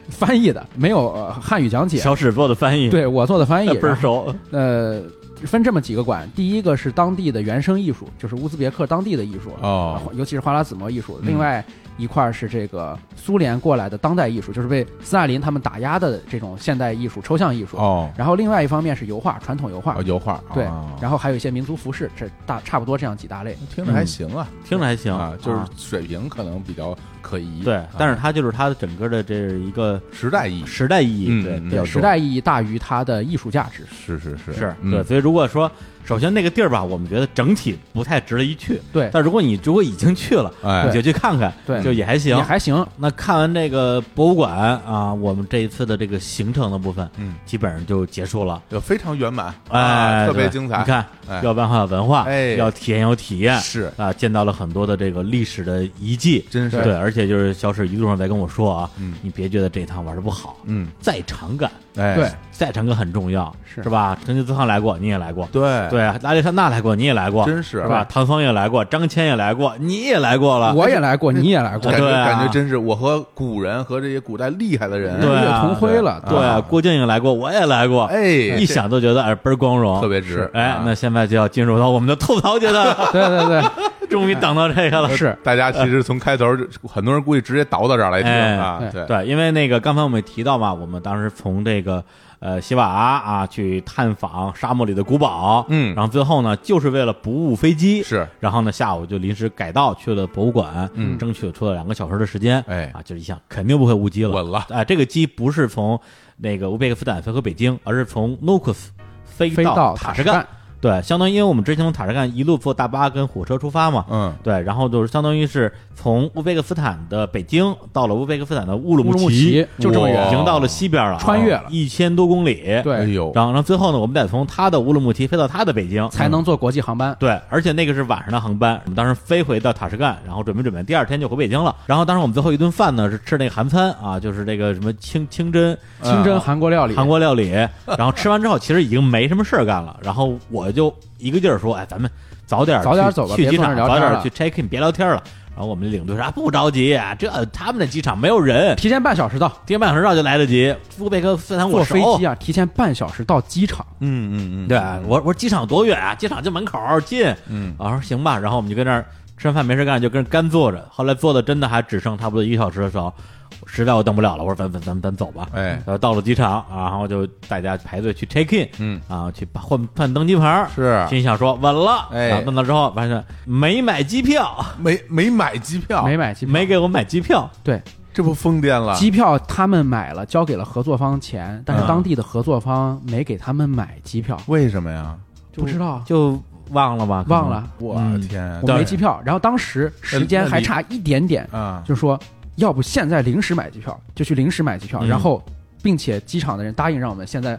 翻译的，没有、呃汉语讲解，小史做的翻译，对我做的翻译那。倍儿然后熟。呃，分这么几个馆，第一个是当地的原生艺术，就是乌兹别克当地的艺术，哦尤其是花剌子模艺术。另外一块儿是这个苏联过来的当代艺术，就是被斯大林他们打压的这种现代艺术、抽象艺术。哦，然后另外一方面是油画，传统油画啊，，油画，对啊，然后还有一些民族服饰，这大差不多这样几大类。听着还行啊，听着还行啊，就是水平可能比较可疑，对啊，但是它就是它的整个的这一个时代意义时代意义，嗯对，比较嗯对，重时代意义大于它的艺术价值。是是是是嗯对，所以如果说首先那个地儿吧，我们觉得整体不太值得一去，对但如果你如果已经去了，哎你就去看看，对就也还行也。还行，那看完这个博物馆啊，我们这一次的这个行程的部分，嗯，基本上就结束了。就非常圆满，哎，啊特别对精彩，你看，哎要文化有文化，哎要体验有体验，是啊，见到了很多的这个历史的遗迹，真是对。而且就是小史一路上在跟我说啊，嗯你别觉得这一趟玩的不好，嗯，在场感，哎，对在场感很重要，是是吧？成吉思汗来过，你也来过，对对啊，亚历山大来过，你也来过，真是是吧？唐僧也来过，张骞也来过，你也来过了，我也来过，你也来感过，觉对啊感觉真是我和古人和这些古代厉害的人，对日月啊同辉了。对啊，郭靖也来过，我也来过，哎一想都觉得哎倍儿光荣，特别值哎啊，那现在就要进入到我们的吐槽阶段 了，对对终于等到这个了，对，是大家其实从开头就很多人估计直接倒到这儿来听哎啊，对对对，因为那个刚才我们也提到嘛，我们当时从这个呃西瓦啊去探访沙漠里的古堡，嗯然后最后呢，就是为了不误飞机，是，然后呢下午就临时改道去了博物馆，嗯争取出了两个小时的时间，哎啊，就是一想肯定不会误机了，稳了哎，这个机不是从那个乌贝克斯坦飞回北京，而是从努库斯飞飞到塔塔什什干干。对，相当于因为我们之前从塔什干一路坐大巴跟火车出发嘛，嗯，对，然后就是相当于是从乌兹别克斯坦的北京到了乌兹别克斯坦的乌鲁乌鲁木齐齐，就这么已哇经到了西边了，啊穿越了一千多公里。，哎对，呦，然后然后最后呢，我们得从他的乌鲁木齐飞到他的北京，才能坐国际航班。对，而且那个是晚上的航班，我们当时飞回到塔什干，然后准备准备，第二天就回北京了。然后当时我们最后一顿饭呢是吃那个韩餐啊，就是那个什么清清真清真韩国料理，韩国料理。然后吃完之后，其实已经没什么事儿干了。然后我就一个劲儿说：“哎，咱们早点儿早点儿去走吧去别机坐那场，儿聊早天点儿了去 check in，别聊天了。”然后我们的领队说：“啊，不着急，这他们的机场没有人，提前半小时到。提前半小时到就来得及。乌贝克斯坦坐我飞熟机，啊，提前半小时到机场。嗯嗯嗯，对我我说机场有多远啊？机场就门口儿近。嗯我说行吧，然后我们就跟那儿吃完饭没事干，就跟那儿干坐着。后来坐的真的还只剩差不多一个小时的时候，我实在我等不了了，我说咱咱咱咱走吧。哎然后到了机场，啊然后就大家排队去 check in，嗯啊，去把换换登机牌儿，是心想说稳了，哎然后问到之后发现没买机票，没没买机票，没买机票，啊没啊给我买机票，对这不疯癫了？机票他们买了，交给了合作方钱，但是嗯当地的合作方没给他们买机票，为什么呀？不知道就嗯忘了吧，可能忘了，我嗯天我没机票。然后当时时间还差一点点，啊！就说要不现在临时买机票，就去临时买机票，嗯然后并且机场的人答应让我们现在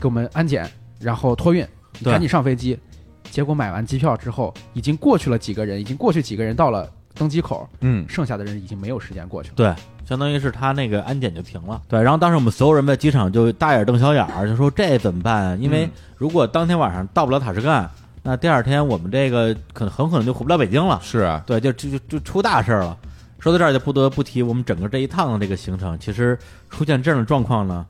给我们安检，然后托运，对赶紧上飞机。结果买完机票之后，已经过去了几个人，已经过去几个人到了登机口，嗯，剩下的人已经没有时间过去了。对，相当于是他那个安检就停了。对，然后当时我们所有人在机场就大眼瞪小眼儿，就 说这怎么办啊？因为嗯如果当天晚上到不了塔什干，那第二天我们这个可能很可能就回不了北京了。是啊，对，就就就就出大事儿了。说到这儿，就不得不提我们整个这一趟的这个行程，其实出现这样的状况呢，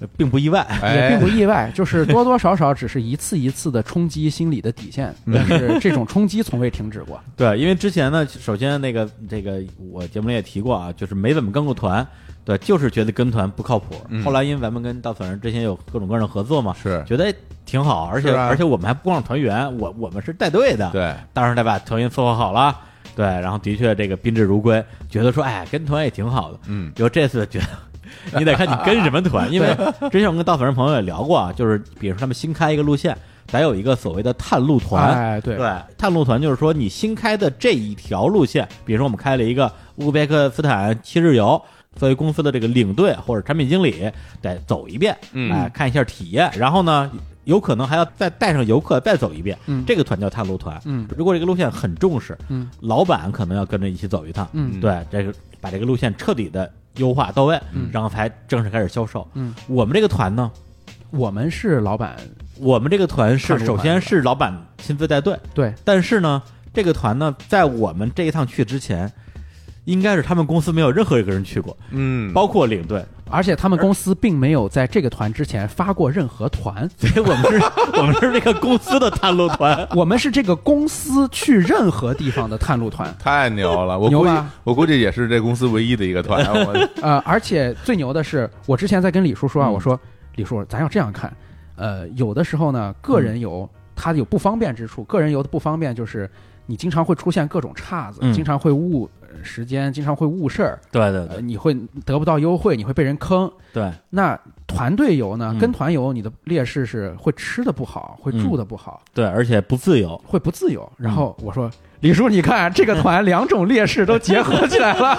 呃并不意外。 也并哎不，意外，就是多多少少只是一次一次的冲击心理的底线，但是这种冲击从未停止过。对，因为之前呢，首先那个这个我节目里也提过啊，就是没怎么跟过团，对，就是觉得跟团不靠谱。嗯后来因为咱们跟稻草人之前有各种各样的合作嘛，是觉得挺好，而且、是啊而且我们还不光是团员，我我们是带队的，，对，当然得把团员伺候好了，对，然后的确这个宾至如归，觉得说哎跟团也挺好的，嗯就这次觉得 你得看你跟什么团。因为之前我跟稻草人朋友也聊过啊，就是比如说他们新开一个路线，得有一个所谓的探路团。哎，对，对，探路团就是说你新开的这一条路线，比如说我们开了一个乌兹别克斯坦七日游，作为公司的这个领队或者产品经理得走一遍，嗯哎，看一下体验，然后呢。有可能还要再带上游客再走一遍，嗯这个团叫探路团。嗯如果这个路线很重视，嗯，老板可能要跟着一起走一趟。嗯对，这个把这个路线彻底的优化到位，嗯然后才正式开始销售。嗯，我们这个团呢，我们是老板，我们这个团探是路团首先是老板亲自带队，对，但是呢，这个团呢，在我们这一趟去之前，应该是他们公司没有任何一个人去过，嗯，包括领队，而且他们公司并没有在这个团之前发过任何团，所以我们是，我们是这个公司的探路团。我们是这个公司去任何地方的探路团。太牛了！我牛估计吧我估计也是这公司唯一的一个 团。我呃，而且最牛的是，我之前在跟李叔嗯说啊，我说李叔，咱要这样看，呃，有的时候呢，个嗯人游它有不方便之处，个人游的不方便就是你经常会出现各种岔子，嗯经常会误呃时间，经常会误事儿，对对呃，对你会得不到优惠，你会被人坑。对，那团队游呢，嗯跟团游你的劣势是会吃的不好，会住的不好。对，而且不自由。会不自由。嗯然后我说。李叔，你看啊这个团两种劣势都结合起 来了，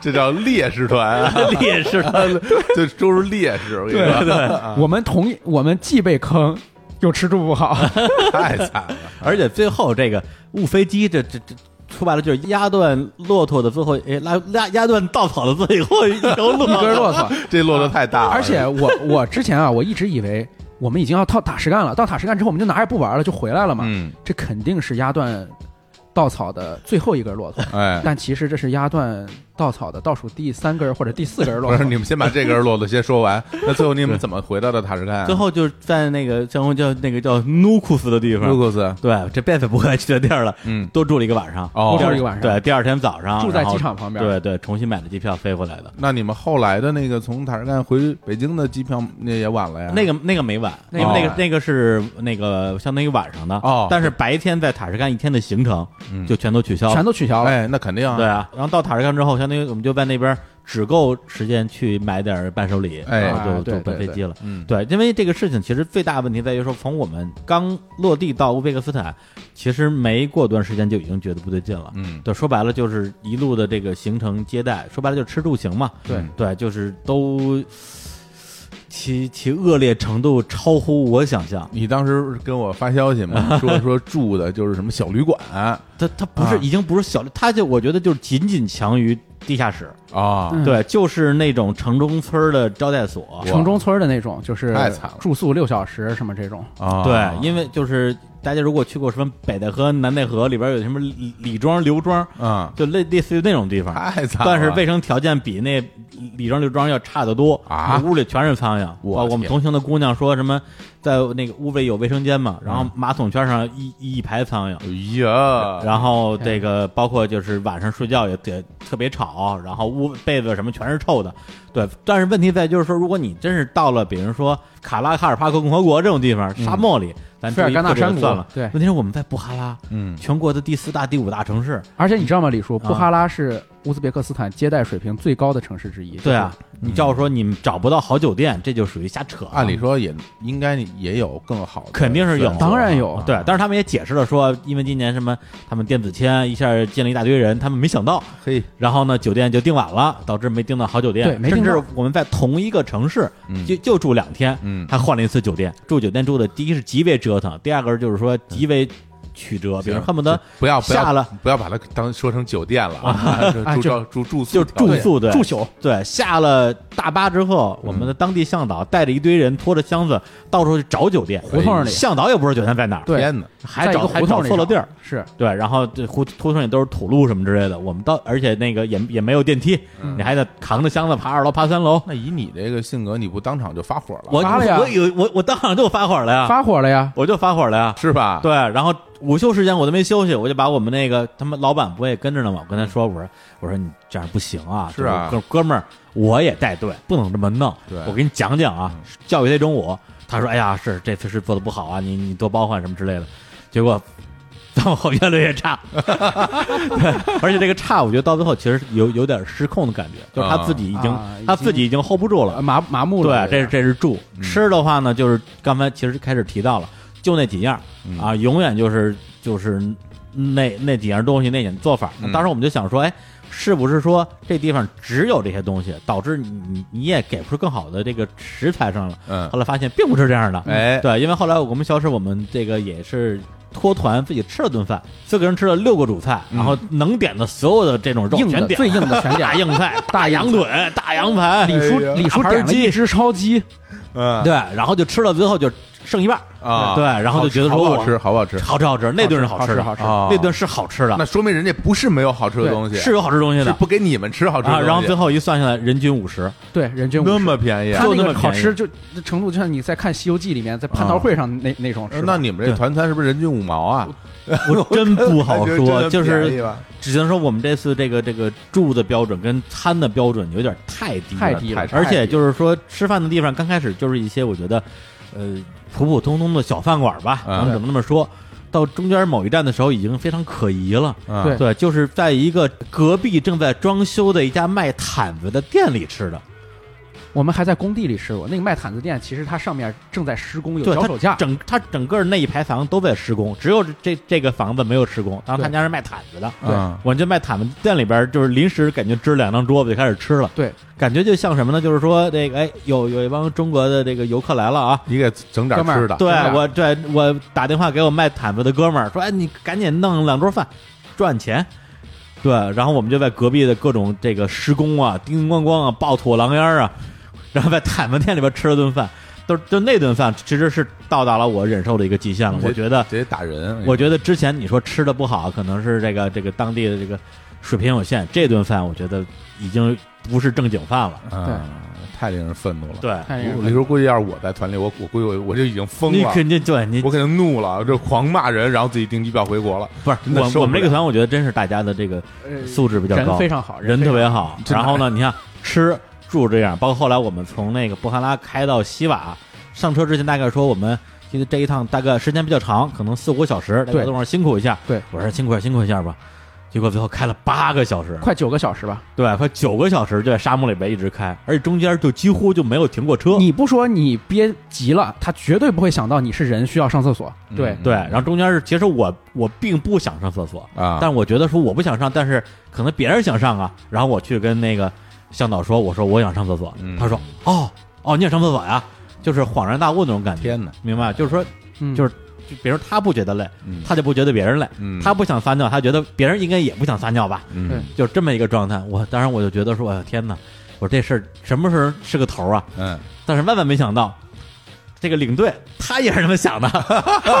这叫烈士团啊， 烈士团，这都是烈士，我跟你说，啊我们同意，我们既被坑，又吃住不好。太惨了。而且最后这个误飞机，这这这。说白了就是压断骆驼的最后，哎，拉压压断稻草的最后一头骆一根驼。骆驼。 这骆驼太大了，而且我我之前啊，我一直以为我们已经要到塔什干了，到塔什干之后我们就哪儿也不玩了，就回来了嘛。嗯，这肯定是压断稻草的最后一根 骆驼，哎，但其实这是压断稻草的倒数第三根或者第四根 不骆是驼。你们先把这根骆驼先说 完，那最后你们怎么回到的塔什干啊？最后就是在那个叫叫那个叫努库斯的地卢方，克斯，对，这辈子不该去的地儿了。嗯，多住了一个晚上，哦第二多住了一个晚上对，第二天早上住在然后机场旁边对对，重新买的机票飞回来的。那你们后来的那个从塔什干回北京的机票那也晚嗯了呀？那个那个没晚，因为那个那晚个那个是那个相当于晚上的哦但是白天在塔什干一天的行程嗯就全都取消了全。都取消了，哎，那肯定啊对，啊，然后到塔什干之后，相当于我们就在那边只够时间去买点伴手礼，哎然后啊就对就奔对飞机了。嗯，对，因为这个事情其实最大问题在于说，从我们刚落地到乌兹别克斯坦，其实没过段时间就已经觉得不对劲了。嗯，对，说白了就是一路的这个行程接待，说白了就是吃住行嘛。对对，就是都其其恶劣程度超乎我想象。你当时跟我发消息 嘛，说说住的就是什么小旅馆啊它它不是、啊已经不是小，它就我觉得就是仅仅强于地下室。啊嗯对，就是那种城中村儿的招待所。城中村的那种，就是太惨了住宿六小时什么这种。啊！对，因为就是大家如果去过什么北戴河、南戴河，里边有什么李李庄、刘庄，嗯，就类类似于那种地方，太惨了，但啊是卫生条件比那李庄、刘庄要差得多啊屋里全是苍蝇。我哇我们天同行的姑娘说什么，在那个屋里有卫生间嗯嘛，然后马桶圈上一一排苍蝇。哎呃呀，然后这个嗯包括就是晚上睡觉也得特别吵，然后屋被子什么全是臭的，对。但是问题在就是说，如果你真是到了，比如说卡拉喀尔帕克共和国这种地方，沙漠里，咱嗯菲尔注意干纳特别山谷算了。对问题是我们在布哈拉，嗯全国的第四大、第五大城市，而且你知道吗，李叔，啊布哈拉是乌兹别克斯坦接待水平最高的城市之一。对啊，你照说你们找不到好酒店，这就属于瞎扯啊。按理说也应该也有更好的，啊肯定是有就是，当然有。啊对，但是他们也解释了说，因为今年什么他们电子签一下进了一大堆人，他们没想到，嘿，然后呢酒店就订晚了，导致没订到好酒店，对没订甚到至我们在同一个城市、嗯就就住两天，嗯还换了一次酒店，住酒店住的第一是极为折腾，第二个就是说极为曲折，比如行恨不得不要不要下了不要把它当说成酒店了啊，啊住就照住就住宿是条住件宿对住宿对下了大巴之后，我们的当地向导带着一堆人拖着箱子到处去找酒店，胡同里向导也不知道酒店在哎哪儿，对天哪，还在一找个还胡找同里错了地儿找，是对，然后这胡胡同里都是土路什么之类的，我们到，而且那个也也没有电梯，你还得扛着箱子爬二楼、爬三楼。那以你这个性格，你不当场就发火了，我发了呀我有我我当场就发火了呀，发火了呀。我就发火了呀。是吧？对，然后午休时间我都没休息，我就把我们那个他们老板不也跟着呢吗？我跟他说，我说我说你这样不行啊，是啊就是哥哥们儿，我也带队，不能这么弄。对嗯我给你讲讲啊，教育他中午，他说哎呀是这次是做的不好啊，你你多包涵什么之类的。结果 到后越来越差， 对，而且这个差，我觉得到最后其实有有点失控的感觉，就是他自己已经、啊已经他自己已经 hold 不住了呃，麻麻木了。对，这是这是住、嗯吃的话呢，就是刚才其实开始提到了，就那几样儿、嗯啊，永远就是就是那那几样东西，那点做法。嗯当时我们就想说，哎，是不是说这地方只有这些东西，导致你你你也给不出更好的这个食材上了？嗯后来发现并不是这样的，哎对，因为后来我们小史我们这个也是。脱团自己吃了顿饭，四个人吃了六个主菜，然后能点的所有的这种肉嗯硬全的点啊哎最硬的全了，大硬菜、大羊腿、大 羊排、李叔哎呀李叔盘点了鸡啊一只烧鸡，嗯对，然后就吃了之后就剩一半儿啊，对，然后就觉得好说好我好吃，好不好吃？好吃好吃，那顿是好吃的，好吃。啊那顿是好吃那的，说明人家不是没有好吃的对东西，是有好吃东西是的不给你们吃好吃的啊。东西，然后最后一算下来，人均五 十，对，人均那50么便宜啊他，就那那么个好便宜啊吃就就程度，就像你在看《西游记》里面在蟠桃会上那那种吃呃法。那你们这对团餐是不是人均五毛啊？我真不好说，感觉就真的便宜是吧只能说我们这次这个这个住的标准跟餐的标准有点太低太了，低了，而且是就是说吃饭的地方刚开始就是一些我觉得，呃，普普通通的小饭馆吧，嗯咱们只能那么说。到中间某一站的时候，已经非常可疑了。嗯对对，就是在一个隔壁正在装修的一家卖毯子的店里吃的，我们还在工地里吃过那个卖毯子店，其实它上面正在施工，有对，脚手架它。整它整个那一排房都在施工，只有这这个房子没有施工。当然，他对家是卖毯子的，对嗯我就卖毯子店里边就是临时感觉支两张桌子就开始吃了，对，感觉就像什么呢？就是说这个哎，有有一帮中国的这个游客来了啊。你给整点哥们儿吃的，对是啊我对我打电话给我卖毯子的哥们儿说，哎，你赶紧弄两桌饭，赚钱。对，然后我们就在隔壁的各种这个施工啊、叮叮咣咣啊、爆土狼烟儿啊， 然后在毯子店里边吃了顿饭，都就那顿饭其实是到达了我忍受的一个极限了。我觉得，直接打人。我觉得之前你说吃的不好，可能是这个这个当地的这个水平有限，这顿饭我觉得已经不是正经饭了。嗯对太令人愤怒了。对，看一我眼那时候估计要是我在团里，我我估计我我就已经疯你了，肯定对你我肯定怒了，就狂骂人，然后自己订机票回国了。不是真的受不我我了们这个团，我觉得真是大家的这个呃素质比较高，人非常好，人非特常别好。真的然后呢，你看吃住这样，包括后来我们从那个布哈拉开到西瓦，上车之前大概说我们其实这一趟大概时间比较长，可能四五个小时，大家对路上辛苦一下。对，我说辛苦一下，辛苦一下吧。结果最后开了八个小时，快九个小时吧。对，快九个小时就在沙漠里边一直开，而且中间就几乎就没有停过车。你不说你憋急了，他绝对不会想到你是人需要上厕所。对，对，然后中间是其实我我并不想上厕所，啊，但我觉得说我不想上，但是可能别人想上啊。然后我去跟那个向导说，我说我想上厕所，嗯他说哦哦，你想上厕所呀？就是恍然大悟那种感觉。天哪，明白？就是说，嗯就是就比如他不觉得累，嗯他就不觉得别人累，嗯他不想撒尿，他觉得别人应该也不想撒尿吧？嗯对就这么一个状态。我当然我就觉得说，我、哎、天哪，我说这事儿什么时候是个头啊？嗯，但是万万没想到，这个领队他也是这么想的，然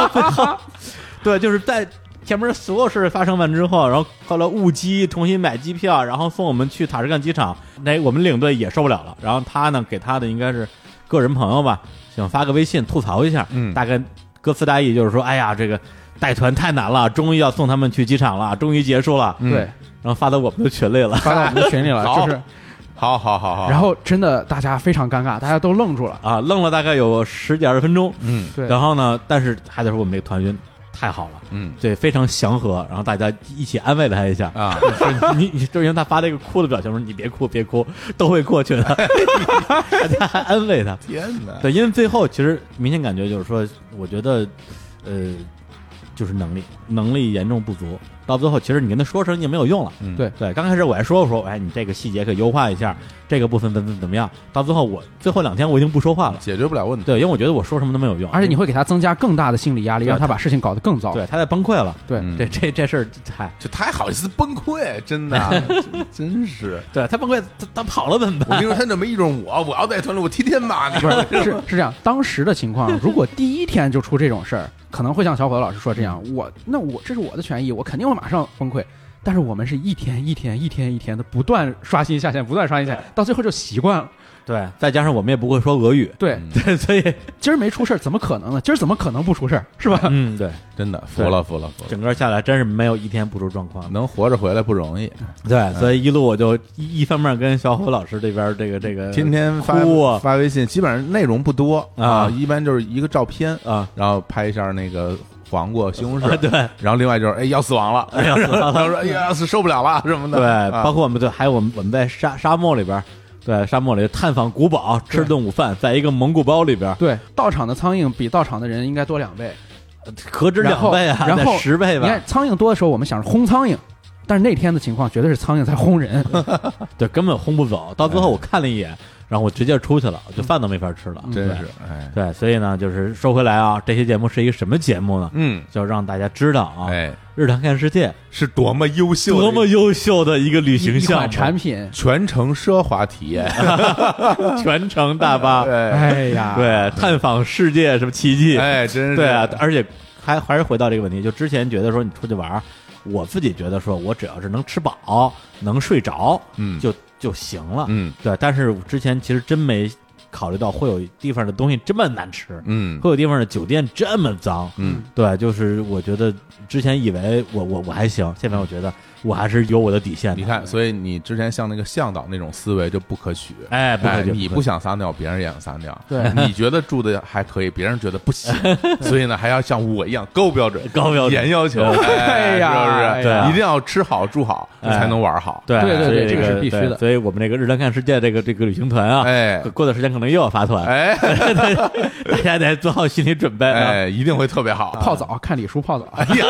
后最后， 对，就是在前面所有事发生完之后，然后后来误机重新买机票，然后送我们去塔什干机场，那我们领队也受不了了，然后他呢给他的应该是个人朋友吧，想发个微信吐槽一下，嗯大概歌词大意就是说，哎呀，这个带团太难了，终于要送他们去机场了，终于结束了，嗯对，然后发到我们的群里了。发到我们的群 里了，好就是，好好好好。然后真的大家非常尴尬，大家都愣住了。啊，愣了大概有十几二十分钟，嗯对，然后呢，但是还得说我们这个团员太好了，嗯对，非常祥和，然后大家一起安慰了他一下。啊， 说你你，周云他发这个哭的表情，我说你别哭别哭，都会过去的。大家还安慰他，天哪，对，因为最后其实明显感觉就是说，我觉得，呃，就是能力能力严重不足，到最后其实你跟他说声就没有用了。嗯对对，刚开始我还说说，哎，你这个细节可以优化一下，这个部分怎么怎么样。到最后我最后两天我已经不说话了，解决不了问题。对，因为我觉得我说什么都没有用，而且你会给他增加更大的心理压力，对让他把事情搞得更糟。对他在崩溃了。对嗯对，这这事儿，嗨，这太好意思崩溃，真的， 真真是。对他崩溃，他他跑了怎么我办？跟你说，他怎么一种我，我要带团了，我天天骂你。是是这样，当时的情况，如果第一天就出这种事儿，可能会像小伙老师说这样，嗯我那我这是我的权益，我肯定会马上崩溃。但是我们是一天一天一天一天的不断刷新下线，不断刷新下线，到最后就习惯了。对，再加上我们也不会说俄语， 对，对，所以，今儿没出事儿，怎么可能呢？今儿怎么可能不出事儿，是吧？嗯，对， 真的服了，服了，服了。整个下来真是没有一天不出状况的。能活着回来不容 易，对，所以一路我就一一方面跟小虎老师这边这个这个天天发哭啊发微信，基本上内容不多啊一般就是一个照片，啊，然后拍一下那个黄瓜、西红柿，啊对，然后另外就是哎要死亡了， 哎他说哎呀是受不了了什么的，对，啊包括我们对，还有我们我们在沙沙漠里边儿，对沙漠里探访古堡，吃顿午饭，在一个蒙古包里边儿，对，到场的苍蝇比到场的人应该多两倍，何止然后两倍啊，然后得十倍你看吧？苍蝇多的时候，我们想着轰苍蝇，但是那天的情况绝对是苍蝇在 轰人。对，根本轰不走。到最后我看了一眼，然后我直接出去了，我就饭都没法吃了，真对是哎，对，所以呢，就是说回来啊，这期节目是一个什么节目呢？嗯，就让大家知道啊，哎，日常看世界是多么优秀的一个，多么优秀的一个旅一行项款目，产品，全程奢华体验，全程大巴， 哎哎呀，对，探访世界什么奇迹，哎，真是对啊，而且还还是回到这个问题，就之前觉得说你出去玩儿，我自己觉得说我只要是能吃饱、能睡着，嗯就就行了，嗯对。但是我之前其实真没考虑到会有地方的东西这么难吃，嗯会有地方的酒店这么脏，嗯，对，就是我觉得之前以为我我我还行，现在我觉得我还是有我的底线你的，看，所以你之前像那个向导那种思维就不可取。哎，不哎，可就你不想撒尿，别人也想撒尿。对你觉得住的还可以，别人觉得 不行，所以呢，还要像我一样高标准、高标准严要求，哎呀是不对啊是？一定要吃好住好，哎才能玩好。对对对所以对这个是必须对的所以我们这个日常看世界这个这个旅行团啊，哎过过段时间可能又要发团，哎 啊大家得做好心理准备啊。哎，一定会特别好。泡澡看李叔泡澡。哎呀，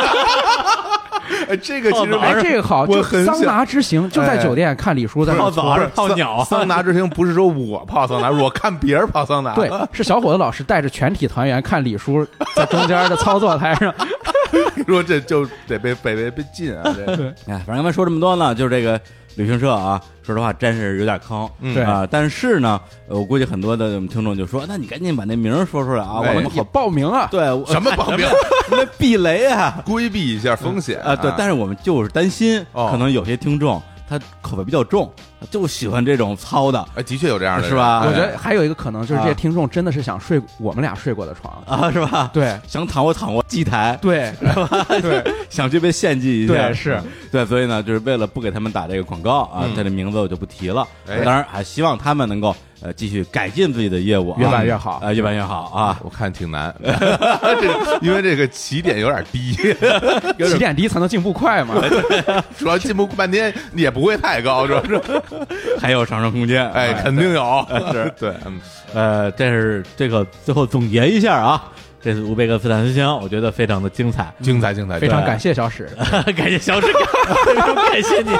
哎这个其实泡澡哎，这个好，我就很桑拿之行，就在酒店看李叔在那哎泡澡还是泡鸟啊？桑拿之行不是说我泡桑拿，是 我看别人泡桑拿。对，是小伙子老师带着全体团员看李叔在中间的操作台 上， 说这就得被被被被禁啊！这哎，反正刚才说这么多呢，就是这个旅行社啊，说实话真是有点坑。嗯对啊，但是呢，呃我估计很多的我们听众就说，那你赶紧把那名儿说出来啊，我哎们也好报名啊。对我什么保镖？ 那避雷啊规避一下风险啊，对，但是我们就是担心，哦可能有些听众他口味比较重，就喜欢这种糙的哎，的确有这样的人，是吧哎我觉得还有一个可能就是啊这些听众真的是想睡我们俩睡过的床，啊，是吧？对想躺我躺我祭台，对对 想去被献祭一下，对是，嗯对，所以呢，就是为了不给他们打这个广告啊，他的名字我就不提了。哎当然，还希望他们能够呃继续改进自己的业务啊，越办越好啊，越办越好啊。我看挺难， 这因为这个起点有点低， 有起点点低才能进步快嘛。主要进步半天也不会太高，主 要是还有上升空 间，啊哎，肯定有，是 对，嗯，呃，这是这个最后总结一下啊，这是乌贝克斯坦之行，我觉得非常的精彩，精彩精彩，非常对感谢小史，感谢小史， 感谢你，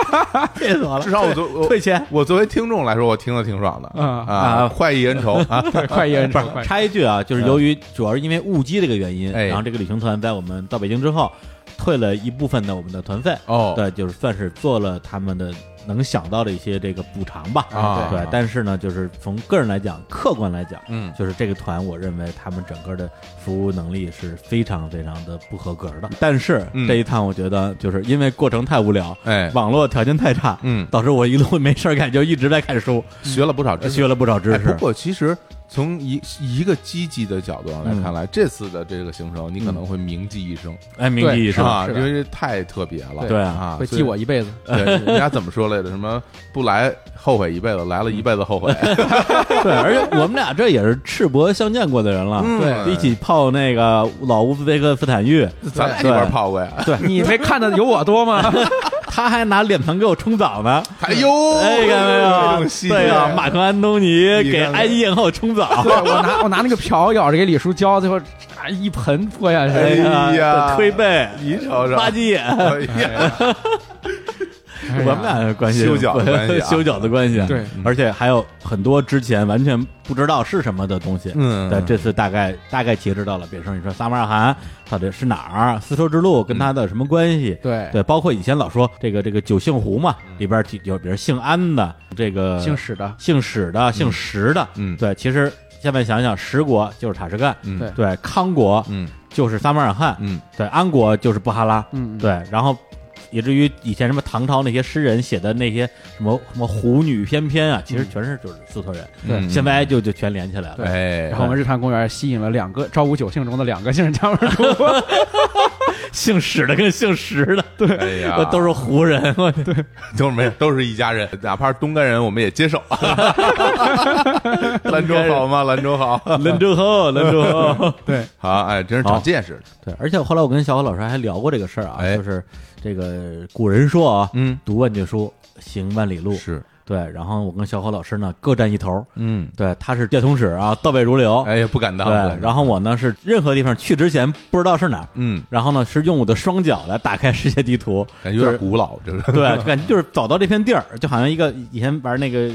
谢死我了至少我作我退钱我作为听众来说，我听得挺爽的嗯啊，快意恩仇 啊，对，快一人快插一句啊，就是由于主要是因为误机这个原因，哎然后这个旅行团在我们到北京之后，退了一部分的我们的团费，哦对，就是算是做了他们的能想到的一些这个补偿吧，啊对。但是呢，就是从个人来讲，客观来讲，嗯就是这个团，我认为他们整个的服务能力是非常非常的不合格的。但是嗯这一趟，我觉得就是因为过程太无聊，哎网络条件太差，嗯导致我一路没事儿干，就一直在看书，学了不少知识嗯学。了不少知哎，识不。过其实从一一个积极的角度上来看来，嗯这次的这个行程你可能会铭记一生哎，铭记一生是。吧啊，是因吧为这太特别了，对啊，会所以记我一辈子。对，人家怎么说来着？什么不来后悔一辈子，来了一辈子后悔。对，而且我们俩这也是赤膊相见过的人了，嗯对一起泡那个老乌兹别克斯坦浴， 咱俩一块儿泡过呀？对，你没看的有我多吗？他还拿脸盆给我冲澡呢。哎呦，哎，看这到没有种？细节对呀，马克安东尼你给看看埃及艳后冲澡，对我拿我拿那个瓢舀着给李叔浇，最后啊一盆泼下哎去。呀对推背，你瞅瞅，吧唧眼，哎呀，哎呀我们俩的关系修脚的关系啊修脚的关系，对，而且还有很多之前完全不知道是什么的东西，嗯对，这次大概大概截知道了。比如说你说撒马尔罕到底是哪儿，啊丝绸之路跟它的什么关系？对对，包括以前老说这个这个九姓湖嘛，嗯里边儿提有比如姓安的，这个姓史的，姓史的、姓石的，嗯对，其实现在想想，石国就是塔什干，嗯对对，康国嗯就是撒马尔罕，嗯，对，安国就是布哈拉，嗯嗯对，然后以至于以前什么唐朝那些诗人写的那些什么什么胡女翩翩啊，其嗯实全是就是粟特人，对现在就就全连起来了。哎然，后我们日坛公园吸引了两个昭武九姓中的两个姓张门主，姓史的跟姓石 的，对，哎呀，都是胡人，我 对，都是没有都是一家人，哪怕是东干人，我们也接受。兰州好吗？兰州好，兰州好，兰州 好，对，好，哎，真是长见识。对，而且后来我跟小虎老师还聊过这个事儿啊，哎就是这个古人说啊，嗯，读万卷书，行万里路，嗯是，对。然后我跟小虎老师呢各占一头，嗯，对，他是电通史啊，倒背如流，哎呀，不敢当。对不敢。当然后我呢是任何地方去之前不知道是哪儿，嗯，然后呢是用我的双脚来打开世界地 图，感觉有就是点古老，这是。对，感觉就是走到这片地儿，就好像一个以前玩那个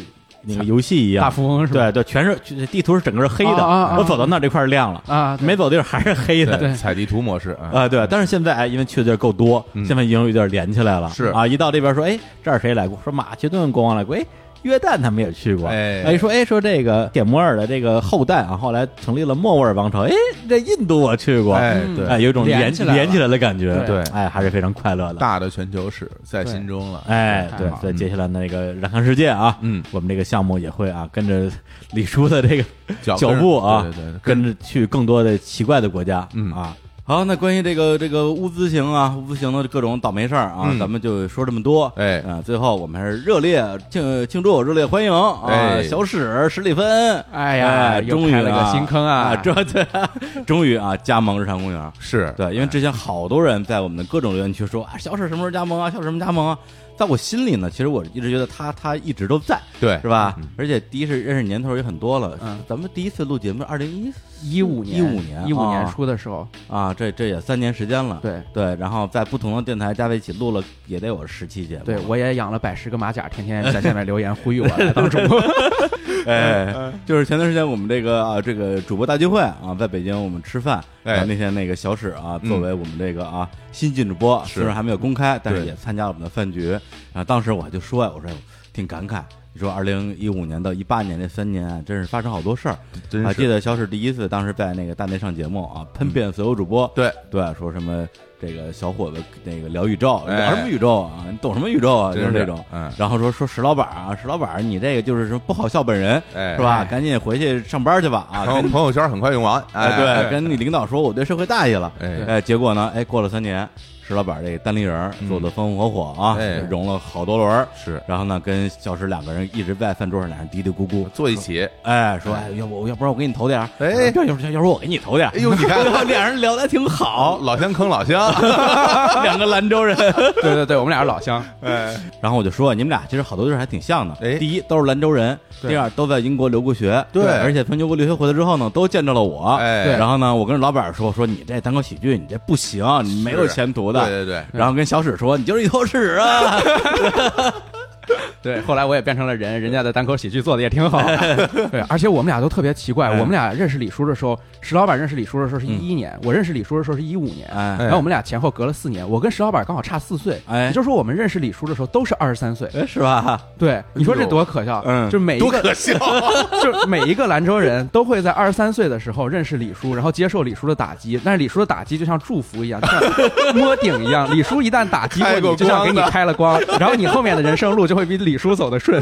那个游戏一样，大富翁是吧？对对，全是就地图是整个是黑的，啊啊啊我走到那儿这块儿亮了，啊，对没走地儿还是黑的。对采地图模式呃啊，啊，对，但是现在哎，因为去的地儿够多，嗯现在已经有点连起来了。是啊，一到这边说，哎，这儿谁来过？说马其顿国王来过，哎，约旦他们也去过。哎说哎，说这个点摩尔的这个后代啊，后来成立了莫卧儿王朝。哎，这印度我去过，哎，嗯对，哎有一种连连起来了连起来的感觉。对哎，还是非常快乐的。大的全球史在心中了。哎，太对好了对，嗯接下来那个燃看世界啊，嗯，我们这个项目也会啊，跟着李叔的这个脚脚跟步啊对对对，，跟着去更多的奇怪的国家，嗯啊，好，那关于这个这个物资行啊，物资行的各种倒霉事儿啊，嗯咱们就说这么多。哎啊，最后我们还是热烈庆庆祝，热烈欢迎啊，哎小史史蒂芬，哎呀，又终于开了啊个新坑啊， 啊！这对，终于啊加盟日坛公园。是对，因为之前好多人在我们的各种留言区说啊，小史什么时候加盟啊，小史什么时候加盟啊，在我心里呢，其实我一直觉得他他一直都在，对是吧？而且第一是认识年头也很多了，嗯咱们第一次录节目二零一一五年， 15年一五啊年出的时候，啊，这这也三年时间了，对对，然后在不同的电台加在一起录了也得有十期节目，对，我也养了百十个马甲，天天在下面留言呼吁我来当主播。哎，就是前段时间我们这个啊这个主播大聚会啊，在北京我们吃饭，哎然后那天那个小史啊，嗯作为我们这个啊新进主播，是虽然还没有公开，但是对也参加了我们的饭局，然后当时我就说呀，我说挺感慨。你说二零一五年到一八年这三年啊，真是发生好多事儿。真是嗯还啊记得小史第一次当时在那个大内上节目啊，喷遍所有主播，对对，说什么这个小伙子那个聊宇宙，哎聊什么宇宙啊？你懂什么宇宙啊？就真是这种。嗯然后说说石老板啊，石老板，你这个就是说不好笑本人，哎是吧？赶紧回去上班去吧啊！朋友跟朋友圈很快用完，哎，对，跟你领导说我对社会大意了。哎哎，结果呢？哎，过了三年，石老板这个单立人儿做的风风火火啊嗯哎，融了好多轮儿。是然后呢，跟小石两个人一直在饭桌上，俩人嘀嘀咕咕，坐一起，哎，说哎，要不要不然我给你投点儿，哎要要要不我给你投点儿哎，呦，你看俩人聊的挺好， 老乡坑老乡，两个兰州人。对对对，我们俩是老乡。哎，然后我就说，你们俩其实好多地儿还挺像的。哎第一都是兰州人，对第二都在英国留过学，对而且从英国留学回来之后呢，都见着了我。哎对然后呢，我跟老板说，说你这单口喜剧，你这不行，你没有前途的。对对对然后跟小史说，你就是一坨屎 啊！对，后来我也变成了人，人家的单口喜剧做的也挺好。对，而且我们俩都特别奇怪，我们俩认识李叔的时候，石老板认识李叔的时候是一一年，我认识李叔的时候是一五年。哎然后我们俩前后隔了四年，我跟石老板刚好差四岁，哎也就是说我们认识李叔的时候都是二十三岁。哎是吧？对，你说这多可笑？嗯就每一多个可笑， 就是每一个兰州人都会在二十三岁的时候认识李叔，然后接受李叔的打击。但是李叔的打击就像祝福一样，就像摸顶一样。李叔一旦打击开过过你，就像给你光的开了光，然后你后面的人生路就会比李叔走得顺。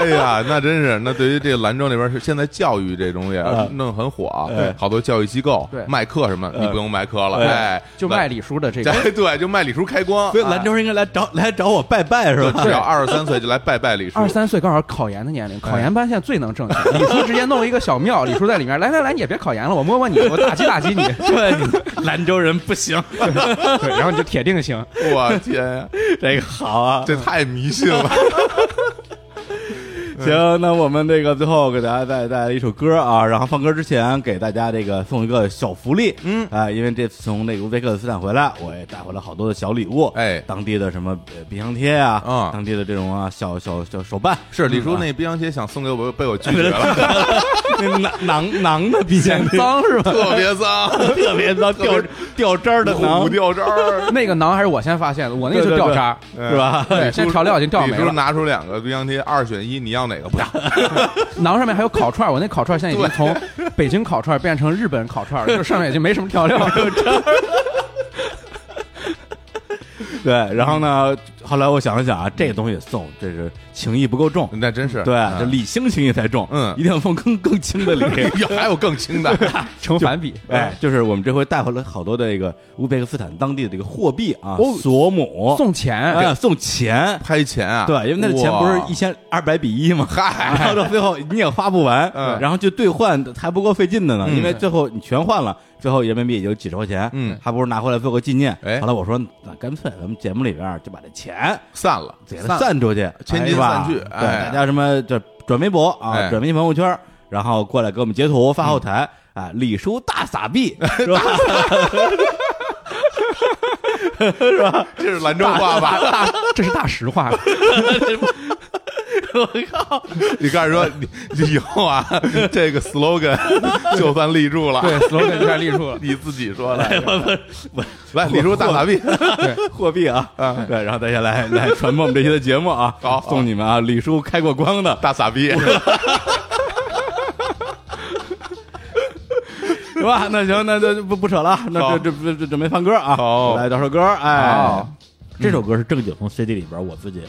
哎呀，那真是，那对于这个兰州那边是现在教育这东西啊嗯弄很火啊对，好多教育机构对卖课什么，你不用卖课了，对哎，就卖李叔的这个哎， 对，就卖李叔开光所，以兰州人应该来找来找我拜拜是就吧？只 要二十三岁就来拜拜李叔二，三岁刚好考研的年龄，考研班现在最能挣钱。李叔直接弄一个小庙，李叔在里面，来来来，你也别考研了，我摸摸你，我打击打击你，对，兰州人不 行，对，然后你就铁定行。我天呀，这个好啊，这太迷信了，行，那我们这个最后给大家再带来一首歌啊，然后放歌之前给大家这个送一个小福利，嗯，啊、因为这次从那个乌兹别克斯坦回来，我也带回来好多的小礼物，哎当地的什么呃冰箱贴啊，啊当地的这种啊小小小手办，是李叔那冰箱贴想送给我，被我拒绝了，那囊囊囊的冰箱贴，脏是吧？特别脏， 特别脏，掉掉渣儿的虎囊掉渣儿。那个囊还是我先发现的，我那个就对对 掉渣，嗯对是吧？对，现在调料已经掉没李叔了。拿出两个冰箱贴，二选一，你要哪个？不要。馕上面还有烤串儿，我那烤串儿现在已经从北京烤串儿变成日本烤串儿了，就上面已经没什么调料了。对，然后呢，后来我想了想啊，这东西送这是情义不够重，那真是对，嗯这礼轻情义才重，嗯一定要送更更轻的礼。 有还有更轻的，成反比，哎，就是我们这回带回来好多的这个乌兹别克斯坦当地的这个货币啊，哦索姆送钱，哎送钱，拍钱啊，对，因为那钱不是哇一千二百比一吗？嗨，然后到最后你也花不完，嗯然后就兑换还不够费劲的呢，嗯因为最后你全换了，最后人民币也就几十块钱，嗯还不如拿回来做个纪念。哎后来我说，那干脆咱们节目里边就把这钱散了，给它散出去，千哎是金吧散去对，哎大家什么这转微博啊，哎嗯转微信朋友圈，然后过来给我们截图发后台。啊，李叔大撒 币，是吧？这是兰州话吧？这是大实话。你告诉说，你你以后啊，这个 slogan 就算立住了，对，slogan 一下立住了。你自己说来，来，李叔大傻逼，货币啊，啊 对，然后大家来来传播我们这期的节目啊，好好送你们啊，李叔开过光的，大傻逼，是吧？那行，那那就不不扯了，那好这这这准备放歌啊，好来找首歌，哎好，这首歌是正经从 CD 里边我自己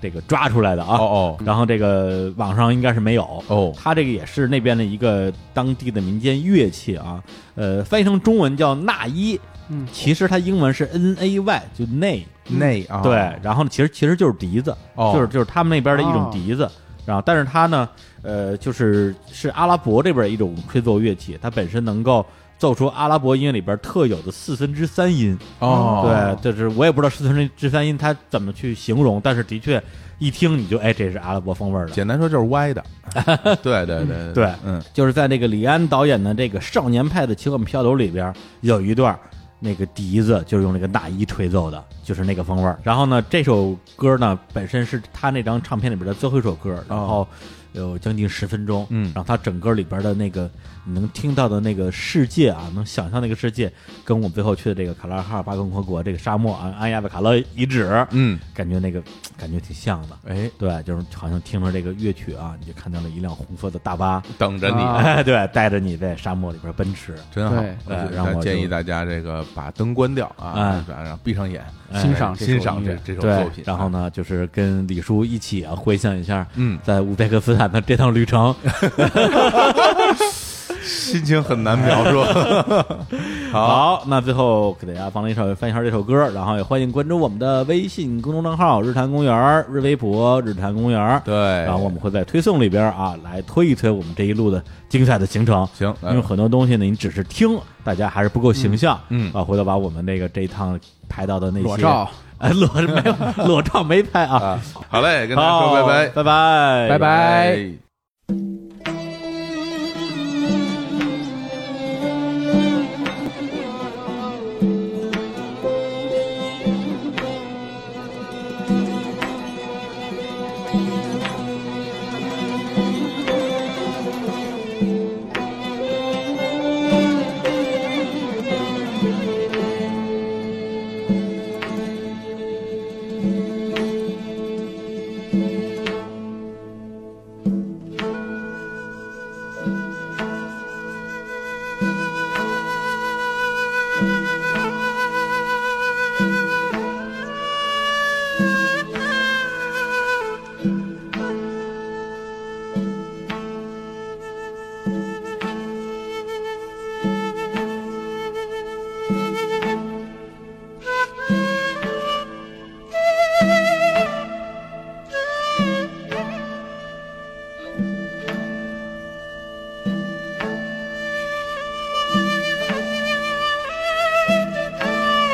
这个抓出来的啊。哦然后这个网上应该是没有哦它这个也是那边的一个当地的民间乐器啊，呃，翻译成中文叫纳伊，嗯，其实它英文是 N A Y，就 nay，内啊，对，然后呢，其实其实就是笛子，哦就是就是他们那边的一种哦笛子。然后，但是它呢，呃，就是是阿拉伯这边一种吹奏乐器，它本身能够奏出阿拉伯音乐里边特有的四分之三音。哦，对，就是我也不知道四分之三音它怎么去形容，但是的确一听你就哎，这是阿拉伯风味儿的。简单说就是歪的，对对对对，嗯，就是在那个李安导演的这个《少年派的情感漂流》里边有一段，那个笛子就是用那个大衣吹奏的，就是那个风味儿。然后呢，这首歌呢本身是他那张唱片里边的最后一首歌，然后有将近十分钟，嗯然后他整个里边的那个你能听到的那个世界啊，能想象那个世界，跟我们最后去的这个卡拉哈尔巴共和国这个沙漠啊，安亚的卡勒遗址，嗯，感觉那个感觉挺像的。哎，对，就是好像听着这个乐曲啊，你就看到了一辆红色的大巴，等着啊你，哎， 对，带着你在沙漠里边奔驰，真好对。我觉得让我就建议大家这个把灯关掉啊哎，然后闭上眼，哎欣赏这首欣赏音这乐这首对作品，，啊然后呢，就是跟李叔一起啊，回想一下，嗯在乌兹别克斯坦的这趟旅程。心情很难描述。 好，好，那最后给大家放了一首翻一下这首歌，然后也欢迎关注我们的微信公众账号“日坛公园儿”、日微博“日坛公园儿”。 对，然后我们会在推送里边啊，来推一推我们这一路的精彩的行程。行，因为很多东西呢，你只是听，大家还是不够形象。嗯嗯啊，回头把我们那个这一趟拍到的那些裸照，哎，裸没有裸照没拍啊。好嘞，跟大家好，说拜拜，拜拜，拜拜。 thank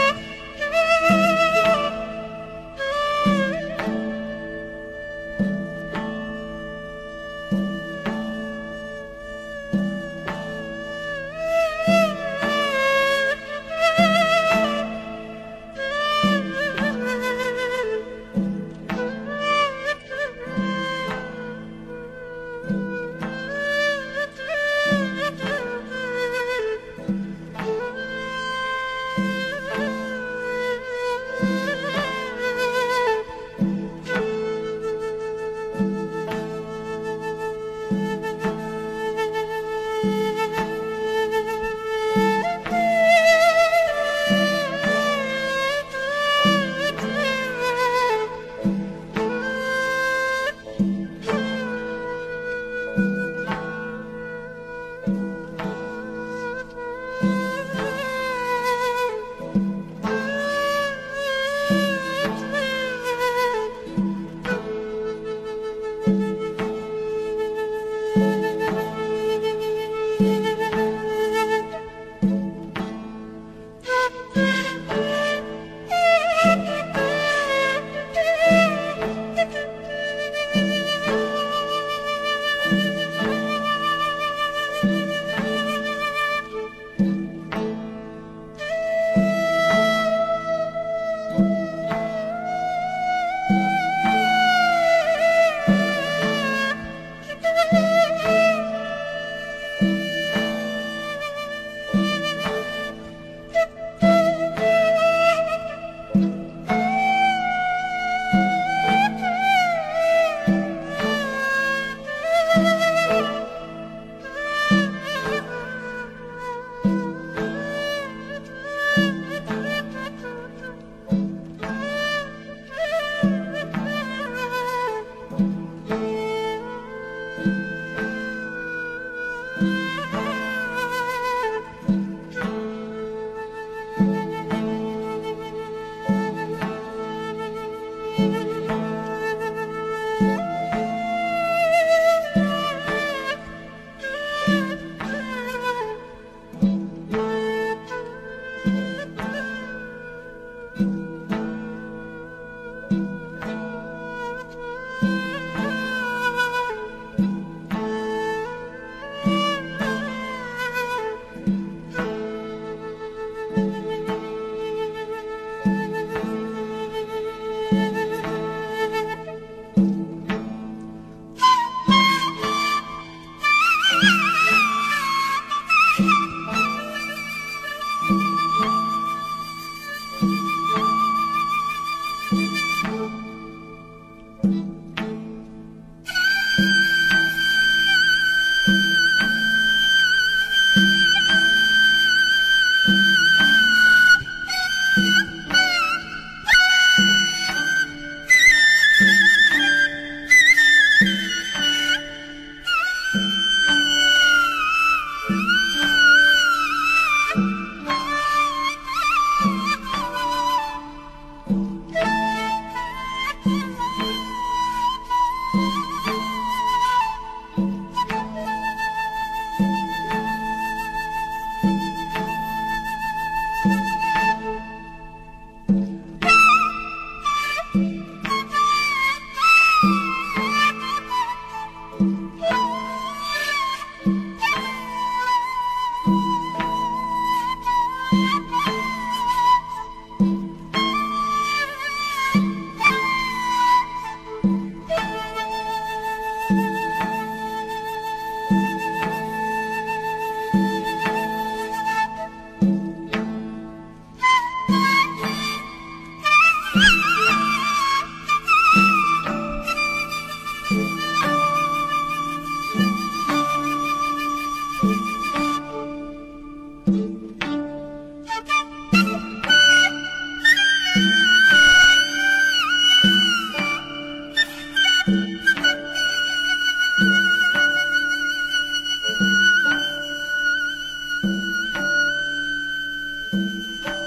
「